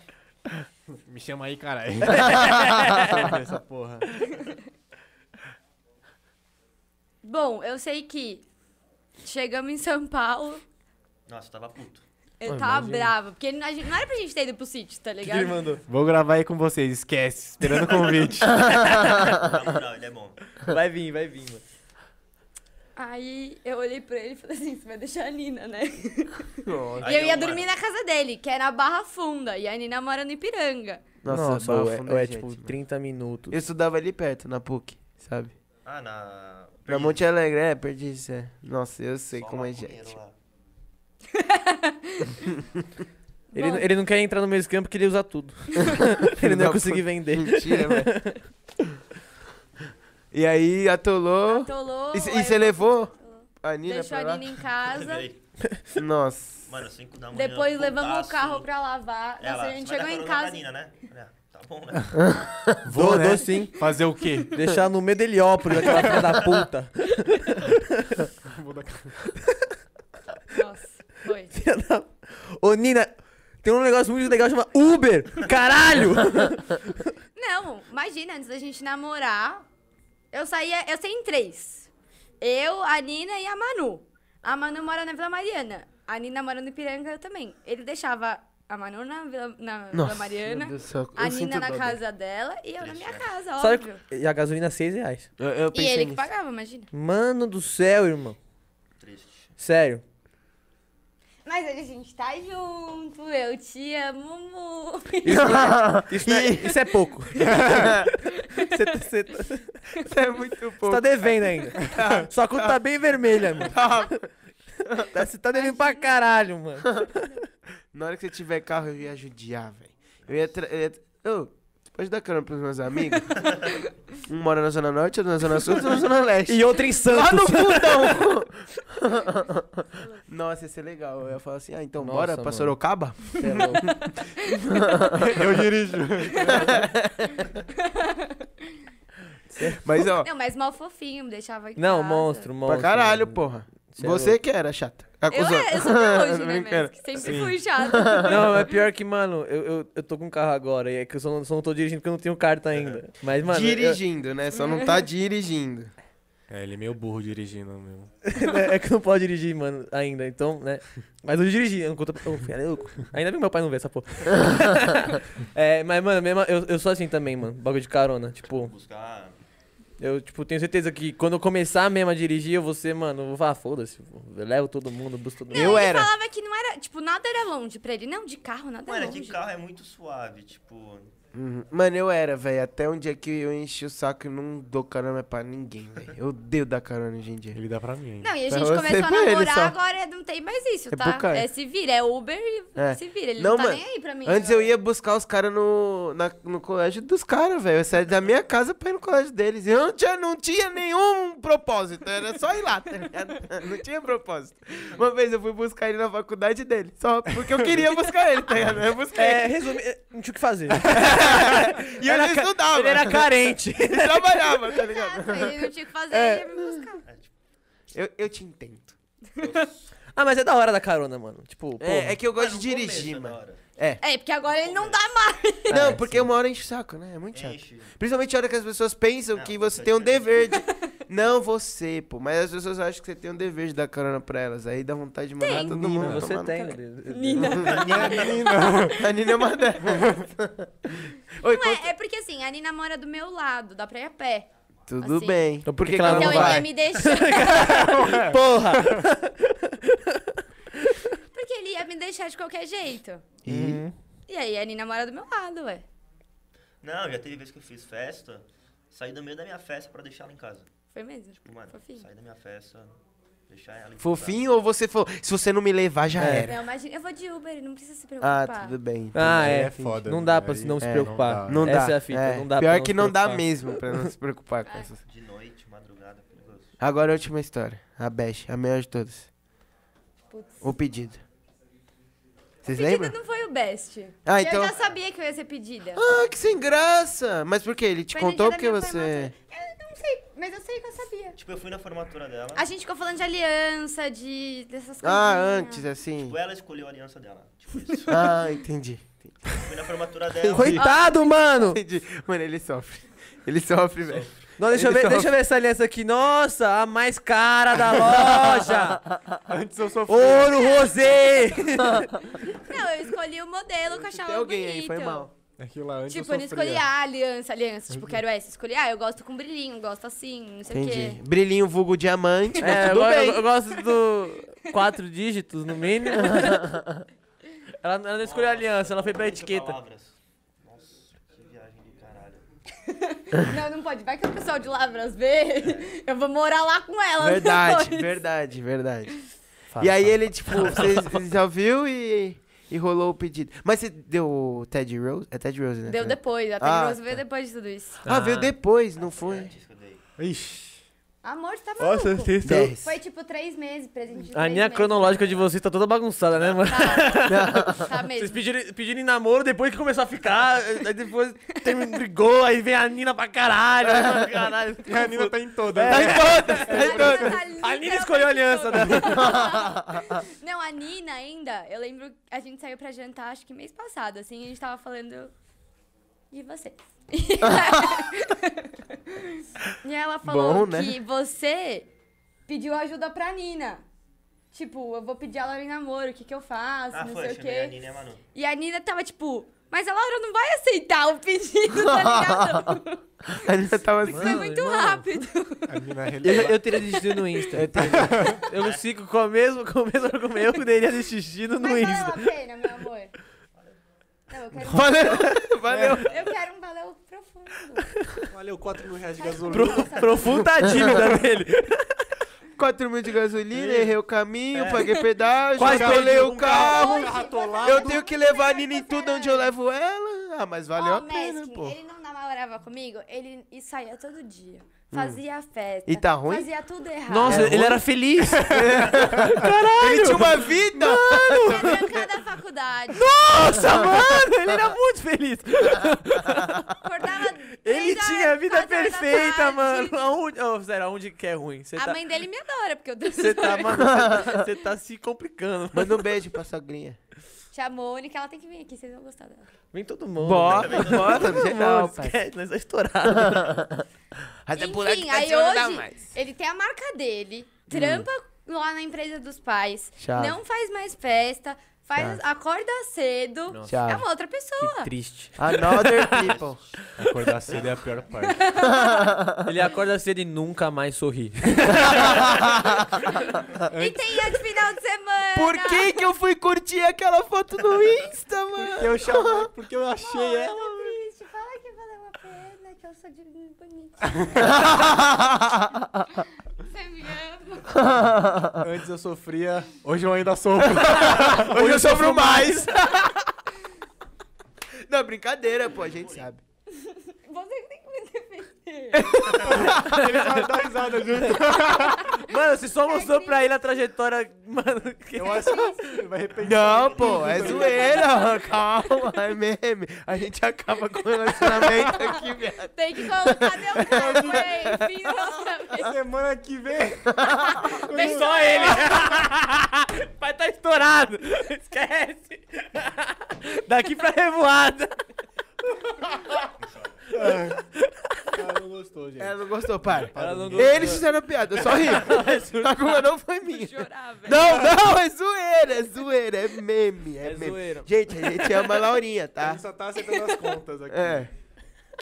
B: Me chama aí, caralho. Essa porra.
D: Bom, eu sei que chegamos em São Paulo.
C: Nossa, tava puto.
D: Eu tava brava, porque não, a gente- não era pra gente ter ido pro sítio, tá ligado?
A: Ele mandou.
B: Vou gravar aí com vocês, esquece. Esperando o convite.
C: Na moral, ele é bom.
A: Vai vir, vai vir, mano.
D: Aí eu olhei pra ele e falei assim, você vai deixar a Nina, né?
C: Aí
D: e eu ia
C: mano,
D: dormir na casa dele, que era a Barra Funda, e a Nina mora no Ipiranga.
E: Nossa,
A: ou
E: Barra
A: é,
E: Funda
A: ou
E: é
A: é,
E: gente,
A: tipo
E: mano.
A: 30 minutos.
E: Eu estudava ali perto, na PUC, sabe?
C: Ah, na...
E: Na Monte Alegre, é, perdi isso. É. Nossa, eu sei
C: Só
E: como é
C: maconheiro
E: gente.
C: lá.
A: Ele,
D: Bom.
A: ele não quer entrar no mesmo campo porque ele usa tudo. ele não ia
E: da
A: conseguir
E: puta.
A: vender.
E: Mentira, velho. E aí, atolou.
D: Atolou,
E: Oh. E c-
D: aí
E: E você
D: eu-
E: levou a Nina
D: deixou
E: pra
D: a
E: lá?
D: Nina em casa.
C: Levei.
E: Nossa.
C: Mano, 5 da manhã.
D: Depois levamos o
C: putaço.
D: carro pra lavar. Nossa,
C: Ela,
D: a gente
C: "Você vai
D: chegou
C: dar carona
D: em
C: pra
D: casa.
C: Nina, né? Falei, "Ah, Tá bom, né?
B: Vou,
A: Dou-
B: né?
A: dou sim.
B: Fazer o quê?
A: Deixar no Medeliópolis, aquela filha da puta.
D: Nossa, foi.
A: Filha da- Ô, Nina, tem um negócio muito legal chamado Uber. Caralho!
D: Não, imagina, antes da gente namorar, eu saía, eu saí em três. Eu, a Nina e a Manu. A Manu mora na Vila Mariana. A Nina mora no Ipiranga, eu também. Ele deixava a Manu na Vila, na Vila
E: Nossa,
D: Mariana,
E: meu Deus do céu,
D: a
E: eu
D: Nina
E: sinto
D: na
E: dó né?
D: casa dela e eu na minha casa,
A: Sabe
D: óbvio.
A: que- e a gasolina, 6 reais.
E: Eu, eu
D: E
E: pensei
D: ele que
E: nisso.
D: pagava, imagina.
A: Mano do céu, irmão.
C: Triste.
A: Sério.
D: Mas hoje a gente tá junto, eu te amo muito.
A: Isso, não é, isso é pouco. Você tá- você tá- você
E: Isso é muito pouco.
A: tá devendo ainda. Sua conta tá bem vermelha, mano. Tá- Você tá devendo pra caralho, mano.
E: Na hora que você tiver carro, eu ia judiar, velho. Eu ia... Tra... Eu ia... Ô, você pode dar carona pros meus amigos? um mora na Zona Norte, outro na Zona Sul, outro na Zona Leste.
A: E outra em
E: Lá no
A: Santos.
E: fundão! Nossa, ia ser legal. Eu ia falar assim, ah, então
A: Nossa,
E: bora pra
A: mano.
E: Sorocaba?
A: Cê é louco.
B: Eu dirijo.
E: Mas, ó,
D: Não, mas mal fofinho, me deixava em
A: Não,
D: casa.
A: monstro, monstro.
E: pra caralho, porra.
A: Cê é
E: Você
A: louco.
E: que era chata.
D: Eu,
E: Acusou.
D: é, eu sou até hoje,
E: Tô
D: né,
E: brincando.
D: mas que sempre fui
E: tá
D: chata.
A: Não, é pior que, mano, eu, eu, eu tô com carro agora. E é que eu só não, só não tô dirigindo porque eu não tenho carta ainda. Mas, mano. eu-
E: dirigindo, né? Só não tá dirigindo.
B: É, ele é meio burro dirigindo mesmo.
A: é que eu não posso dirigir, mano, ainda. Então, né? Mas eu dirigi, eu não conto. Ô, filha, eu- Ainda bem que meu pai não vê essa porra. É, mas, mano, mesmo, eu, eu sou assim também, mano. Bagulho de carona. Tipo,
C: Buscar.
A: eu tipo, tenho certeza que quando eu começar mesmo a dirigir, eu vou ser, mano, vá, foda-se. Eu levo todo mundo, busco todo mundo.
E: Eu era.
D: Ele falava que não era, tipo, nada era longe pra ele. Não, de carro, nada
C: Mano,
D: era
C: é que
D: longe.
C: carro é muito suave, tipo.
E: Uhum. Mano, eu era, velho. Até um dia que eu enchi o saco e não dou carona pra ninguém, velho. Eu odeio dar carona hoje em dia.
B: Ele dá pra mim ainda.
D: Não, e a
E: Pra
D: gente
E: você
D: começou a
E: pra ele
D: namorar,
E: só.
D: agora não tem mais isso,
E: É
D: tá?
E: bucaia.
D: É se vira, é Uber e
E: É.
D: se vira. Ele não,
E: Não,
D: tá
E: mano,
D: nem aí pra mim.
E: Antes eu ia buscar os caras no, na- no colégio dos caras, velho. Eu saía da minha casa pra ir no colégio deles. E eu não tinha, não tinha nenhum propósito. Era só ir lá, tá ligado? Não tinha propósito. Uma vez eu fui buscar ele na faculdade dele. Só porque eu queria buscar ele, tá ligado? Eu busquei.
A: É, resume, não tinha o que fazer.
E: e eu
A: era
E: não
A: ca-
E: estudava.
A: Ele era carente.
E: E trabalhava, tá ligado?
D: Exato, ele não tinha o que fazer,
E: É.
D: ele ia me buscar.
E: Eu, eu te entendo.
A: Ah, mas é da hora da carona, mano. Tipo, pô.
E: É, é que eu gosto
C: Mas no
E: de dirigir,
C: começo é da
E: mano.
C: hora.
D: É, porque agora ele não dá mais.
E: Não, porque uma hora enche o saco, né? É muito chato.
C: Enche.
E: Principalmente a hora que as pessoas pensam
C: Não,
E: que
C: isso
E: você
C: é
E: tem um dever
C: diferente.
E: de... Não você, pô. Mas as pessoas acham que você tem um dever de dar carona pra elas. Aí dá vontade de mandar todo mundo.
A: Nina, você
E: tomar no
A: tem. né?
E: caralho.
A: Nina.
E: A Nina é uma delas. Oi,
D: Não é,
E: conta-
D: é porque assim, a Nina mora do meu lado, dá pra ir a pé.
E: Tudo
D: assim.
E: bem.
A: Então por que que ela
D: então
A: não
D: ele
A: vai?
D: ia me deixar.
A: Porra!
D: porque ele ia me deixar de qualquer jeito.
A: Uhum.
D: E aí a Nina mora do meu lado, ué.
C: Não, já teve vez que eu fiz festa, saí do meio da minha festa pra deixar ela em casa.
D: Foi mesmo.
C: Tipo, mano,
D: Fofinho.
C: saí da minha festa, deixar ela em casa.
E: Fofinho ou você falou, se você não me levar, já
A: É.
E: era?
D: Não, imagina, eu vou de Uber, não precisa se
E: Ah,
D: preocupar.
E: tudo bem.
A: Ah,
B: Aí
A: é.
B: é foda,
A: não
B: né?
A: dá pra
B: Aí-
A: se não se
E: É,
A: preocupar.
E: Não
A: Essa
E: dá.
A: é a fita.
E: é.
A: Não dá pra
E: Pior
A: não
E: que
A: se
E: não dá
A: preocupar.
E: mesmo pra não se preocupar com essas.
C: De noite, madrugada, perigoso.
E: Agora a última história. A Beth, a melhor de todas.
D: Putz.
E: O pedido. Vocês
D: Pedida
E: lembram?
D: não foi o best.
E: Ah,
D: E
E: então-
D: Eu já sabia que eu ia ser pedida.
E: Ah, que sem graça! Mas por quê? Ele te
D: Foi no
E: contou
D: dia da
E: porque
D: minha
E: você.
D: formatura. Eu não sei, mas eu sei que eu sabia.
C: Tipo, eu fui na formatura dela,
D: A gente ficou falando de aliança, de dessas coisas.
E: Ah, antes, assim.
C: tipo, ela escolheu a aliança dela. Tipo isso.
E: Ah, entendi.
C: fui na formatura dela.
A: Coitado, mano!
E: Entendi. Mano, ele sofre. Ele sofre, velho.
A: Não, deixa, eu
E: Ele
A: ver,
E: sofre.
A: deixa eu ver essa aliança aqui. Nossa, a mais cara da loja!
B: Antes eu sofri.
A: Ouro
E: É,
A: rosé!
D: Não, eu escolhi o modelo que eu achava
E: Tem alguém
D: bonito.
E: aí, foi mal.
B: Aquilo É lá antes
D: então. Tipo, eu
B: eu
D: não
B: sofria.
D: escolhi a aliança, aliança.
E: Uhum.
D: Tipo, quero essa. Escolhi, ah, eu gosto com brilhinho, gosto assim, não sei o
E: Entendi.
D: quê.
E: Brilhinho vulgo diamante, mas
A: É, eu,
E: tudo
A: go-
E: bem.
A: eu gosto do quatro dígitos no mínimo. ela, ela não escolheu a aliança, ela foi pra
C: tipo, Muitas
A: etiqueta.
C: Palavras. Nossa, que viagem do caralho.
D: Não, não pode. Vai que o pessoal de Lavras vê. Eu vou morar lá com ela.
E: Verdade,
D: depois.
E: verdade, verdade.
A: Fala,
E: E aí
A: fala.
E: ele, tipo, você já viu e, e rolou o pedido. Mas você deu o Ted Rose? É Ted Rose, né?
D: Deu depois, até
E: Ah,
D: ah, Grosso veio
E: tá.
D: depois de tudo isso.
E: Ah, veio depois, não foi?
C: Antes que eu dei.
B: Ixi.
D: Amor, você tá maluco?
E: Dez.
D: Foi tipo três meses, presente de
A: A
D: três
A: linha
D: meses.
A: cronológica de vocês tá toda bagunçada, né, mano?
D: Tá, tá
A: Vocês
D: mesmo.
A: pediram, pediram em namoro depois que começou a ficar, aí depois termi- brigou, aí vem a Nina pra caralho. né, aí pra caralho.
B: E a Nina tá em toda.
A: É.
E: Tá
B: né?
E: em todas, tá em todas.
A: A Nina escolheu a aliança né? dela.
D: Não, a Nina ainda, eu lembro, a gente saiu pra jantar, acho que mês passado, assim, a gente tava falando de você. e ela falou
E: Bom, né?
D: que você pediu ajuda pra Nina. Tipo, eu vou pedir a Laura em namoro, o que que eu faço,
C: Ah,
D: não
C: foi,
D: sei o
C: chamei a
D: quê.
C: Nina e a Manu.
D: E a Nina tava tipo, mas a Laura não vai aceitar o pedido, tá ligado?
E: A Nina tava assim.
D: Foi É muito rápido.
B: A Nina
A: Eu,
B: releva.
A: eu teria desistido no Insta. Eu, sigo com, a mesma, com o mesmo argumento, eu teria desistido no
D: Mas valeu
A: Insta.
D: a pena, meu amor. Não, eu quero,
E: Valeu, valeu.
D: eu quero um valeu profundo.
B: Valeu 4 mil reais de
A: Pro,
B: gasolina.
A: profunda a dívida dele.
E: 4 É. mil de gasolina, errei o caminho, paguei pedágio,
A: Quase
E: atolei
A: perdi
E: o
A: um
E: carro.
D: Hoje,
E: Ah, Eu tenho que levar a Nina em tudo onde eu levo ela. Ah, mas valeu
D: um Ó,
E: a pena,
D: Meskin,
E: pô.
D: Ele não namorava comigo, ele e saía todo dia. Fazia festa.
E: Hum. E tá ruim?
D: Fazia tudo errado.
A: Nossa,
E: É
A: ele
E: ruim?
A: era feliz.
D: é
E: Ele tinha uma vida!
D: Tinha trancado a faculdade.
A: Nossa, mano, ele era muito feliz.
D: Acordava
A: Ele
D: três da-
A: tinha a vida
D: quatro horas da
A: perfeita,
D: tarde.
A: mano. Aonde, oh, sério, aonde que é ruim? Você
D: A
A: tá,
D: mãe dele me adora, porque eu danço.
A: você tá, mano, você tá- você tá se complicando. mano.
E: Manda um beijo pra sogrinha.
D: Tia Mônica, ela tem que vir aqui, vocês vão gostar dela.
A: Vem todo mundo. né?
E: Bora,
A: Vem todo
E: bora,
A: mundo,
E: geral,
A: esquece, Nós tá estourado.
E: Até por
D: Enfim,
E: tá
D: aí
E: te olhando
D: hoje ele tem a marca dele, trampa lá na empresa dos pais,
E: Chave.
D: não faz mais festa, faz, acorda cedo.
E: Chave.
D: É uma outra pessoa.
A: Triste.
E: Another people.
B: Acordar cedo é a pior parte.
A: Ele acorda cedo e nunca mais sorri.
D: E tem a de final de semana.
E: Por que que eu fui curtir aquela foto no Insta, mano?
B: Eu chamei porque eu achei ela.
D: é Triste, sou de bonito.
F: Você me ama.
B: Ah. Antes eu sofria, hoje eu ainda sofro.
E: Hoje eu sofro mais. Não, brincadeira, pô, a gente sabe.
D: Você que tem que me defender.
B: Dá risada junto.
A: Mano, você só mostrou pra ele a trajetória. Mano, que...
B: Eu acho que vai arrepender.
E: Não, pô, é zoeira. Calma, é meme. A gente acaba com o relacionamento aqui, viado.
D: Tem que colocar meu tempo aí. Fim do relacionamento.
B: Semana que vem.
A: Tem só ele. Vai tá estourado. Esquece. Daqui pra revoada.
B: Ela não gostou, gente.
E: Ela não gostou, para.
A: Ela não gostou.
E: Eles fizeram a piada, eu só ri. A culpa não foi minha.
D: Chorar, velho.
E: Não, não, é zoeira, é zoeira, é meme, é,
A: É
E: meme.
A: zoeira.
E: Gente, a gente ama a Laurinha, tá?
B: Ele só tá aceitando as contas aqui.
E: É.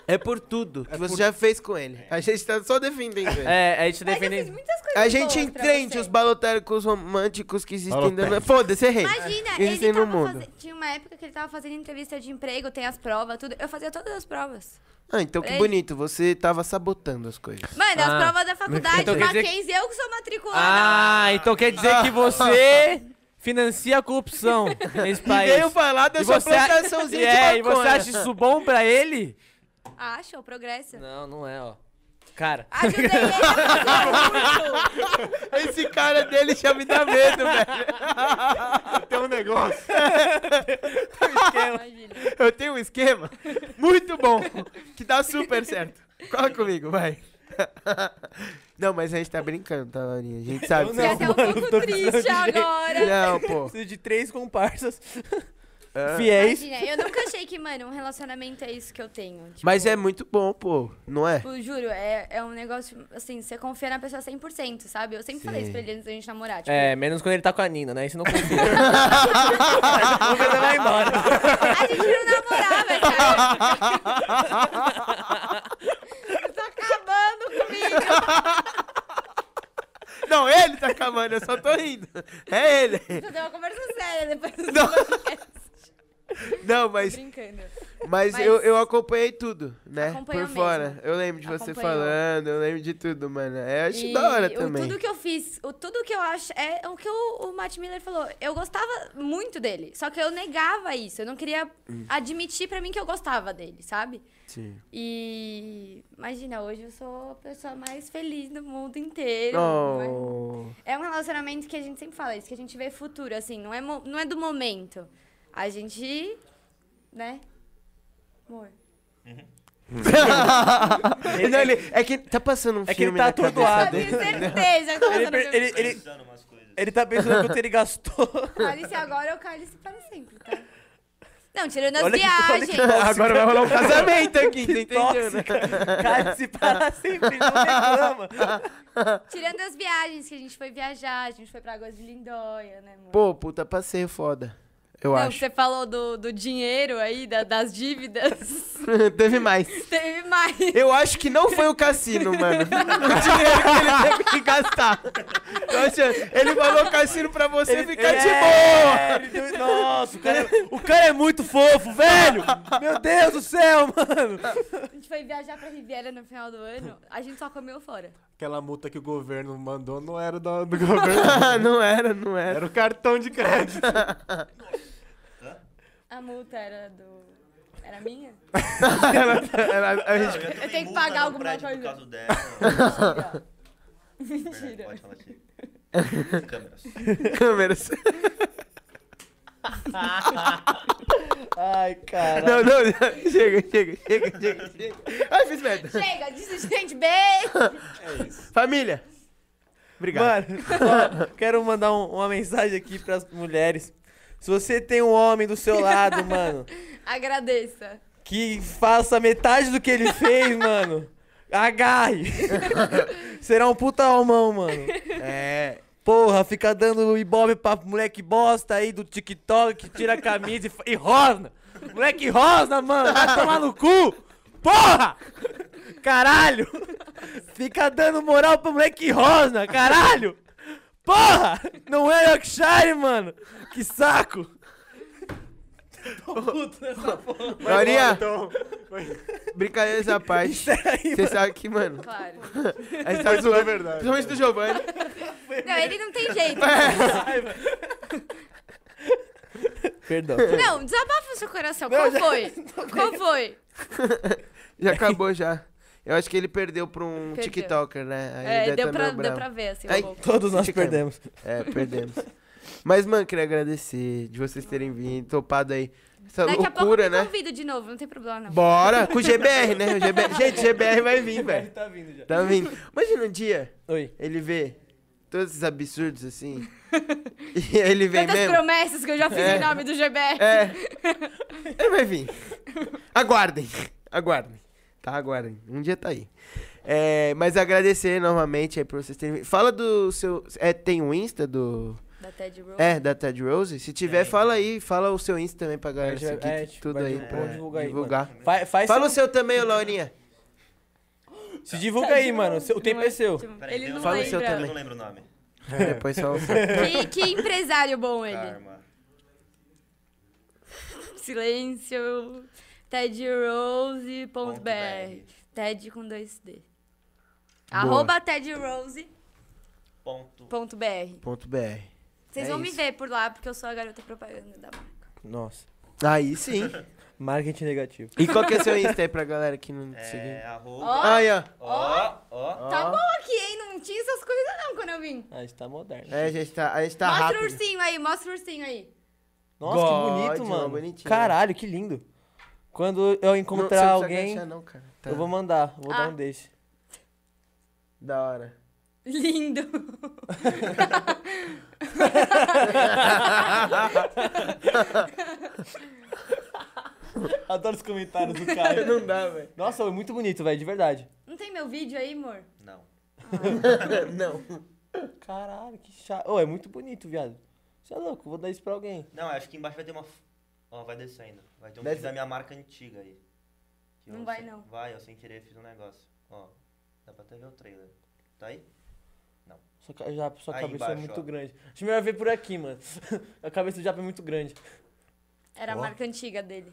E: É por tudo que
B: É
E: você
B: por-
E: já fez com ele. A gente tá só defendendo ele.
A: É, a gente
D: Mas eu fiz né?
A: defendendo.
D: muitas coisas
E: A gente
D: boas pra
E: entende
D: você.
E: os balotéricos românticos que existem
B: Balotéricos.
E: no... Foda-se, errei.
D: Imagina,
E: Existem
D: ele
E: no
D: tava
E: mundo.
D: faze- tinha uma época que ele tava fazendo entrevista de emprego, tem as provas, tudo. Eu fazia todas as provas.
E: Ah, então que
D: Ei.
E: bonito. Você tava sabotando as coisas.
D: Mano,
A: Ah.
D: as provas da faculdade,
A: Então quer dizer que-
D: Mackenzie, eu que sou matriculada.
A: Ah, então quer dizer que você financia a corrupção nesse país.
E: Veio falar da
A: E
E: sua
A: você a-
E: plantaçãozinha
A: É,
E: de
A: e você
E: maconha.
A: acha isso bom pra ele?
D: Acha o Ah, progresso.
A: Não, não é, ó. Cara.
D: Ajudei ele a fazer muito.
E: Esse cara dele já me dá medo, velho.
B: Tem um negócio.
D: Imagina.
E: um Eu tenho um esquema muito bom, que dá super certo. Cola comigo, vai. Não, mas a gente tá brincando, tá, Laurinha? A gente sabe. que
D: Fiquei
E: você-
D: até um pouco triste agora.
E: Não, pô.
A: Preciso de três comparsas
E: Ah.
A: fiéis.
D: Imagina, eu nunca achei que, mano, um relacionamento é isso que eu tenho. tipo,
E: Mas é muito bom, pô. Não é?
D: Tipo, juro, é, é um negócio, assim, você confia na pessoa 100%, sabe? Eu sempre falei isso pra ele antes da gente namorar. Tipo,
A: É, menos quando ele tá com a Nina, né? Isso não confia. Aí Você vai embora.
D: a gente não namorava, cara. tá acabando comigo.
E: Não, ele tá acabando, eu só tô rindo. É ele.
D: Você deu uma conversa séria depois do
E: Não.
D: podcast.
E: Não, mas,
D: Brincando.
E: mas,
D: Mas-
E: eu, eu acompanhei tudo, né?
D: Acompanhou
E: Por fora.
D: mesmo.
E: Eu lembro de você
D: Acompanhou.
E: falando, eu lembro de tudo, mano. É, acho
D: E
E: da hora
D: o-
E: também.
D: Tudo que eu fiz, o, tudo que eu acho. É o que o, o Matt Miller falou. Eu gostava muito dele. Só que eu negava isso. Eu não queria
E: Hum.
D: admitir pra mim que eu gostava dele, sabe?
E: Sim.
D: E. Imagina, hoje eu sou a pessoa mais feliz do mundo inteiro.
E: Oh.
D: É um relacionamento que a gente sempre fala isso, que a gente vê futuro, assim. Não é, mo- não é do momento. A gente. Né? Amor.
E: Não, ele- é que tá passando um
A: É que ele
E: filme
A: tá
E: na cabeça
A: atordoado.
D: Tenho
E: dele.
D: certeza. que tá
A: Ele,
D: passando
A: per- ele, ele,
C: Precisando umas coisas.
A: ele tá pensando quanto ele gastou.
D: Cálice agora é o cálice para sempre, tá? Não, tirando as
A: Olha que- olha
D: viagens.
A: que
E: Agora vai rolar um casamento aqui, você entendeu? né?
A: Tóxica. Cálice para sempre, não reclama.
D: Tirando as viagens que a gente foi viajar, a gente foi pra Águas de Lindóia, né, amor?
E: Pô, puta passeio foda. Eu
D: Não,
E: acho.
D: você falou do, do dinheiro aí, da- das dívidas.
E: Teve mais.
D: Teve mais.
E: Eu acho que não foi o cassino, mano. O dinheiro que ele teve que gastar. Eu acho- Ele falou cassino pra você ficar de boa.
A: É, ele deu- Nossa, o cara, é- o cara é muito fofo, velho. Meu Deus do céu, mano.
D: A gente foi viajar pra Riviera no final do ano, a gente só comeu fora.
B: Aquela multa que o governo mandou não era da- do governo.
E: Ah, não era, não era.
B: Era o cartão de crédito.
D: A multa era do. Era minha?
E: Era- a gente-
C: Não, já tomei
D: Eu tenho que
C: multa
D: pagar
C: no
D: alguma
C: prédio
D: coisa.
C: Por causa dela.
D: Mentira.
C: Pode falar assim. Câmeras.
E: câmeras.
A: Ai, cara.
E: Não, não, não. Chega, chega, chega, chega, chega. Ai, fiz merda.
D: Chega, disse gente, beijo!
E: Família. Obrigado.
A: Mano, ó, quero mandar um- uma mensagem aqui pras mulheres. Se você tem um homem do seu lado, mano,
D: Agradeça.
A: que faça metade do que ele fez, mano, agarre. Será um puta homão, mano.
E: É.
A: Porra, fica dando ibope pra moleque bosta aí do TikTok que tira a camisa e, fa- e rosna. Moleque rosna, mano. Vai tomar no cu. Porra! Caralho! Fica dando moral pro moleque rosna, caralho! Porra! Não é Yorkshire, mano. Que saco. Tô puto nessa porra.
E: Laurinha,
B: Então,
E: Brincadeiras à parte. Você sabe que, mano.
D: Claro.
E: A gente tá
B: Isso não é
E: zoando.
B: verdade.
E: Principalmente do Giovanni.
D: Não, ele não tem jeito.
A: Perdão.
D: Não, desabafa o seu coração. Qual foi? Qual foi?
E: Já acabou já. Eu acho que ele perdeu pra um
D: Perdeu.
E: TikToker, né? Aí
D: É,
E: ele
D: deu
E: tá
D: pra,
E: meio
D: deu
E: bravo.
D: pra ver, assim, um
E: Ai.
D: pouco.
A: Todos nós
E: Esticando.
A: perdemos.
E: É, perdemos. Mas, mano, queria agradecer de vocês terem vindo, topado aí. Essa
D: Daqui a pouco
E: loucura,
D: eu
E: né?
D: convido de novo, não tem problema, não.
E: Bora! Com o GBR, né? O GBR... Gente, o GBR vai vir, velho.
A: tá vindo já.
E: Tá vindo. Imagina um dia
A: Oi.
E: ele vê todos esses absurdos assim. e aí ele vem
D: Tantas
E: mesmo.
D: promessas que eu já fiz
E: É.
D: em nome do GBR.
E: É. Ele vai vir. Aguardem. Aguardem. Tá, aguardem. Um dia tá aí. É, mas agradecer novamente aí pra vocês terem vindo. Fala do seu. É, tem o Insta do.
D: Da Ted Rose.
E: É, da Ted Rose? Se tiver,
C: Tem.
E: fala aí. Fala o seu Insta também pra
A: A
E: galera
A: gente vai-
E: seguir
A: é, a gente
E: tudo
A: vai
E: aí
A: divulgar,
E: pra
A: vamos divulgar aí,
E: divulgar.
A: Fa- faz
E: Fala assim, o
A: seu-
E: seu também, ô Laurinha.
A: Se divulga
E: Tá
A: aí, mano. Seu- O tempo
E: né?
A: é seu.
C: Peraí,
D: Ele
C: deu-
D: não
E: Fala o seu
D: lembra.
C: Eu
E: também.
C: não lembro o nome.
A: É.
E: Depois só o seu.
D: Que, que empresário bom ele.
C: Karma.
D: Silêncio.
C: ponto
D: TedRose.br.
C: BR.
D: Ted com dois D.
E: Boa.
D: Arroba TedRose.br.
C: Ponto.
E: Ponto .br.
D: Vocês
E: É
D: vão me
E: isso.
D: ver por lá, porque eu sou a garota propaganda da marca.
A: Nossa.
E: Aí sim.
A: Marketing negativo.
E: E qual que é seu Insta aí pra galera que não te
C: É,
E: seguiu?
C: arroba.
D: Ó.
E: Aí, ó.
C: Ó, ó.
D: Tá bom aqui, hein? Não tinha essas coisas não quando eu vim.
A: Ah, isso tá moderno.
E: É, a gente tá, a gente tá
D: mostra o
E: rápido.
D: ursinho aí, mostra o ursinho aí.
A: Nossa, que bonito,
E: God,
A: mano.
E: bonitinho.
A: Caralho, que lindo. Quando eu
E: Não,
A: encontrar
E: você não precisa
A: alguém,
E: agachar não, cara. Tá.
A: eu vou mandar. Vou
D: Ah.
A: dar um deixe.
E: Da hora.
D: Lindo.
A: Adoro os comentários do cara.
E: Não dá, velho.
A: Nossa, é muito bonito, velho, de verdade.
D: Não tem meu vídeo aí, amor?
C: Não.
E: Não.
A: Caralho, que chato. Ô, é muito bonito, viado. Você é louco, vou dar isso pra alguém.
C: Não, acho que embaixo vai ter uma. f- Ó, vai descendo. Vai ter um
E: Desce.
C: vídeo da minha marca antiga aí. Que eu
D: Não vai,
C: sem-
D: não.
C: Vai, eu sem querer fiz um negócio. Ó, dá pra até ver o trailer. Tá aí?
A: Sua, ca- japa, sua
C: Aí
A: cabeça é
C: embaixo,
A: muito
C: ó.
A: grande. Acho é melhor ver por aqui, mano. a cabeça do Japa é muito grande.
D: Era a marca antiga dele.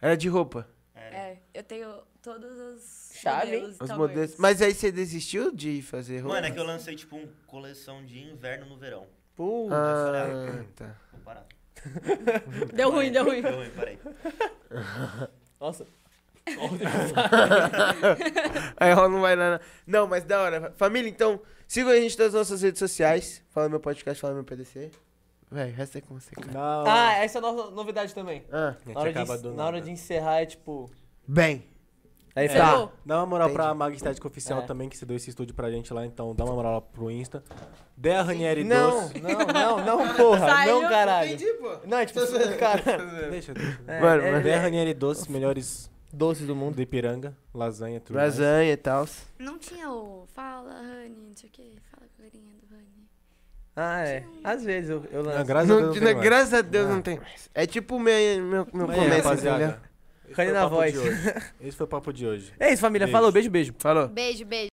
E: Era de roupa.
D: É, eu tenho todos os
A: Chave, hein?
D: modelos
E: Os
D: Tower.
E: modelos. Mas aí você desistiu de fazer roupa?
C: Mano, é que eu lancei tipo um coleção de inverno no verão.
A: Pô,
E: Ah, tá.
C: Vou parar.
D: Deu ruim, deu ruim.
C: Deu ruim, parei.
A: nossa.
E: Aí ela não vai lá. não. Não, mas da hora. Família, então, sigam a gente nas nossas redes sociais. Fala meu podcast, fala meu PDC. Véi, o resto é com você, cara.
B: Não.
A: Ah, essa é a nossa novidade também.
E: Ah,
B: gente
A: Na hora, de,
B: acaba
A: ens-
B: do
A: na hora
B: nada. É,
A: de encerrar é tipo. é,
E: bem.
A: Aí tá.
D: Ferrou.
B: Dá uma moral
E: Entendi.
B: pra Magistética Oficial
A: É.
B: também, que você deu esse estúdio pra gente lá, então dá uma moral pro Insta. Dê a Ranieri
A: Não,
B: Doce.
A: não, não, não, porra.
D: Saiu?
A: Não, caralho.
E: pô.
A: Não, é tipo, cara.
B: Deixa, deixa.
A: É,
E: Mano,
A: é,
E: mas-
B: Dê a
A: é,
B: Ranieri Doce, melhores
A: doces do mundo.
B: do Ipiranga, lasanha, tudo mais.
E: Lasanha e tal.
D: Não tinha o fala, Rani, não sei o que, fala com a galerinha do Rani.
A: Ah, é. Às vezes eu, eu
B: Não,
A: lanço.
B: graças a
E: Não-
B: Deus. não
E: na-
B: tem mais.
E: graças a Deus não tem mais. É tipo o meu, meu, meu
B: Mas é,
E: começo,
B: rapaziada,
E: entendeu?
B: esse foi
A: Cane
B: o
A: na
B: papo
A: voz.
B: de hoje. Esse foi o papo de hoje.
A: É isso, família.
B: Beijo.
A: Falou, beijo, beijo.
E: Falou.
D: Beijo, beijo.